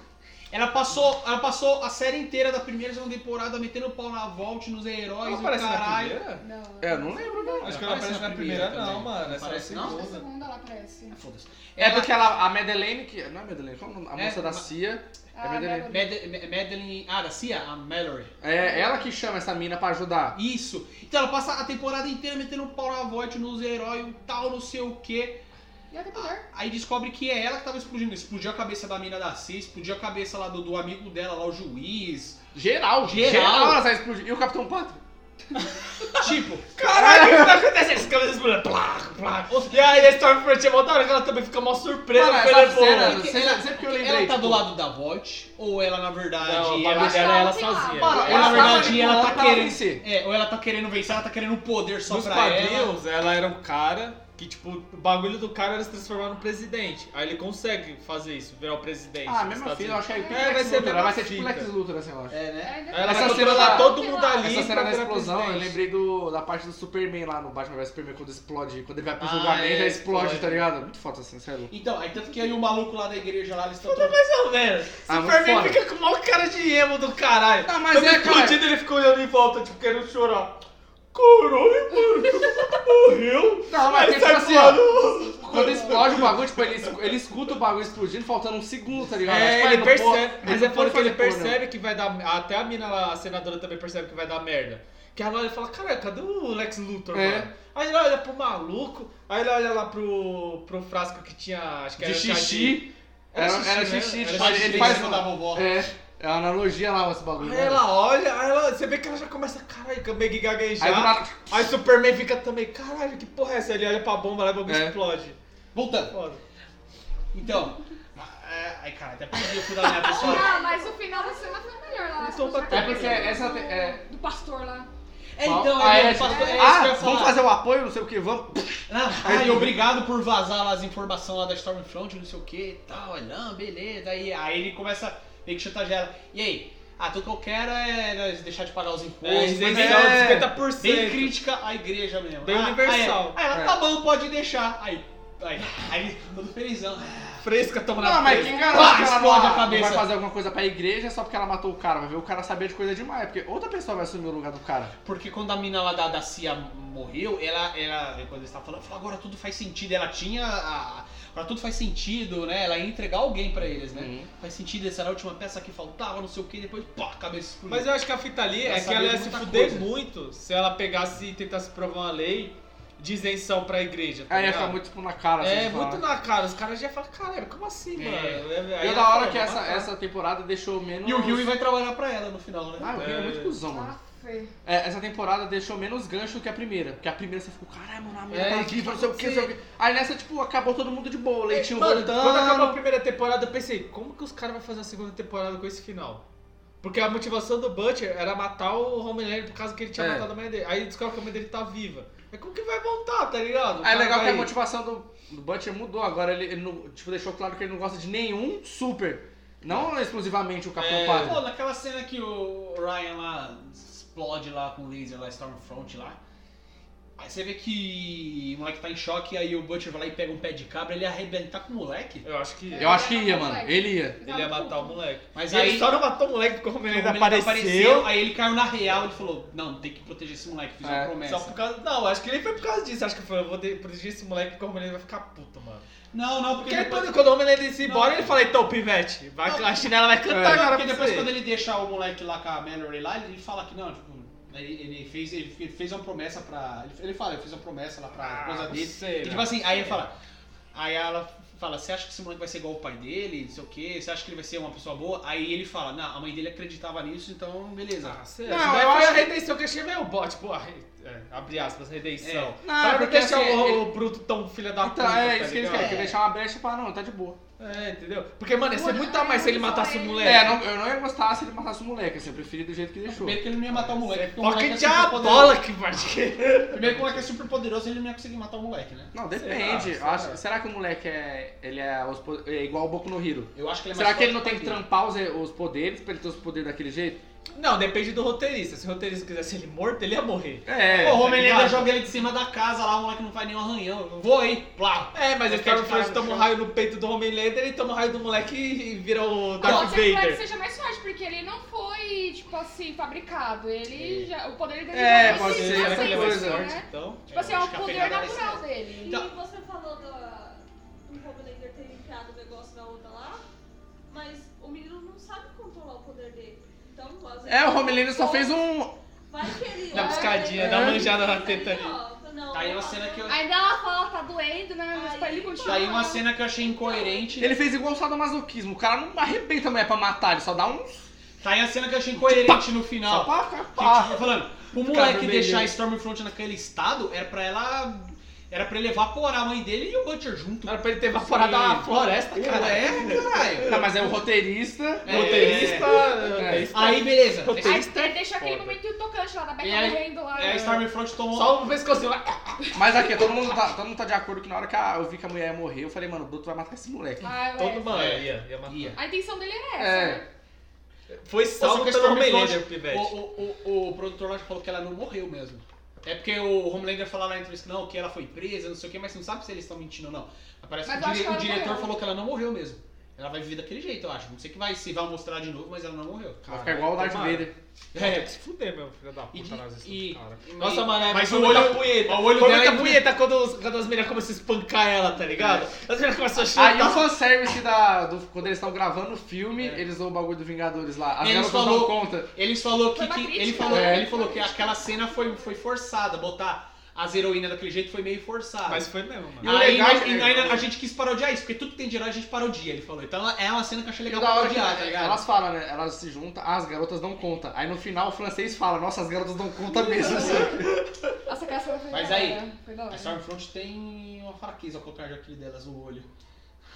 Speaker 4: ela passou, ela passou a série inteira da primeira e segunda temporada metendo o pau na Volt, nos heróis,
Speaker 2: Ela
Speaker 4: no
Speaker 2: aparece na
Speaker 4: caralho.
Speaker 2: primeira?
Speaker 3: Não.
Speaker 1: é, eu não lembro, velho.
Speaker 2: Acho que ela aparece na primeira, não,
Speaker 4: também.
Speaker 2: mano. Essa é a
Speaker 4: Aparece, não?
Speaker 3: A
Speaker 2: segunda.
Speaker 3: segunda ela aparece.
Speaker 4: Ah, Foda-se.
Speaker 1: É porque ela, a Madeleine, que. Não é Madeleine, como é o nome? a
Speaker 4: É,
Speaker 1: moça da
Speaker 4: ma-
Speaker 1: CIA.
Speaker 3: Ah,
Speaker 1: Madeleine.
Speaker 3: Madeleine.
Speaker 4: é Mad- Ma- Madeline. Ah, da Cia? A Mallory.
Speaker 1: É ela que chama essa mina pra ajudar.
Speaker 4: Isso. Então ela passa a temporada inteira metendo o pau na Volt, nos heróis, um tal, não sei o quê.
Speaker 3: E ela tem poder.
Speaker 4: Aí descobre que é ela que tava explodindo. Explodiu a cabeça da mina da C, explodiu a cabeça lá do, do amigo dela, lá o juiz.
Speaker 1: Geral,
Speaker 4: Geral.
Speaker 1: Geral, ela sai explodindo. E o Capitão Pátria?
Speaker 4: Tipo,
Speaker 2: Caralho, o que tá acontecendo? As câmeras explodindo. Plá, plá. E aí a Stormfront é mó da hora que ela também fica mó surpresa
Speaker 1: Mano,
Speaker 2: com
Speaker 1: essa
Speaker 2: ele, pô.
Speaker 1: cena,
Speaker 4: Porque
Speaker 1: sei lá,
Speaker 4: ela-
Speaker 1: sempre que eu
Speaker 4: porque
Speaker 1: lembrei,
Speaker 4: ela tá do
Speaker 1: tipo-
Speaker 4: lado da Vot, ou ela, na verdade,
Speaker 2: Não, o
Speaker 4: ela...
Speaker 2: bagulho dela é ela sozinha.
Speaker 3: Ela
Speaker 4: ou, na
Speaker 1: tá
Speaker 4: verdade,
Speaker 1: manipulando
Speaker 4: ela tá
Speaker 1: pra
Speaker 4: querendo...
Speaker 1: vencer.
Speaker 4: É, ou ela tá querendo vencer, ela tá querendo o poder só
Speaker 2: Nos
Speaker 4: pra ela.
Speaker 2: quadrinhos, ela era um cara que, tipo, o bagulho do cara era se transformar no presidente. Aí ele consegue fazer isso, virar o presidente.
Speaker 1: Ah,
Speaker 2: dos
Speaker 1: mesma
Speaker 2: Estados
Speaker 1: fita, eu
Speaker 2: Unidos.
Speaker 1: acho que é o que
Speaker 2: É, vai
Speaker 1: Lex
Speaker 2: ser
Speaker 1: Luthor. Ela
Speaker 2: mesma
Speaker 1: vai ser tipo
Speaker 2: fita.
Speaker 1: Lex Luthor, assim, eu acho.
Speaker 4: É, né?
Speaker 3: É,
Speaker 2: Aí Ela
Speaker 1: Essa cena
Speaker 2: vai controlar
Speaker 1: da-
Speaker 2: todo mundo ali.
Speaker 1: Essa cena
Speaker 2: pra
Speaker 1: da
Speaker 2: virar
Speaker 1: explosão, eu
Speaker 2: presidente.
Speaker 1: lembrei do, da parte do Superman lá no Batman vs Superman, quando explode, quando ele vai pro
Speaker 4: Ah,
Speaker 1: julgamento,
Speaker 4: é,
Speaker 1: já explode,
Speaker 4: explode.
Speaker 1: tá ligado? Muito foda assim, sério.
Speaker 4: Então, aí tanto que aí o maluco lá da igreja lá, eles estão...
Speaker 2: Mais ou menos.
Speaker 1: Ah, muito
Speaker 2: Superman
Speaker 1: foda.
Speaker 2: fica com o maior cara de emo do caralho.
Speaker 1: Ah, mas
Speaker 2: Quando
Speaker 1: é,
Speaker 2: ele
Speaker 1: cara.
Speaker 2: explodido, ele ficou olhando em volta, tipo, querendo chorar. Caralho, mano, morreu.
Speaker 1: Não, mas
Speaker 2: Aí
Speaker 1: tem
Speaker 2: sai
Speaker 1: tipo assim, ó.
Speaker 2: voando.
Speaker 1: Quando explode o bagulho, tipo, ele, es- ele escuta o bagulho explodindo, faltando um segundo, tá ligado?
Speaker 2: É,
Speaker 1: Tipo,
Speaker 2: ele
Speaker 1: não
Speaker 2: percebe.
Speaker 1: pode-
Speaker 2: Mas
Speaker 1: não
Speaker 2: é
Speaker 1: pode
Speaker 2: foda que
Speaker 1: fazer
Speaker 2: ele
Speaker 1: porra, né?
Speaker 2: percebe que vai dar. Até a mina lá, a senadora também percebe que vai dar merda. Que ela olha e fala: Caralho, cadê o Lex Luthor,
Speaker 1: É.
Speaker 2: mano? Aí ele olha pro maluco, aí ele olha lá pro, pro frasco que tinha. Acho que
Speaker 1: não.
Speaker 2: era
Speaker 1: De
Speaker 2: chá
Speaker 1: xixi.
Speaker 2: Era
Speaker 1: Era,
Speaker 2: xixi,
Speaker 1: era
Speaker 2: né?
Speaker 1: xixi,
Speaker 2: Era
Speaker 1: tipo,
Speaker 2: xixi,
Speaker 1: ele
Speaker 2: ele
Speaker 1: faz.
Speaker 4: uma da vovó.
Speaker 1: É, é uma analogia lá, esse bagulho.
Speaker 2: Aí
Speaker 1: né?
Speaker 2: ela olha, aí ela, você vê que ela já começa, caralho, que meio que
Speaker 1: Aí do
Speaker 2: gaguejar.
Speaker 1: nada.
Speaker 2: Aí Superman fica também, caralho, que porra é essa? Ele olha pra bomba, lá e a bomba
Speaker 1: É.
Speaker 2: explode.
Speaker 4: Voltando.
Speaker 2: Foda.
Speaker 4: Então... é, Ai, cara, até perdi o fio da minha pessoa.
Speaker 3: Não, mas o final da cena foi melhor lá.
Speaker 2: Eu tô
Speaker 3: essa
Speaker 2: batendo.
Speaker 1: É porque essa. É...
Speaker 3: Do pastor lá.
Speaker 4: É, então,
Speaker 1: Ah,
Speaker 4: aí
Speaker 1: é,
Speaker 4: ele passou... É, isso que eu
Speaker 1: ah,
Speaker 4: ia
Speaker 1: vamos
Speaker 4: falar.
Speaker 1: fazer o apoio, não sei o que, vamos.
Speaker 4: Ah, e obrigado por vazar lá as informações lá da Stormfront, não sei o que e tal. Aí, Não, beleza. Aí, aí ele começa meio que chantagear ela. E aí? Ah, tudo que eu quero é né, deixar de pagar os impostos.
Speaker 2: É,
Speaker 4: Foi bem-
Speaker 2: isenção
Speaker 1: é,
Speaker 2: de 50%.
Speaker 4: bem crítica à igreja mesmo.
Speaker 2: Bem
Speaker 4: Ah,
Speaker 2: universal.
Speaker 4: Aí, aí ela,
Speaker 1: É.
Speaker 4: tá bom, pode deixar. Aí, aí, aí todo felizão.
Speaker 2: Fresca, toma na
Speaker 1: Não, mas
Speaker 2: fresca.
Speaker 1: quem
Speaker 4: Pá,
Speaker 1: garante que ela não,
Speaker 4: explode a
Speaker 1: não
Speaker 4: cabeça.
Speaker 1: vai fazer alguma coisa pra igreja só porque ela matou o cara? Vai ver o cara saber de coisa demais, porque outra pessoa vai assumir o lugar do cara. né?
Speaker 4: Porque quando a mina lá da, da Cia morreu, ela, ela quando eles tava falando, falou, agora tudo faz sentido. Ela tinha a- Agora tudo faz sentido, né? Ela ia entregar alguém pra eles, né?
Speaker 1: Uhum.
Speaker 4: Faz sentido, essa era a última peça que faltava, não sei o que, depois, pá, cabeça explodiu.
Speaker 2: Mas eu acho que a fita ali
Speaker 4: Ela
Speaker 2: é que ela
Speaker 4: sabia
Speaker 2: ia
Speaker 4: de
Speaker 2: se
Speaker 4: muita
Speaker 2: fuder
Speaker 4: coisa.
Speaker 2: muito se ela pegasse e tentasse provar uma lei de isenção pra igreja. Tá
Speaker 1: Aí ia
Speaker 2: ligado?
Speaker 1: ficar muito tipo, na cara, assim,
Speaker 2: É,
Speaker 1: de falar.
Speaker 2: muito na cara. Os caras já falam, caralho, como assim,
Speaker 4: É.
Speaker 2: mano?
Speaker 1: E
Speaker 2: Aí
Speaker 1: é
Speaker 2: ela
Speaker 1: da hora
Speaker 2: fala,
Speaker 1: que essa,
Speaker 2: "Mata".
Speaker 1: essa temporada deixou menos.
Speaker 4: E o Huey vai trabalhar pra ela no final, né?
Speaker 1: Ah, o Rio é,
Speaker 2: É.
Speaker 1: muito cuzão, mano.
Speaker 3: Ah, foi.
Speaker 1: É, essa temporada deixou menos gancho que a primeira. Porque a primeira você ficou, caralho, mano, a mina
Speaker 2: É,
Speaker 1: tá
Speaker 2: e
Speaker 1: aqui,
Speaker 2: que
Speaker 1: não sei o que, não sei o que. Aí nessa, tipo, acabou todo mundo de boa, o leitinho
Speaker 2: Mano,
Speaker 1: voltando.
Speaker 2: quando acabou a primeira temporada, eu pensei, como que os caras vão fazer a segunda temporada com esse final? Porque a motivação do Butcher era matar o Homelander por causa que ele tinha
Speaker 1: É.
Speaker 2: matado a mãe dele. Aí ele descobre que a mãe dele tá viva. É como que vai voltar, tá ligado? O
Speaker 1: É
Speaker 2: cara
Speaker 1: legal que
Speaker 2: vai-
Speaker 1: a motivação do, do Butcher mudou. Agora ele, ele não- tipo, deixou claro que ele não gosta de nenhum super. Não exclusivamente o Capitão
Speaker 2: É.
Speaker 1: Pátria.
Speaker 4: Pô, naquela cena que o Ryan lá explode lá com o laser lá, Stormfront lá. Aí você vê que o moleque tá em choque, aí o Butcher vai lá e pega um pé de cabra, ele ia arrebentar com o moleque.
Speaker 2: Eu acho que é.
Speaker 1: Eu acho que ia, mano. Ele ia.
Speaker 2: ele ia matar o moleque.
Speaker 4: Mas
Speaker 2: E
Speaker 4: aí-
Speaker 2: ele só não matou o moleque porque o
Speaker 4: Aí
Speaker 2: Homelander
Speaker 4: ele
Speaker 2: apareceu.
Speaker 4: aí ele caiu na real e falou, não, tem que proteger esse moleque, fiz
Speaker 1: É,
Speaker 4: uma
Speaker 1: só
Speaker 4: promessa.
Speaker 2: Só por causa. Não, acho que nem foi por causa disso. Acho que foi, eu vou de- proteger esse moleque porque o Homelander vai ficar puto, mano.
Speaker 4: Não, não, porque
Speaker 2: Porque
Speaker 4: depois...
Speaker 2: quando, quando o Homelander se embora,
Speaker 4: Não.
Speaker 2: ele fala, então, pivete, vai,
Speaker 4: Não.
Speaker 2: a chinela vai
Speaker 4: Não,
Speaker 1: É.
Speaker 2: cantar, cara.
Speaker 4: porque
Speaker 2: pra
Speaker 4: depois
Speaker 2: você."
Speaker 4: quando ele deixa o moleque lá com a Mallory lá, ele fala que não, tipo, ele, ele fez, ele fe- fez uma promessa pra. Ele, ele fala, eu fiz uma promessa lá pra
Speaker 2: Ah,
Speaker 4: esposa
Speaker 2: não
Speaker 4: dele.
Speaker 2: sei,
Speaker 4: e, tipo
Speaker 2: não.
Speaker 4: assim, aí ele fala. Aí ela fala, você acha que esse moleque vai ser igual o pai dele, não sei o quê, você acha que ele vai ser uma pessoa boa? Aí ele fala, não, a mãe dele acreditava nisso, então beleza.
Speaker 2: Ah, sei
Speaker 1: Não,
Speaker 2: lá, isso daí
Speaker 1: eu
Speaker 2: foi
Speaker 1: acho
Speaker 2: a
Speaker 1: que-
Speaker 2: redenção que eu achei meio bot, tipo, a re- é, abre aspas, redenção.
Speaker 1: É. Não,
Speaker 2: pra não
Speaker 1: porque
Speaker 2: deixar
Speaker 1: assim,
Speaker 2: o,
Speaker 1: ele-
Speaker 2: o Bruto tão filha da puta,
Speaker 1: Então, é isso
Speaker 2: tá
Speaker 1: que eles
Speaker 2: ligado?
Speaker 1: querem, quer deixar uma brecha pra não, tá de boa.
Speaker 2: É, entendeu? Porque, mano, ia ser muito a mais se ele matasse o moleque.
Speaker 1: É, não- eu não ia gostar se ele matasse o moleque, assim, eu preferi do jeito que deixou.
Speaker 4: Primeiro que ele não ia matar o moleque, porque o moleque
Speaker 2: Pocket
Speaker 4: é
Speaker 2: a
Speaker 4: superpoderoso.
Speaker 2: bola que parte.
Speaker 4: Primeiro que o moleque é super poderoso, ele não ia conseguir matar o moleque, né?
Speaker 1: Não,
Speaker 2: Sei lá,
Speaker 1: depende.
Speaker 2: sei
Speaker 1: eu acho-
Speaker 2: lá.
Speaker 1: será que o moleque é. Ele é, os po- é igual o Boku no Hiro?
Speaker 4: Eu acho que ele é mais
Speaker 1: Será que
Speaker 4: forte
Speaker 1: ele não tem que
Speaker 4: o pai dele.
Speaker 1: trampar os, os poderes pra ele ter os poderes daquele jeito?
Speaker 2: Não, depende do roteirista. Se o roteirista quisesse ele morto, ele ia morrer.
Speaker 1: É.
Speaker 4: Pô, o
Speaker 2: tá
Speaker 4: Homelander
Speaker 2: ligado?
Speaker 4: joga ele de cima da casa lá, o moleque não faz nenhum arranhão. Eu Vou aí, plá.
Speaker 2: É, mas
Speaker 4: Vai ficar
Speaker 2: o
Speaker 4: de cara
Speaker 2: Stormfront
Speaker 4: no
Speaker 2: toma um
Speaker 4: chão.
Speaker 2: raio no peito do Homelander, ele toma um raio do moleque e vira o
Speaker 3: Pode
Speaker 2: Darth
Speaker 3: ser que o moleque
Speaker 2: Vader.
Speaker 3: seja mais forte, porque ele não foi, tipo assim, fabricado. Ele já. O poder dele
Speaker 1: É,
Speaker 3: já
Speaker 1: pode
Speaker 3: vem
Speaker 1: ser,
Speaker 3: de
Speaker 1: essa
Speaker 2: Será que ele é mais
Speaker 3: nascença,
Speaker 1: coisa.
Speaker 2: forte,
Speaker 3: né?
Speaker 2: então?
Speaker 3: Tipo assim, é
Speaker 4: acho
Speaker 3: um
Speaker 4: que a
Speaker 3: poder
Speaker 4: pegada vai ser
Speaker 3: natural
Speaker 4: essa.
Speaker 3: dele.
Speaker 1: Então-
Speaker 6: E você falou da. O Homelander ter enfiado o negócio na outra lá, mas o menino não sabe controlar o poder dele. Então, às vezes.
Speaker 1: É, o Homelander só fez um.
Speaker 6: Vai que ele.
Speaker 2: Dá
Speaker 6: olha,
Speaker 2: piscadinha,
Speaker 6: ele-
Speaker 2: dá manjada na teta ali.
Speaker 6: Não, não,
Speaker 4: Aí é uma
Speaker 6: não,
Speaker 4: cena que eu-
Speaker 3: Ainda ela fala, tá doendo, né? Mas
Speaker 6: Aí-
Speaker 3: pra ele continuar.
Speaker 4: Daí uma cena que eu achei incoerente.
Speaker 1: Ele fez igual o sadomasoquismo. O cara não arrebenta a mulher pra matar, ele só dá um.
Speaker 4: Tá aí a cena que eu achei incoerente no
Speaker 1: Só
Speaker 4: final.
Speaker 1: pra ficar
Speaker 4: Que,
Speaker 1: pá.
Speaker 4: tipo, falando, o
Speaker 2: Cara,
Speaker 4: moleque
Speaker 2: vermelho.
Speaker 4: deixar a Stormfront naquele estado era pra ela Era pra ele evaporar a mãe dele e o Butcher junto.
Speaker 1: Era pra ele ter evaporado
Speaker 4: Sim.
Speaker 1: a floresta,
Speaker 4: Cara,
Speaker 1: cara.
Speaker 4: é, caralho.
Speaker 1: Não, mas é o roteirista.
Speaker 4: É.
Speaker 2: Roteirista.
Speaker 1: É.
Speaker 2: roteirista.
Speaker 4: Aí, beleza.
Speaker 2: Roteirista.
Speaker 3: Aí ele deixou aquele
Speaker 2: Foda.
Speaker 3: momentinho tocante lá da Becca
Speaker 4: E aí-
Speaker 3: morrendo lá. né?
Speaker 4: É, a Stormfront tomou...
Speaker 2: um
Speaker 1: Só o pescocinho lá. Mas aqui, todo mundo, tá, todo mundo tá de acordo que na hora que a- eu vi que a mulher ia morrer, eu falei, mano, o Bruto vai matar esse moleque.
Speaker 3: Ah, é.
Speaker 2: Todo mundo.
Speaker 4: É.
Speaker 2: Ia, ia matar.
Speaker 4: Ia.
Speaker 3: A intenção dele era
Speaker 1: É.
Speaker 3: essa, né?
Speaker 2: Foi salvo
Speaker 4: Só que a
Speaker 2: pelo
Speaker 4: Stormfront-
Speaker 2: Homelander, pivete.
Speaker 4: é O, o, o, o produtor lá falou que ela não morreu mesmo. É porque o Homelander falou lá na entrevista que não, que ela foi presa, não sei o que, mas você não sabe se eles estão mentindo ou não. Mas Parece
Speaker 3: Mas
Speaker 4: que o,
Speaker 3: eu acho
Speaker 4: dire-
Speaker 3: que
Speaker 4: o
Speaker 3: ela
Speaker 4: diretor
Speaker 3: morreu.
Speaker 4: falou que ela não morreu mesmo. Ela vai viver daquele jeito, eu acho. Não sei que vai, se vai mostrar de novo, mas ela não morreu.
Speaker 1: Vai ficar igual o Darth
Speaker 2: tomara.
Speaker 1: Vader.
Speaker 2: É, se fuder, meu filho da
Speaker 4: E
Speaker 2: puta,
Speaker 4: de-
Speaker 2: nazista
Speaker 4: e-
Speaker 2: do cara.
Speaker 4: e-
Speaker 2: Nossa, mano, é,
Speaker 4: mas
Speaker 2: foi
Speaker 4: o
Speaker 2: muita
Speaker 4: olho-
Speaker 2: punheta.
Speaker 4: o olho
Speaker 2: foi
Speaker 4: dela
Speaker 2: muita
Speaker 4: ainda-
Speaker 2: punheta quando, os- quando as meninas começam a espancar ela, tá ligado? As meninas começam a chutar.
Speaker 4: tá.
Speaker 1: Aí o fanservice da, do, quando eles estão gravando o filme, eles dão o bagulho do Vingadores lá. As
Speaker 4: É. Eles
Speaker 1: garotas dão
Speaker 4: falou-
Speaker 1: conta.
Speaker 4: Eles falou que,
Speaker 3: Foi uma
Speaker 4: que-
Speaker 3: crítica,
Speaker 4: ele falou, é,
Speaker 1: né?
Speaker 4: ele falou que aquela cena foi, foi forçada, botar as heroínas daquele jeito foi meio forçado.
Speaker 2: Mas foi mesmo,
Speaker 1: E
Speaker 2: mano.
Speaker 1: o
Speaker 4: Aí,
Speaker 1: legal-
Speaker 4: nós- e ainda a gente quis parodiar isso, porque tudo que tem de herói a gente parodia, ele falou. Então ela- é uma cena que eu achei
Speaker 1: E
Speaker 4: legal
Speaker 1: da hora que
Speaker 4: parodiar, tá ligado?
Speaker 1: elas falam, né? Elas se juntam, ah, as garotas dão conta. Aí no final o francês fala, nossa, as garotas dão conta mesmo.
Speaker 3: Nossa, aquela cena foi
Speaker 4: Mas
Speaker 3: da
Speaker 4: aí, é
Speaker 3: hora, né? Foi da
Speaker 4: A
Speaker 3: hora.
Speaker 4: Stormfront tem uma fraqueza ao contrário daquele delas, o olho.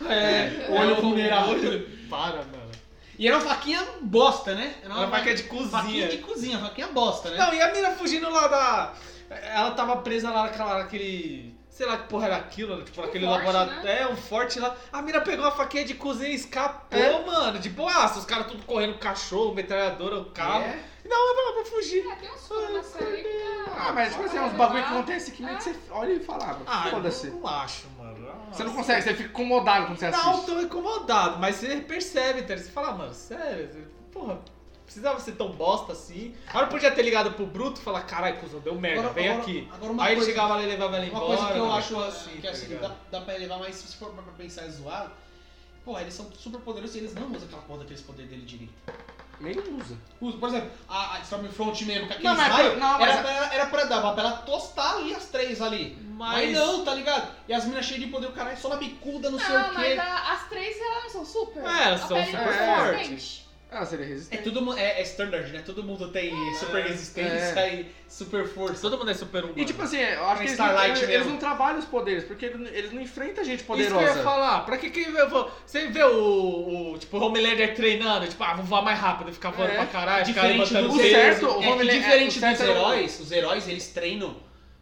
Speaker 2: É,
Speaker 4: olho vulnerável.
Speaker 2: Para, mano.
Speaker 4: E era uma faquinha bosta, né? Era
Speaker 2: Ela uma faca de cozinha.
Speaker 4: faquinha de cozinha, faquinha bosta, né?
Speaker 2: Não, e a mina fugindo lá da. Ela tava presa lá naquela, naquele. Sei lá que porra era aquilo, tipo, naquele
Speaker 3: forte,
Speaker 2: laboratório. É, um forte lá. A mina pegou a faquinha de cozinha e escapou, mano. De boaça, os caras tudo correndo, cachorro, metralhadora, o carro.
Speaker 4: É.
Speaker 2: Não, ela vai fugir.
Speaker 3: É, tem uns furos na série que tá-
Speaker 1: ah, mas tipo assim, é uns bagulho que acontece que meio que você olha e fala, ah,
Speaker 2: Ah,
Speaker 1: foda-se.
Speaker 2: eu não acho, mano. Ah,
Speaker 1: Você não consegue, você fica incomodado quando você
Speaker 2: Não,
Speaker 1: assiste.
Speaker 2: tô incomodado, mas você percebe, tá? Você fala, mano, sério, você- porra, precisava ser tão bosta assim. Agora podia ter ligado pro Bruto e falar, caralho, cuzão, deu merda,
Speaker 4: Agora-
Speaker 2: é, vem
Speaker 4: agora-
Speaker 2: aqui.
Speaker 4: agora uma
Speaker 2: Aí ele
Speaker 4: coisa-
Speaker 2: chegava lá e levava ela
Speaker 4: Uma
Speaker 2: embora.
Speaker 4: coisa que eu
Speaker 2: mano.
Speaker 4: acho assim, que
Speaker 2: tá
Speaker 4: assim, dá,
Speaker 2: ligado?
Speaker 4: dá pra elevar, mas se for pra pra pensar é zoado, pô, eles são super poderosos e eles não usam aquela porra daqueles poderes dele direito.
Speaker 1: Nem usa.
Speaker 4: Usa, Por exemplo, a, a Stormfront mesmo, com aquele
Speaker 2: é
Speaker 1: Não, mas-
Speaker 4: raio,
Speaker 1: não, mas-
Speaker 4: era, pra, era pra dar, pra ela tostar ali as três ali. Mas,
Speaker 2: Mas
Speaker 4: não, tá ligado? E as minas cheias de poder, o caralho, só na bicuda, não, sei
Speaker 3: Ah, Não,
Speaker 4: o quê.
Speaker 3: mas a- as três elas são super.
Speaker 2: É, elas são
Speaker 3: A pele
Speaker 2: super
Speaker 3: é
Speaker 2: fortes.
Speaker 3: resistente.
Speaker 1: Ah, seria resistente.
Speaker 4: É tudo mu- é, é standard, né? Todo mundo tem super resistência
Speaker 1: É.
Speaker 4: e super força.
Speaker 2: todo mundo é super humano.
Speaker 1: E tipo assim, eu
Speaker 2: Um
Speaker 1: acho que eles não,
Speaker 4: Starlight
Speaker 1: eles,
Speaker 4: mesmo.
Speaker 1: eles não trabalham os poderes, porque eles, eles não enfrentam gente poderosa.
Speaker 2: Isso que eu ia falar, pra que que eu vou... Você vê o, o tipo, o Homelander treinando, tipo, ah, vou voar mais rápido, ficar voando
Speaker 1: É.
Speaker 2: pra caralho, ficar
Speaker 4: Diferente
Speaker 2: levantando
Speaker 4: do
Speaker 1: o
Speaker 2: peso.
Speaker 1: certo, o
Speaker 4: É que
Speaker 1: Homelander-
Speaker 4: diferente
Speaker 1: é, o certo
Speaker 4: dos
Speaker 1: era o-
Speaker 4: heróis, os heróis eles treinam.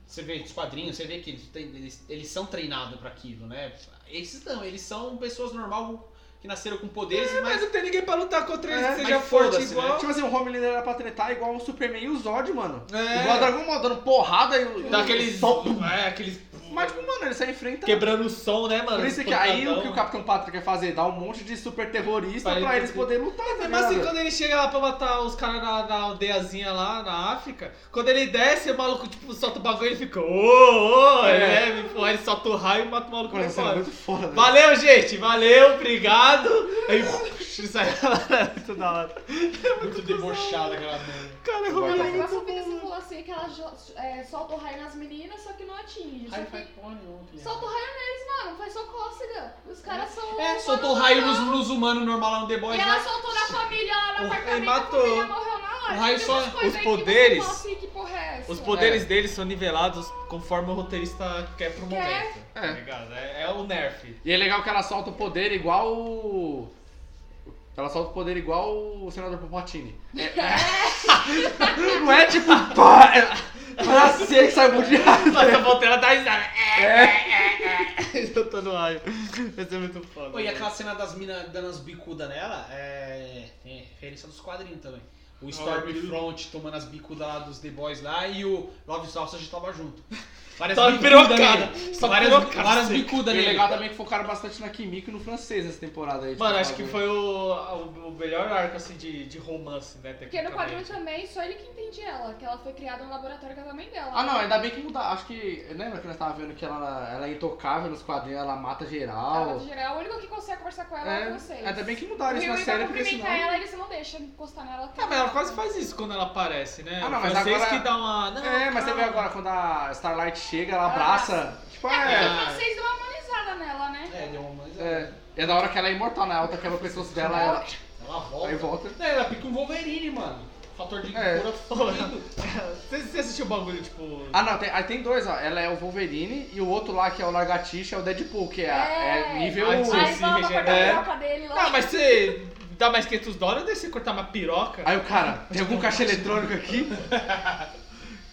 Speaker 4: Você vê os quadrinhos, você vê que eles, têm- eles, eles são treinados pra aquilo, né? Esses não, eles são pessoas normais que nasceram com poderes,
Speaker 2: Mas
Speaker 4: mas.
Speaker 2: não tem ninguém pra lutar contra ele
Speaker 1: É,
Speaker 2: que
Speaker 1: mas
Speaker 2: seja forte
Speaker 4: foda-se, né?
Speaker 2: igual.
Speaker 1: Tipo assim, o Homelander era pra tretar igual o Superman e o Zord, mano.
Speaker 4: Tipo,
Speaker 2: É.
Speaker 1: Igual o Dragon Ball, dando porrada e o...
Speaker 2: Daqueles...
Speaker 1: Só-
Speaker 2: É, aqueles...
Speaker 1: Mas, tipo, mano, ele só enfrenta...
Speaker 2: Quebrando o som, né, mano?
Speaker 1: Por isso que aí o que o
Speaker 2: Pancadão.
Speaker 1: Capitão Pátria quer fazer? Dar um monte de super terrorista
Speaker 2: Pra
Speaker 1: pra,
Speaker 2: ele
Speaker 1: eles
Speaker 2: poder-
Speaker 1: poderem lutar, tá
Speaker 2: Mas assim,
Speaker 1: ligado?
Speaker 2: quando ele chega lá pra matar os caras na, na aldeiazinha lá na África, quando ele desce, o maluco tipo, solta o bagulho e ele fica, ô, ô,
Speaker 1: É.
Speaker 2: é. ele, pô, ele solta o raio e mata o maluco
Speaker 1: Mano,
Speaker 2: pra
Speaker 1: essa cena é
Speaker 2: fora.
Speaker 1: muito foda, velho.
Speaker 2: Valeu, gente, valeu, obrigado. Aí, sai muito da hora.
Speaker 1: é
Speaker 4: Muito debochado aquela merda.
Speaker 2: Cara,
Speaker 3: Mas
Speaker 2: eu roubei
Speaker 3: ela
Speaker 2: muito
Speaker 3: só fica
Speaker 2: bom.
Speaker 3: assim, que ela jo- é, solta o raio nas meninas, só que não atinge. Só
Speaker 4: Raio
Speaker 3: que
Speaker 4: faz porra nenhuma, filha.
Speaker 3: Solta o raio neles, mano. Faz só cócega. Os caras são.
Speaker 4: É, soltou o raio nos, nos humanos normal lá no The
Speaker 3: E
Speaker 4: Boys.
Speaker 3: ela
Speaker 4: né?
Speaker 3: soltou na família lá
Speaker 2: O-
Speaker 3: no apartamento.
Speaker 2: ele matou.
Speaker 3: A família morreu na hora.
Speaker 4: O raio
Speaker 3: Tem um
Speaker 4: só-
Speaker 3: umas coisas
Speaker 2: os
Speaker 3: aí que você
Speaker 2: poderes-
Speaker 3: fala assim, que porra é essa?
Speaker 2: Os poderes deles são nivelados conforme o roteirista quer pro
Speaker 3: Quer.
Speaker 2: momento. Tá ligado? É, é o nerf.
Speaker 1: E é legal que ela solta o poder igual o... Ela solta o poder igual o senador Popotini. É- é- Não é tipo... Pá, é... Pra ser que sai muito de
Speaker 2: Mas a volteira dá risada. É, é, é, é. Eu tô no raio. Vai ser muito foda.
Speaker 4: Pô, e aquela cena das minas dando as bicudas nela é. Tem referência dos quadrinhos também. O Stormfront tomando as bicudas lá dos The Boys lá e o Love Sausage tava junto. Várias
Speaker 2: Só
Speaker 4: bicudas
Speaker 2: pirocada,
Speaker 4: nele.
Speaker 2: só
Speaker 4: várias
Speaker 2: pirocada,
Speaker 4: várias
Speaker 2: seca.
Speaker 1: E
Speaker 4: bicudas
Speaker 1: é
Speaker 4: nele.
Speaker 1: legal também que focaram bastante na Kimiko e no francês nessa temporada aí.
Speaker 2: Mano,
Speaker 1: tipo,
Speaker 2: acho que
Speaker 1: bagulho.
Speaker 2: foi o, o, o melhor arco assim de, de romance, né?
Speaker 3: Porque
Speaker 1: Tá
Speaker 3: no quadrinho
Speaker 2: tecnicamente.
Speaker 3: também, só ele que entende ela, que ela foi criada no laboratório com a mãe dela.
Speaker 1: Ah não, ainda bem que mudar. Acho que. Lembra que nós tava vendo que ela, ela é intocável nos quadrinhos, ela mata
Speaker 3: Ela, é
Speaker 1: geral.
Speaker 3: de geral, o único que consegue conversar com ela é,
Speaker 1: É,
Speaker 3: vocês.
Speaker 1: ainda bem que
Speaker 3: o tá
Speaker 1: mudaram isso na
Speaker 3: Rio
Speaker 1: série,
Speaker 3: vai
Speaker 1: porque senão.
Speaker 3: cumprimentar ela, ele não deixa encostar nela.
Speaker 2: Ah, mas ela quase faz isso quando ela aparece, né?
Speaker 1: Ah, não, mas
Speaker 2: Vocês
Speaker 1: agora-
Speaker 2: que dá uma. Não,
Speaker 1: É, mas você vê
Speaker 2: calma.
Speaker 1: agora quando a Starlight chega, ela abraça. Tipo,
Speaker 3: É,
Speaker 1: é.
Speaker 3: porque o francês deu uma harmonizada nela, né?
Speaker 4: É, deu uma. mas
Speaker 1: É, é da hora que ela é imortal, né? A outra quebra o pescoço dela, ela.
Speaker 4: Ela volta.
Speaker 1: Aí volta.
Speaker 4: É, Ela pica um Wolverine, mano. fator de
Speaker 1: É.
Speaker 4: cura fudido.
Speaker 2: Você, você assistiu o bagulho, tipo.
Speaker 1: Ah, não, tem, aí tem dois, ó. Ela é o Wolverine e o outro lá que é o Largatixa é o Deadpool, que é, a- é
Speaker 3: É.
Speaker 1: nível.
Speaker 2: Ai, sim.
Speaker 3: Aí volta pra cortar
Speaker 1: É.
Speaker 3: a roupa dele lá.
Speaker 2: Ah, mas você dá mais 500 dólares ou você cortar uma piroca?
Speaker 1: Aí o cara, tem algum caixa eletrônico aqui?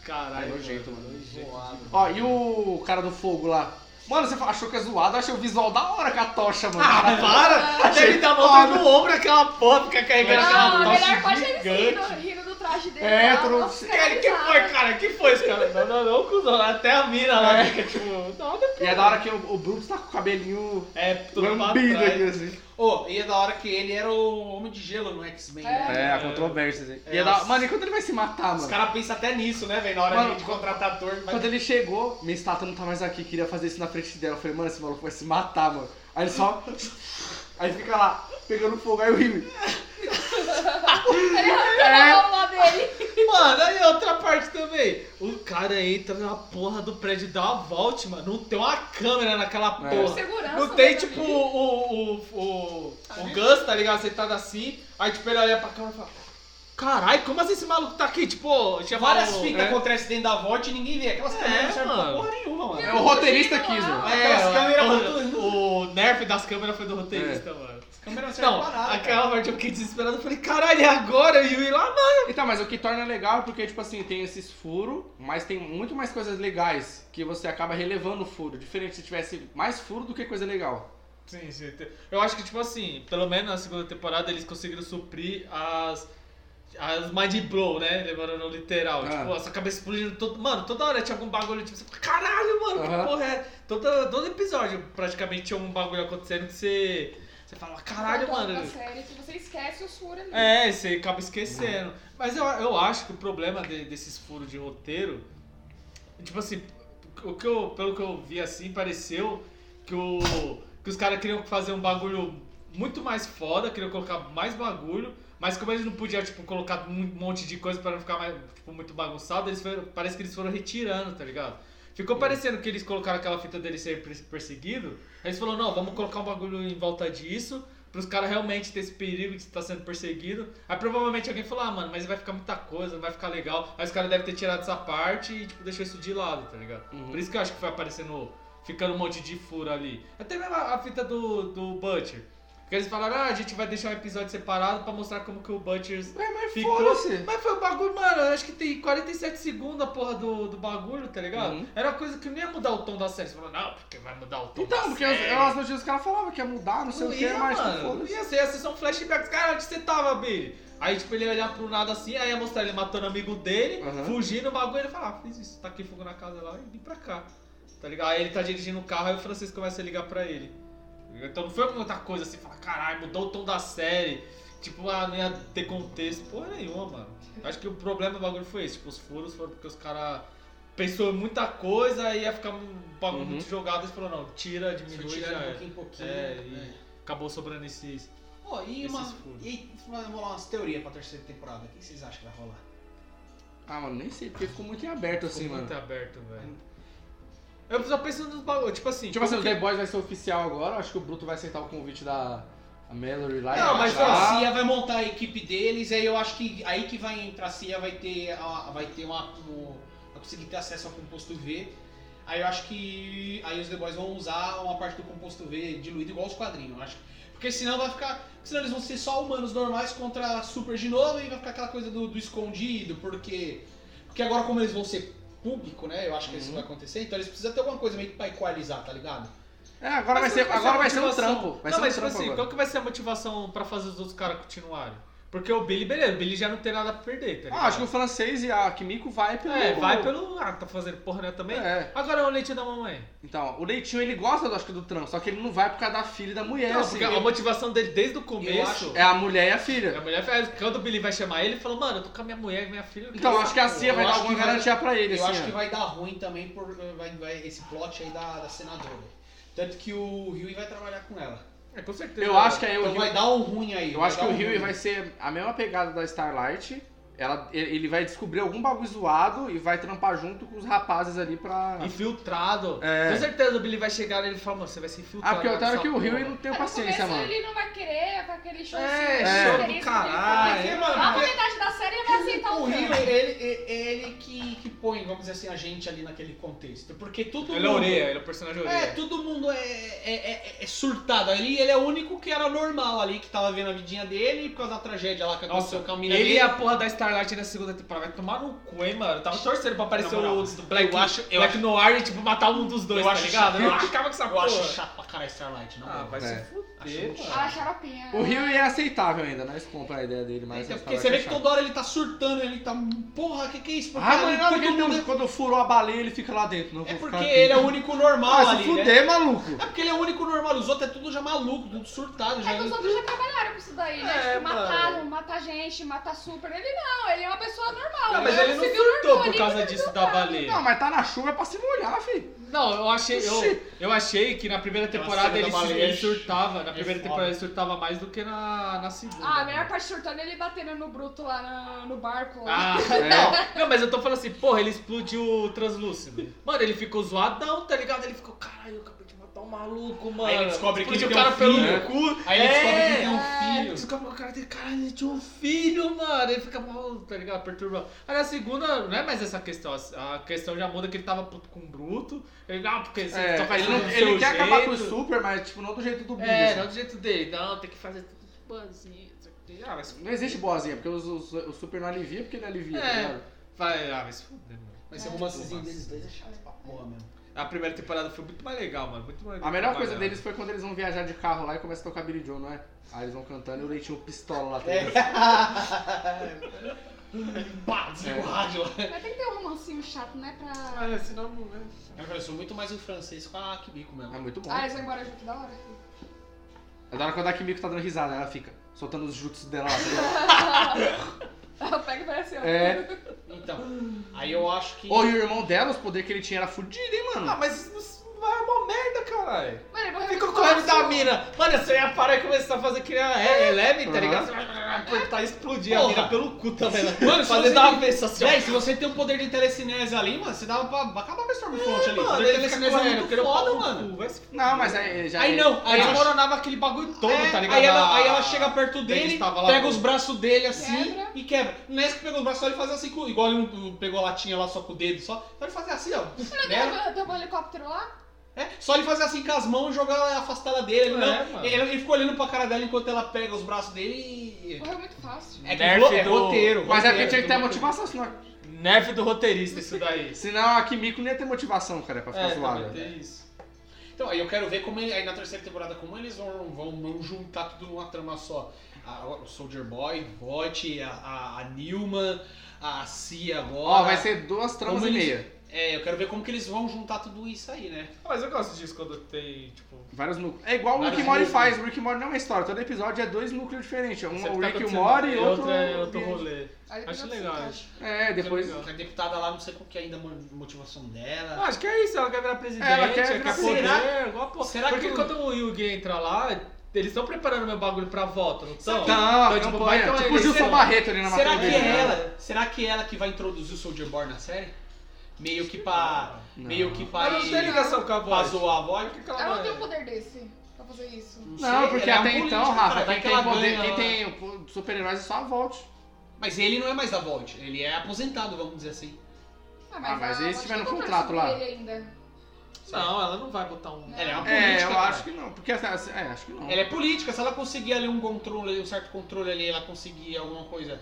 Speaker 2: Caralho.
Speaker 1: É
Speaker 2: mano.
Speaker 1: nojento, mano.
Speaker 2: Zoado.
Speaker 1: Ó, e o cara do fogo lá? Mano, você achou que é zoado? Eu achei o visual da hora com a tocha, mano.
Speaker 2: Ah, para! Deve dar volta no ombro aquela porra, fica carregando
Speaker 3: Não,
Speaker 2: aquela
Speaker 3: a melhor
Speaker 2: tocha
Speaker 3: parte é ele rindo,
Speaker 2: gigante.
Speaker 3: rindo do traje dele.
Speaker 1: É,
Speaker 3: lá,
Speaker 1: tu não-
Speaker 3: nossa,
Speaker 2: Cara, que
Speaker 3: cara,
Speaker 2: foi, cara? Que foi esse cara? Não, não, não, cuzão. Até a mina lá fica tipo. Não,
Speaker 1: E é da hora que o, o Brutus tá com o cabelinho
Speaker 2: É, tudo pra
Speaker 1: lambido aqui,
Speaker 2: trás.
Speaker 1: assim.
Speaker 4: Ô, e é da hora que ele era o Homem de Gelo no X-Men, né?
Speaker 1: É, a controvérsia, assim. E é da...
Speaker 2: Nossa.
Speaker 1: Mano, e quando ele vai se matar,
Speaker 2: Os
Speaker 1: mano?
Speaker 2: caras pensam até nisso, né, velho? Na hora
Speaker 1: Mano,
Speaker 2: de contratar ator. mas-
Speaker 1: Quando ele chegou, minha estátua não tá mais aqui, queria fazer isso na frente dela. Eu falei, mano, esse maluco vai se matar, mano. Aí ele só. Aí fica lá, pegando fogo, aí o Remy. É.
Speaker 3: Ele arrancando a roupa dele.
Speaker 2: Mano, aí outra parte também. O cara entra na porra do prédio e dá uma volta, mano. Não tem uma câmera naquela
Speaker 1: É.
Speaker 2: porra.
Speaker 3: Segurança,
Speaker 2: Não tem,
Speaker 3: né,
Speaker 2: tipo,
Speaker 3: também.
Speaker 2: o, o, o, o Gus, tá ligado? Sentado assim. Aí, tipo, ele olha pra câmera e fala... Caralho, como assim esse maluco tá aqui? Tipo, tinha
Speaker 4: Várias
Speaker 2: falado-
Speaker 4: fitas
Speaker 1: é.
Speaker 4: acontecem dentro da volta e ninguém vê. Aquelas
Speaker 2: É,
Speaker 4: câmeras não servem pra
Speaker 2: mano.
Speaker 4: porra nenhuma, mano.
Speaker 1: É o roteirista quis, né? mano.
Speaker 2: É,
Speaker 4: Aquelas câmeras É.
Speaker 2: o, o, nerf das câmeras foi do roteirista, mano.
Speaker 4: As câmeras não servem
Speaker 2: Não,
Speaker 4: pra nada.
Speaker 2: aquela parte eu fiquei desesperado. Eu falei, caralho, é agora? E o Yui lá, mano.
Speaker 1: Então, mas o que torna legal é porque, tipo assim, tem esses furos, mas tem muito mais coisas legais que você acaba relevando o furo. Diferente se tivesse mais furo do que coisa legal.
Speaker 2: Sim, sim. te- Eu acho que, tipo assim, pelo menos na segunda temporada eles conseguiram suprir as. As Mind Blow, né? Levando no literal.
Speaker 1: Ah.
Speaker 2: Tipo, a sua cabeça explodindo todo. Mano, toda hora tinha algum bagulho, tipo, você fala, caralho, mano,
Speaker 1: Aham.
Speaker 2: que porra é? Todo, todo episódio praticamente tinha um bagulho acontecendo que você. Você fala, caralho,
Speaker 3: Voltando
Speaker 2: mano.
Speaker 3: pra Então, série, que você esquece né? os furos ali.
Speaker 2: É, e você acaba esquecendo. Mas eu, eu acho que o problema de- desses furos de roteiro. Tipo assim, o que eu, pelo que eu vi assim, pareceu que, o, que os caras queriam fazer um bagulho muito mais foda, queriam colocar mais bagulho. Mas como eles não podiam, tipo, colocar um monte de coisa pra não ficar mais, tipo, muito bagunçado, eles foram- parece que eles foram retirando, tá ligado? Ficou parecendo que eles colocaram aquela fita dele ser perse- perseguido. Aí eles falaram, não, vamos colocar um bagulho em volta disso, pros caras realmente ter esse perigo de estar sendo perseguido. Aí provavelmente alguém falou, ah, mano, mas vai ficar muita coisa, não vai ficar legal. Aí os caras devem ter tirado essa parte e, tipo, deixou isso de lado, tá ligado?
Speaker 1: Uhum.
Speaker 2: Por isso que eu acho que foi aparecendo, ficando um monte de furo ali. Até mesmo a, a fita do, do Butcher. Porque eles falaram, ah, a gente vai deixar um episódio separado pra mostrar como que o Butcher
Speaker 1: É, mas
Speaker 2: Ficou-
Speaker 1: foda-se.
Speaker 2: mas foi um bagulho, mano, eu acho que tem 47 segundos a porra do, do bagulho, tá ligado?
Speaker 1: Uhum.
Speaker 2: Era uma coisa que não ia mudar o tom da série. Você falou, não, porque vai mudar o tom da
Speaker 1: Então, porque as,
Speaker 2: série.
Speaker 1: as notícias que o cara falava que ia mudar, não sei o que,
Speaker 2: ia,
Speaker 1: mas tipo,
Speaker 2: mano. Não
Speaker 1: foda-se.
Speaker 2: ia ser, ia ser só um flashback. Cara, onde você tava, Billy? Aí, tipo, ele ia olhar pro nada assim, aí ia mostrar ele matando amigo dele,
Speaker 1: Uhum.
Speaker 2: fugindo o bagulho, ele fala, ah, fiz isso, tá aqui fogo na casa lá e vim pra cá. Tá ligado? Aí ele tá dirigindo o carro, aí o Francisco começa a ligar pra ele. Então não foi muita coisa assim, falar, caralho, mudou o tom da série. Tipo, ah, não ia ter contexto, porra nenhuma, mano. Acho que o problema do bagulho foi esse, tipo, os furos foram porque os caras pensou em muita coisa e ia ficar um bagulho
Speaker 1: Uhum.
Speaker 2: muito jogado, eles falaram, não, tira, diminui,
Speaker 4: Foi tirando
Speaker 2: já
Speaker 4: de
Speaker 2: era.
Speaker 4: um pouquinho em pouquinho.
Speaker 2: É,
Speaker 4: né?
Speaker 2: e- Acabou sobrando esses.
Speaker 4: Pô, e
Speaker 2: Esses
Speaker 4: uma.
Speaker 2: furos.
Speaker 4: E aí, vamos rolar umas teorias pra terceira temporada. O que vocês acham que vai rolar?
Speaker 1: Ah, mano, nem sei, porque ficou muito em aberto assim,
Speaker 2: Ficou
Speaker 1: mano.
Speaker 2: muito aberto, velho. Eu só pensando nos bagulhos, tipo assim.
Speaker 1: Tipo assim, o
Speaker 2: como que-
Speaker 1: The Boys vai ser oficial agora, acho que o Bruto vai aceitar o convite da a Mallory lá.
Speaker 2: Não, assim,
Speaker 1: e
Speaker 2: mas
Speaker 1: vai lá.
Speaker 4: a CIA vai montar a equipe deles, aí eu acho que aí que vai entrar a CIA vai ter, a- vai ter uma. um- vai conseguir ter acesso ao composto V. Aí eu acho que. Aí os The Boys vão usar uma parte do composto V diluído igual os quadrinhos, eu acho. Porque senão vai ficar. Senão eles vão ser só humanos normais contra super de novo e vai ficar aquela coisa do, do escondido, porque. Porque agora como eles vão ser público, né? Eu acho que isso
Speaker 1: Uhum.
Speaker 4: vai acontecer, então eles precisam ter alguma coisa meio que pra equalizar, tá ligado?
Speaker 1: É, agora vai
Speaker 2: Mas
Speaker 1: ser,
Speaker 2: qual
Speaker 1: agora
Speaker 2: a
Speaker 1: vai ser um
Speaker 2: motivação?
Speaker 1: trampo. Vai
Speaker 2: não,
Speaker 1: ser um
Speaker 2: mas tipo
Speaker 1: trampo
Speaker 2: assim,
Speaker 1: agora.
Speaker 2: qual que vai ser a motivação pra fazer os outros caras continuarem? Porque o Billy, beleza, o Billy já não tem nada a perder, tá ligado?
Speaker 1: Ah, acho que o francês e a Kimiko vai pelo.
Speaker 2: É, vai pelo. Ah, tá fazendo porra né também?
Speaker 1: É.
Speaker 2: Agora é o leite da mamãe.
Speaker 1: Então, o Leitinho ele gosta, eu acho que do trampo, só que ele não vai por causa da filha e da mulher,
Speaker 2: não,
Speaker 1: assim.
Speaker 2: porque a motivação dele desde o começo.
Speaker 4: acho-
Speaker 1: É a mulher e a
Speaker 2: é A
Speaker 1: filha.
Speaker 2: mulher, quando o Billy vai chamar ele, ele falou, mano, eu tô com a minha mulher e minha filha. eu
Speaker 1: Então,
Speaker 2: quero
Speaker 1: acho que a
Speaker 2: essa
Speaker 1: Cia
Speaker 4: eu
Speaker 1: vai dar
Speaker 4: acho
Speaker 1: alguma
Speaker 4: que vai-
Speaker 1: garantia pra ele,
Speaker 4: Eu
Speaker 1: assim.
Speaker 4: acho que
Speaker 1: ó.
Speaker 4: vai dar ruim também por vai, vai- esse plot aí da, da senadora. Tanto que o Rui vai trabalhar com ela.
Speaker 2: porra." É, com certeza.
Speaker 1: Eu acho que aí o
Speaker 4: Então
Speaker 1: Rio-
Speaker 4: vai dar um ruim aí.
Speaker 1: Eu acho que
Speaker 4: dar
Speaker 1: o
Speaker 4: um
Speaker 1: Rio
Speaker 4: ruim.
Speaker 1: vai ser a mesma pegada da Starlight. Ela, ele vai descobrir algum bagulho zoado e vai trampar junto com os rapazes ali pra.
Speaker 2: Infiltrado.
Speaker 1: É.
Speaker 2: Com certeza o Billy vai chegar e ele fala, mano, você vai ser infiltrado.
Speaker 1: Ah, porque eu
Speaker 2: nessa
Speaker 1: tava que o Rio
Speaker 2: porra."
Speaker 1: ele não tem
Speaker 3: Aí, É, no
Speaker 1: paciência,
Speaker 3: começo,
Speaker 1: mano.
Speaker 3: Ele não vai querer com aquele show. assim,
Speaker 2: É,
Speaker 1: show
Speaker 2: do caralho.
Speaker 4: Porque, mano,
Speaker 3: Lá pra
Speaker 4: porque
Speaker 3: metade da série ele vai aceitar
Speaker 4: o
Speaker 3: o
Speaker 4: Rio,
Speaker 3: Rio.
Speaker 4: ele, ele, ele que, que põe, vamos dizer assim, a gente ali naquele contexto. Porque todo
Speaker 2: Ele é
Speaker 4: mundo-
Speaker 2: orelha, ele é o personagem orelha.
Speaker 4: É, todo mundo é, é- é- é surtado ali. Ele é o único que era normal ali, que tava vendo a vidinha dele e por causa da tragédia lá que
Speaker 2: Nossa,
Speaker 4: aconteceu com a mina
Speaker 2: ele
Speaker 4: dele.
Speaker 2: e a porra da Starlight na segunda temporada. Vai tomar no cu, hein, mano. Eu tava torcendo pra aparecer
Speaker 4: Na moral,
Speaker 2: o do Black,
Speaker 4: eu acho- eu
Speaker 2: Black Noir e, tipo, matar um dos dois,
Speaker 4: Eu
Speaker 2: tá
Speaker 4: acho
Speaker 2: ligado?
Speaker 4: chato.
Speaker 2: Eu acaba com essa
Speaker 4: Eu
Speaker 2: porra.
Speaker 4: acho chato pra caralho Starlight, não.
Speaker 2: Ah, vai
Speaker 1: É.
Speaker 2: se fuder,
Speaker 4: Acho
Speaker 2: mano.
Speaker 3: Ah, xaropinha.
Speaker 1: O Rio é aceitável ainda, nós compra a ideia dele, mas.
Speaker 4: Então,
Speaker 1: nós
Speaker 4: porque
Speaker 1: tava
Speaker 4: você vê que
Speaker 1: achando.
Speaker 4: toda hora ele tá surtando, ele tá. Porra, que que é isso? Porque
Speaker 1: Ah,
Speaker 4: ele-
Speaker 1: mas não,
Speaker 4: todo
Speaker 1: porque
Speaker 4: mundo né?
Speaker 1: tem um- quando furou a baleia, ele fica lá dentro. Não
Speaker 4: é... é
Speaker 1: vou
Speaker 4: porque
Speaker 1: ficar aqui.
Speaker 4: ele é o único normal
Speaker 1: Ah, se
Speaker 4: ali. né?
Speaker 1: fuder, maluco.
Speaker 4: É porque ele é o único normal, os outros é tudo já maluco, tudo surtado. Já né?
Speaker 3: É que os outros já trabalharam com isso daí, né?
Speaker 2: É,
Speaker 3: tipo,
Speaker 2: mano.
Speaker 3: mataram, matar gente, matar super. Ele não, ele é uma pessoa normal.
Speaker 2: Não, Ah, mas
Speaker 3: é
Speaker 2: ele
Speaker 3: um
Speaker 2: não
Speaker 3: civil
Speaker 2: surtou
Speaker 3: normal,
Speaker 2: por
Speaker 3: ele
Speaker 2: causa
Speaker 3: não
Speaker 2: disso da
Speaker 3: surtou nada.
Speaker 2: baleia.
Speaker 1: Não, mas tá na chuva é pra se molhar, filho.
Speaker 2: Não, eu achei. Eu, eu achei que na primeira
Speaker 4: Aquela
Speaker 2: temporada
Speaker 4: cena
Speaker 2: ele,
Speaker 4: da
Speaker 2: se-
Speaker 4: baleia
Speaker 2: ele surtava. Na
Speaker 4: é
Speaker 2: primeira
Speaker 4: foda.
Speaker 2: temporada ele surtava mais do que na, na segunda.
Speaker 3: Ah, a
Speaker 2: né?
Speaker 3: melhor parte surtando é ele batendo no bruto lá na- no barco. lá.
Speaker 2: Ah,
Speaker 1: É.
Speaker 2: não. Não, mas eu tô falando assim, porra, ele explodiu o translúcido. Mano, ele ficou zoadão, tá ligado? Ele ficou, caralho, eu acabei de matar um maluco, mano.
Speaker 4: Aí ele descobre que
Speaker 2: Explodiu
Speaker 4: ele
Speaker 2: o cara
Speaker 4: tem um
Speaker 2: pelo cu.
Speaker 4: Aí ele descobre que tem
Speaker 2: É.
Speaker 4: um
Speaker 2: Ele
Speaker 4: filho.
Speaker 2: descobre que o cara tem, caralho, ele tinha um filho, mano. Ele fica mal, tá ligado? Perturbado. Aí na segunda, não é mais essa questão. A questão já muda que ele tava puto com o Bruto. Ele, não, porque você
Speaker 1: É,
Speaker 2: só faz
Speaker 1: ele
Speaker 2: tudo
Speaker 1: não-
Speaker 2: do
Speaker 1: ele
Speaker 2: seu
Speaker 1: quer acabar com o
Speaker 2: jeito.
Speaker 1: super, mas tipo, não do jeito do Billy.
Speaker 2: É,
Speaker 1: assim.
Speaker 2: não do jeito dele. Não, tem que fazer tudo boazinho. não sei o quê. Ah, mas...
Speaker 1: Não existe boazinha, porque os- os- o super não alivia porque ele alivia,
Speaker 2: É.
Speaker 1: tá ligado?
Speaker 2: Vai, ah, mas foda, mano.
Speaker 4: Mas esse
Speaker 1: um
Speaker 4: romancezinho deles dois é chato pra porra mesmo.
Speaker 2: A primeira temporada foi muito mais legal, mano. Muito mais
Speaker 1: A melhor coisa
Speaker 2: trabalhada.
Speaker 1: deles foi quando eles vão viajar de carro lá e começa a tocar Billy Joe, não é? Aí eles vão cantando e o Leitinho pistola lá atrás.
Speaker 4: Pá, desliga o rádio lá.
Speaker 3: Mas tem que ter um romancinho chato, né? Pra.
Speaker 2: Ah, senão não é.
Speaker 4: Eu pareço muito mais em francês com a Kibiko
Speaker 1: É
Speaker 4: mesmo.
Speaker 1: muito bom.
Speaker 3: Ah, eles vão embora junto da hora.
Speaker 1: Agora quando a Kimiko tá dando risada, ela fica soltando os jutsus dela lá. tá ligado?
Speaker 3: Ela pega e vai assim, ó.
Speaker 1: é.
Speaker 4: Então, aí eu acho que.
Speaker 1: Ou e o irmão dela, os poderes que ele tinha era fudido, hein, mano?
Speaker 2: Ah, mas isso não vai uma merda, caralho.
Speaker 3: Mano, ele morreu
Speaker 2: Ficou
Speaker 3: muito
Speaker 2: correndo
Speaker 3: fácil.
Speaker 2: da mina. Mano, você ia parar e começar a fazer que nem a é, Eleven, tá
Speaker 1: Aham.
Speaker 2: ligado? Você vai apertar e explodir a
Speaker 4: Porra.
Speaker 2: mina pelo cu também. Né?
Speaker 4: Mano, se
Speaker 2: fazer
Speaker 4: você
Speaker 2: da
Speaker 4: tem-
Speaker 2: vez assim, ó.
Speaker 4: Véi, se você tem um poder de telecinese ali, mano, você dava pra acabar com a Stormfront ali.
Speaker 2: Mano,
Speaker 4: poder de
Speaker 2: ele fica
Speaker 4: telecinese é
Speaker 2: correndo,
Speaker 4: muito
Speaker 2: querendo
Speaker 4: foda,
Speaker 2: pau no
Speaker 4: mano.
Speaker 2: cu, vai se fuder.
Speaker 1: Não, mas aí já. é
Speaker 4: Aí não, aí
Speaker 2: Aí
Speaker 4: ela
Speaker 2: desmoronava aquele bagulho todo,
Speaker 4: É,
Speaker 2: tá ligado?
Speaker 4: Aí ela,
Speaker 2: Da-
Speaker 4: aí ela chega perto
Speaker 2: Ele
Speaker 4: dele,
Speaker 2: estava lá
Speaker 4: pega
Speaker 2: no-
Speaker 4: os braços dele assim
Speaker 3: Quebra.
Speaker 4: e quebra. Não é esse que pegou os braços só ele fazia assim, com- igual ele não pegou a latinha lá só com o dedo, só. Só ele fazia assim, ó. né?
Speaker 3: Derrubou- derrubou o helicóptero lá?
Speaker 4: É, só ele fazia assim com as mãos e jogar ela- afastar ela dele. Ele,
Speaker 2: É,
Speaker 4: não,
Speaker 2: mano.
Speaker 4: ele, ele ficou olhando pra cara dela enquanto ela pega os braços dele e.
Speaker 3: Morreu muito fácil.
Speaker 4: É, que
Speaker 2: Nerf
Speaker 4: ro- é
Speaker 2: do-
Speaker 4: roteiro.
Speaker 1: Mas é porque
Speaker 4: roteiro.
Speaker 1: tinha que ter a motivação, senão,
Speaker 2: Nerf do roteirista, isso daí.
Speaker 1: senão a Kimiko não ia ter motivação, cara, pra ficar
Speaker 2: É,
Speaker 1: zoada.
Speaker 2: também tem isso.
Speaker 4: Então, aí eu quero ver como ele, aí na terceira temporada como eles vão, vão, vão juntar tudo numa trama só. A- o Soldier Boy, Voight, a, a, a Newman, a Cia agora.
Speaker 1: Ó, vai ser duas tramas
Speaker 4: Como
Speaker 1: e
Speaker 4: eles-
Speaker 1: meia.
Speaker 4: É, eu quero ver como que eles vão juntar tudo isso aí, né?
Speaker 2: Ah, Mas eu gosto disso quando tem, tipo.
Speaker 1: Vários núcleos. É igual o
Speaker 4: Vários
Speaker 1: Rick e Morty
Speaker 4: núcleos.
Speaker 1: faz. O Rick e Morty não é uma história. Todo episódio é dois núcleos diferentes. Um é
Speaker 2: sempre
Speaker 1: o
Speaker 2: tá
Speaker 1: Rick e o
Speaker 2: acontecendo-
Speaker 1: Morty e
Speaker 2: e
Speaker 1: outro...
Speaker 2: outro é outro
Speaker 1: ambiente.
Speaker 2: rolê.
Speaker 3: Aí depois
Speaker 2: Acho
Speaker 3: eu
Speaker 2: legal,
Speaker 3: sei,
Speaker 2: acho.
Speaker 1: É, depois...
Speaker 2: Legal.
Speaker 4: A deputada lá, não sei qual que é ainda a motivação
Speaker 2: Ah,
Speaker 4: dela.
Speaker 2: acho que é isso, ela quer virar presidente,
Speaker 1: Ela
Speaker 2: ela
Speaker 1: quer
Speaker 2: quer,
Speaker 1: virar
Speaker 2: poder,
Speaker 4: presidente.
Speaker 2: igual a porra.
Speaker 4: Será
Speaker 2: Porque
Speaker 4: que o-
Speaker 2: quando o Yugi entra lá, eles estão preparando meu bagulho pra voto, não estão?
Speaker 1: Não,
Speaker 2: Então,
Speaker 1: tipo,
Speaker 2: vai
Speaker 1: é,
Speaker 2: ter uma
Speaker 1: tipo o Gilson
Speaker 2: eleição.
Speaker 1: Barreto ali na
Speaker 4: Será que
Speaker 1: matéria
Speaker 4: é
Speaker 1: dele, né?
Speaker 4: ela? Será que é ela que vai introduzir o Soldier Boy na série? Meio que pra.
Speaker 1: Não.
Speaker 4: Meio que pra.
Speaker 2: Mas não tem ligação com
Speaker 4: pra
Speaker 2: a voz.
Speaker 4: zoar a voz.
Speaker 2: Porque
Speaker 3: Ela não
Speaker 2: ela
Speaker 3: tem um poder desse pra fazer isso.
Speaker 1: Não,
Speaker 4: sei,
Speaker 1: porque
Speaker 4: ela é
Speaker 1: até
Speaker 4: uma
Speaker 1: então,
Speaker 4: política,
Speaker 1: Rafa,
Speaker 4: cara, vai
Speaker 1: quem
Speaker 4: que
Speaker 1: tem
Speaker 4: ela
Speaker 1: poder,
Speaker 4: ganha
Speaker 1: quem
Speaker 4: lá.
Speaker 1: tem super-heróis é só a Volt.
Speaker 4: Mas ele não é mais da Volt, ele é aposentado, vamos dizer assim.
Speaker 1: Ah, mas
Speaker 3: a-
Speaker 1: e se
Speaker 3: acho
Speaker 1: tiver
Speaker 3: que
Speaker 1: no
Speaker 3: eu vou
Speaker 1: contrato lá?
Speaker 3: perceber ele ainda.
Speaker 2: Não, ela não vai botar um.
Speaker 4: Ela é uma política.
Speaker 1: É, eu
Speaker 4: cara.
Speaker 1: acho que não. Porque, assim, é, acho que não.
Speaker 4: Ela é política, se ela conseguir ali um controle, um certo controle ali, ela conseguir alguma coisa.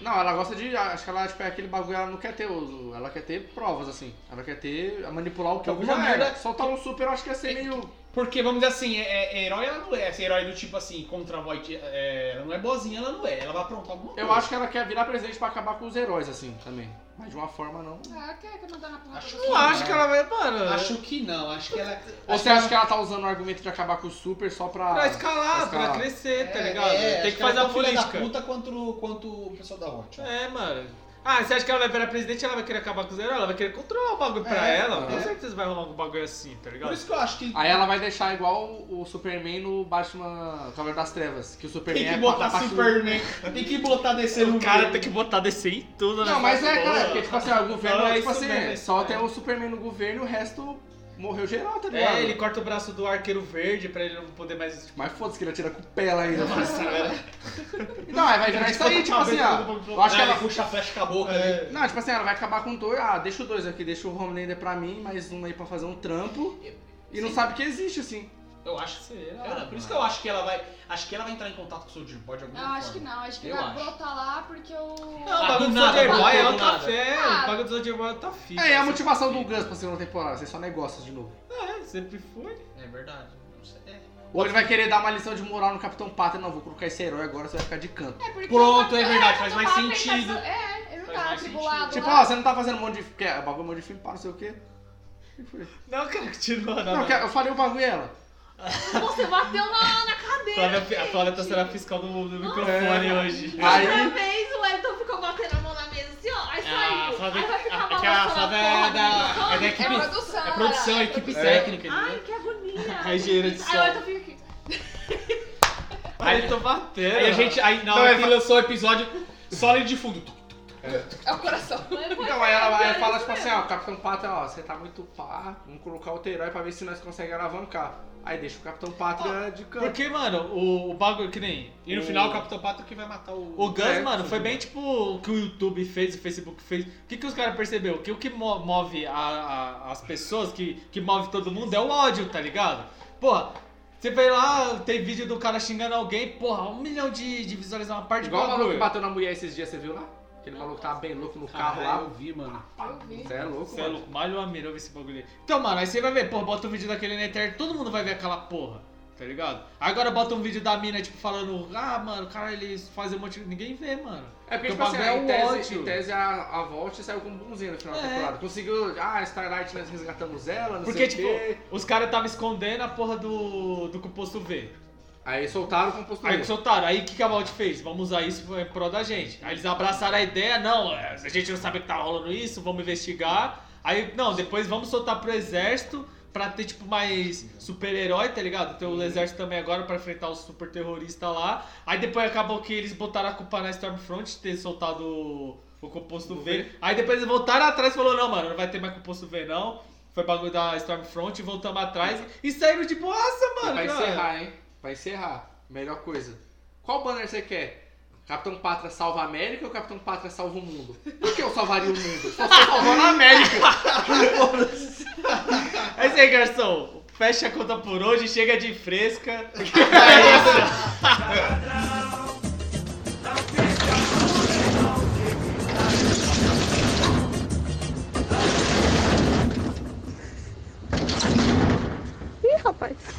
Speaker 1: Não, ela gosta de. Acho que ela, tipo, é aquele bagulho, ela não quer ter uso. Ela quer ter provas, assim. Ela quer ter. manipular o
Speaker 4: Que
Speaker 1: povo
Speaker 4: alguma
Speaker 1: já era.
Speaker 4: merda-
Speaker 1: Soltar um super, eu acho que ia ser
Speaker 4: É,
Speaker 1: meio.
Speaker 4: Porque, vamos dizer assim, é, é herói ela não é. Esse herói do tipo assim, contra a Void, é, ela não é boazinha, ela não é. Ela vai aprontar alguma coisa.
Speaker 1: Eu acho que ela quer virar presidente pra acabar com os heróis, assim, também. Mas de uma forma não.
Speaker 3: Ah, quer que eu não dá na porra.
Speaker 4: Acho
Speaker 3: toda?
Speaker 2: Não acho que ela vai. Mano.
Speaker 4: Acho que não, né? É. acho que ela.
Speaker 1: Ou você acha que ela tá usando o argumento de acabar com o super só pra.
Speaker 2: Pra escalar,
Speaker 1: pra escalar.
Speaker 2: pra crescer, tá
Speaker 4: É,
Speaker 2: ligado?
Speaker 4: é,
Speaker 2: tem
Speaker 4: acho
Speaker 2: que
Speaker 4: ela é
Speaker 2: fazer a
Speaker 4: tão filha
Speaker 2: política.
Speaker 4: da né? puta quanto, quanto o pessoal da Watch.
Speaker 2: É, mano. Ah, você acha que ela vai virar presidente ela vai querer acabar com o zero? Ela vai querer controlar o bagulho pra
Speaker 4: É,
Speaker 2: ela? Com
Speaker 4: é.
Speaker 2: certeza vai rolar um bagulho assim, tá
Speaker 4: Por
Speaker 2: ligado?
Speaker 4: isso que eu acho que.
Speaker 1: Aí ela vai deixar igual o o Superman no Batman Cavaleiro das Trevas, que o Superman
Speaker 4: Tem que
Speaker 1: é
Speaker 4: botar
Speaker 1: pa- pa-
Speaker 4: Superman. Tem que botar descer no
Speaker 2: O cara
Speaker 4: meio.
Speaker 2: tem que botar DC em tudo, né?
Speaker 1: Não, mas é, cara, porque tipo assim, ó, o governo
Speaker 2: Não, é
Speaker 1: é tipo
Speaker 2: isso
Speaker 1: assim,
Speaker 2: mesmo, é isso
Speaker 1: só
Speaker 2: mesmo.
Speaker 1: tem o Superman no governo e o resto morreu geral, tá ligado?
Speaker 2: É, ele corta o braço do arqueiro verde pra ele não poder mais. Tipo,
Speaker 1: Mas foda-se que ele atira com o pé lá ainda.
Speaker 2: nossa, velho.
Speaker 1: Não, aí vai
Speaker 2: É
Speaker 1: virar isso aí, tipo assim, ó. Eu acho que ela.
Speaker 4: puxa a flecha com a boca. né?
Speaker 2: É.
Speaker 1: Não, tipo assim, ela vai acabar com dois. Ah, deixa o dois aqui, deixa o Homelander pra mim, mais um aí pra fazer um trampo. E não sabe que existe, assim.
Speaker 4: Eu acho.
Speaker 2: Será,
Speaker 4: Cara, por isso que
Speaker 2: mano?
Speaker 4: eu acho que ela vai. Acho que ela vai entrar em contato com o Soldier Boy de alguma
Speaker 3: Eu
Speaker 4: forma.
Speaker 3: Ah, acho que não, acho que
Speaker 4: é Eu
Speaker 3: vai
Speaker 4: acho.
Speaker 3: brotar lá porque o.
Speaker 2: Não, o
Speaker 4: Ah,
Speaker 2: bagulho
Speaker 4: do
Speaker 2: do
Speaker 4: nada,
Speaker 2: Soldier
Speaker 4: do
Speaker 2: Boy é
Speaker 4: nada.
Speaker 2: outra fé.
Speaker 3: Ah.
Speaker 2: O bagulho do Soldier Boy é outra fita.
Speaker 1: É, é a
Speaker 2: sempre
Speaker 1: motivação do
Speaker 2: foi.
Speaker 1: Gus pra segunda temporada, ser só negócios de novo.
Speaker 2: É, sempre foi.
Speaker 4: É verdade. Não sei. É.
Speaker 1: Ou ele vai querer dar uma lição de moral no Capitão Pátria, não, vou colocar esse herói agora, você vai ficar de canto.
Speaker 3: É porque
Speaker 4: Pronto,
Speaker 3: o-
Speaker 4: é verdade, faz mais
Speaker 3: o Batman tá-
Speaker 4: sentido.
Speaker 3: É, ele não
Speaker 4: Faz
Speaker 3: tá
Speaker 4: mais
Speaker 3: atribulado.
Speaker 1: Tipo,
Speaker 3: lá.
Speaker 1: ó, você não tá fazendo um monte de. Quer, bagulho, um monte de filme, pá, não sei o quê. E foi.
Speaker 2: Não, cara, continua. Não,
Speaker 4: Tá
Speaker 1: Não,
Speaker 2: não.
Speaker 1: quer- eu falei o bagulho e ela.
Speaker 6: Você bateu na, na cadeira.
Speaker 2: Flávia- a Flávia tá sendo a fiscal do, do microfone
Speaker 1: É.
Speaker 2: hoje.
Speaker 6: Outra
Speaker 1: Aí.
Speaker 6: vez o Elton ficou batendo a mão na mesa assim, ó.
Speaker 4: Ah,
Speaker 6: Aí saiu.
Speaker 4: Flávia-
Speaker 6: Aí vai
Speaker 4: ah,
Speaker 6: ficar
Speaker 4: é que a
Speaker 6: balançando
Speaker 4: Flávia
Speaker 6: porra
Speaker 4: é
Speaker 6: do
Speaker 4: da-
Speaker 6: microfone.
Speaker 4: é da equipe-
Speaker 3: É produção.
Speaker 4: É produção,
Speaker 3: cara,
Speaker 4: equipe
Speaker 3: é
Speaker 4: técnica.
Speaker 6: Ai,
Speaker 4: entendeu?
Speaker 6: que agonia.
Speaker 2: A engenheira de
Speaker 6: Aí o
Speaker 2: som.
Speaker 6: Elton fica aqui.
Speaker 2: Aí eu tô batendo.
Speaker 4: Aí a gente. Aí na
Speaker 2: Não,
Speaker 4: hora
Speaker 2: é
Speaker 4: que
Speaker 2: fa-
Speaker 4: lançou o episódio, só ele de fundo.
Speaker 3: É o coração.
Speaker 1: Então, aí ela
Speaker 6: Pior
Speaker 1: vai,
Speaker 6: é
Speaker 1: fala
Speaker 6: isso
Speaker 1: tipo assim,
Speaker 6: mesmo.
Speaker 1: ó, Capitão Pátria, ó, você tá muito pá, vamos colocar outro herói pra ver se nós conseguimos alavancar. Aí deixa o Capitão Pátria de canto.
Speaker 2: Porque, mano, o, o bagulho que nem.
Speaker 4: E no
Speaker 2: o-
Speaker 4: final o Capitão Pato que vai matar o.
Speaker 2: O Gus,
Speaker 1: É,
Speaker 2: mano,
Speaker 1: sim.
Speaker 2: foi bem tipo o que o YouTube fez, o Facebook fez. O que, que os caras percebeu? Que o que mo- move a- a- as pessoas, que, que move todo mundo é o ódio, tá ligado? Porra, você vê lá, tem vídeo do cara xingando alguém, porra, um milhão de, de visualizações, uma parte
Speaker 1: Igual o
Speaker 2: de
Speaker 1: maluco que
Speaker 2: bagulho.
Speaker 1: bateu na mulher esses dias, você viu lá? Aquele maluco que tava bem louco no carro
Speaker 4: Caralho,
Speaker 1: lá.
Speaker 4: Ah, eu vi, mano.
Speaker 3: Eu vi.
Speaker 1: Você é louco,
Speaker 2: Você é
Speaker 1: mano.
Speaker 2: louco, malho a mira, eu vi esse bagulho aí. Então, mano, aí você vai ver, porra, bota um vídeo daquele na internet, todo mundo vai ver aquela porra, tá ligado? Agora bota um vídeo da mina, tipo, falando, ah, mano, o cara, eles fazem um monte de... Ninguém vê, mano.
Speaker 1: É porque,
Speaker 2: Porque
Speaker 1: tipo
Speaker 2: o
Speaker 1: assim,
Speaker 2: bagulho é
Speaker 1: em
Speaker 2: o
Speaker 1: tese,
Speaker 2: ódio.
Speaker 1: em tese a, a Volt saiu como bonzinha no final da
Speaker 2: É.
Speaker 1: temporada. Conseguiu, ah, Starlight, nós resgatamos ela, não sei
Speaker 2: Porque, tipo,
Speaker 1: o quê.
Speaker 2: os caras estavam escondendo a porra do, do composto V.
Speaker 1: Aí soltaram o compostor.
Speaker 2: Aí que soltaram, aí o que, que a Vault fez? Vamos usar isso em prol da gente. Aí eles abraçaram a ideia, não, é, a gente não sabe o que tá rolando isso, vamos investigar. Aí, não, depois vamos soltar pro exército pra ter, tipo, mais super-herói, tá ligado? Tem o exército também agora pra enfrentar os super-terroristas lá. Aí depois acabou que eles botaram a culpa na Stormfront de ter soltado o, o composto
Speaker 1: Do
Speaker 2: V.
Speaker 1: V.
Speaker 2: Aí depois eles voltaram atrás e falaram, não, mano, não vai ter mais composto V, não. Foi bagulho da Stormfront, voltamos atrás e saíram de boaça,
Speaker 1: E
Speaker 2: mano.
Speaker 1: Pra
Speaker 2: cara.
Speaker 1: encerrar, hein? Pra encerrar. Melhor coisa. Qual banner você quer? Capitão Pátria salva a América ou Capitão Pátria salva o mundo? Por que eu salvaria o mundo? Só tô salvando a América.
Speaker 2: É isso aí, garçom. Fecha a conta por hoje, chega de fresca.
Speaker 7: Ih, rapaz.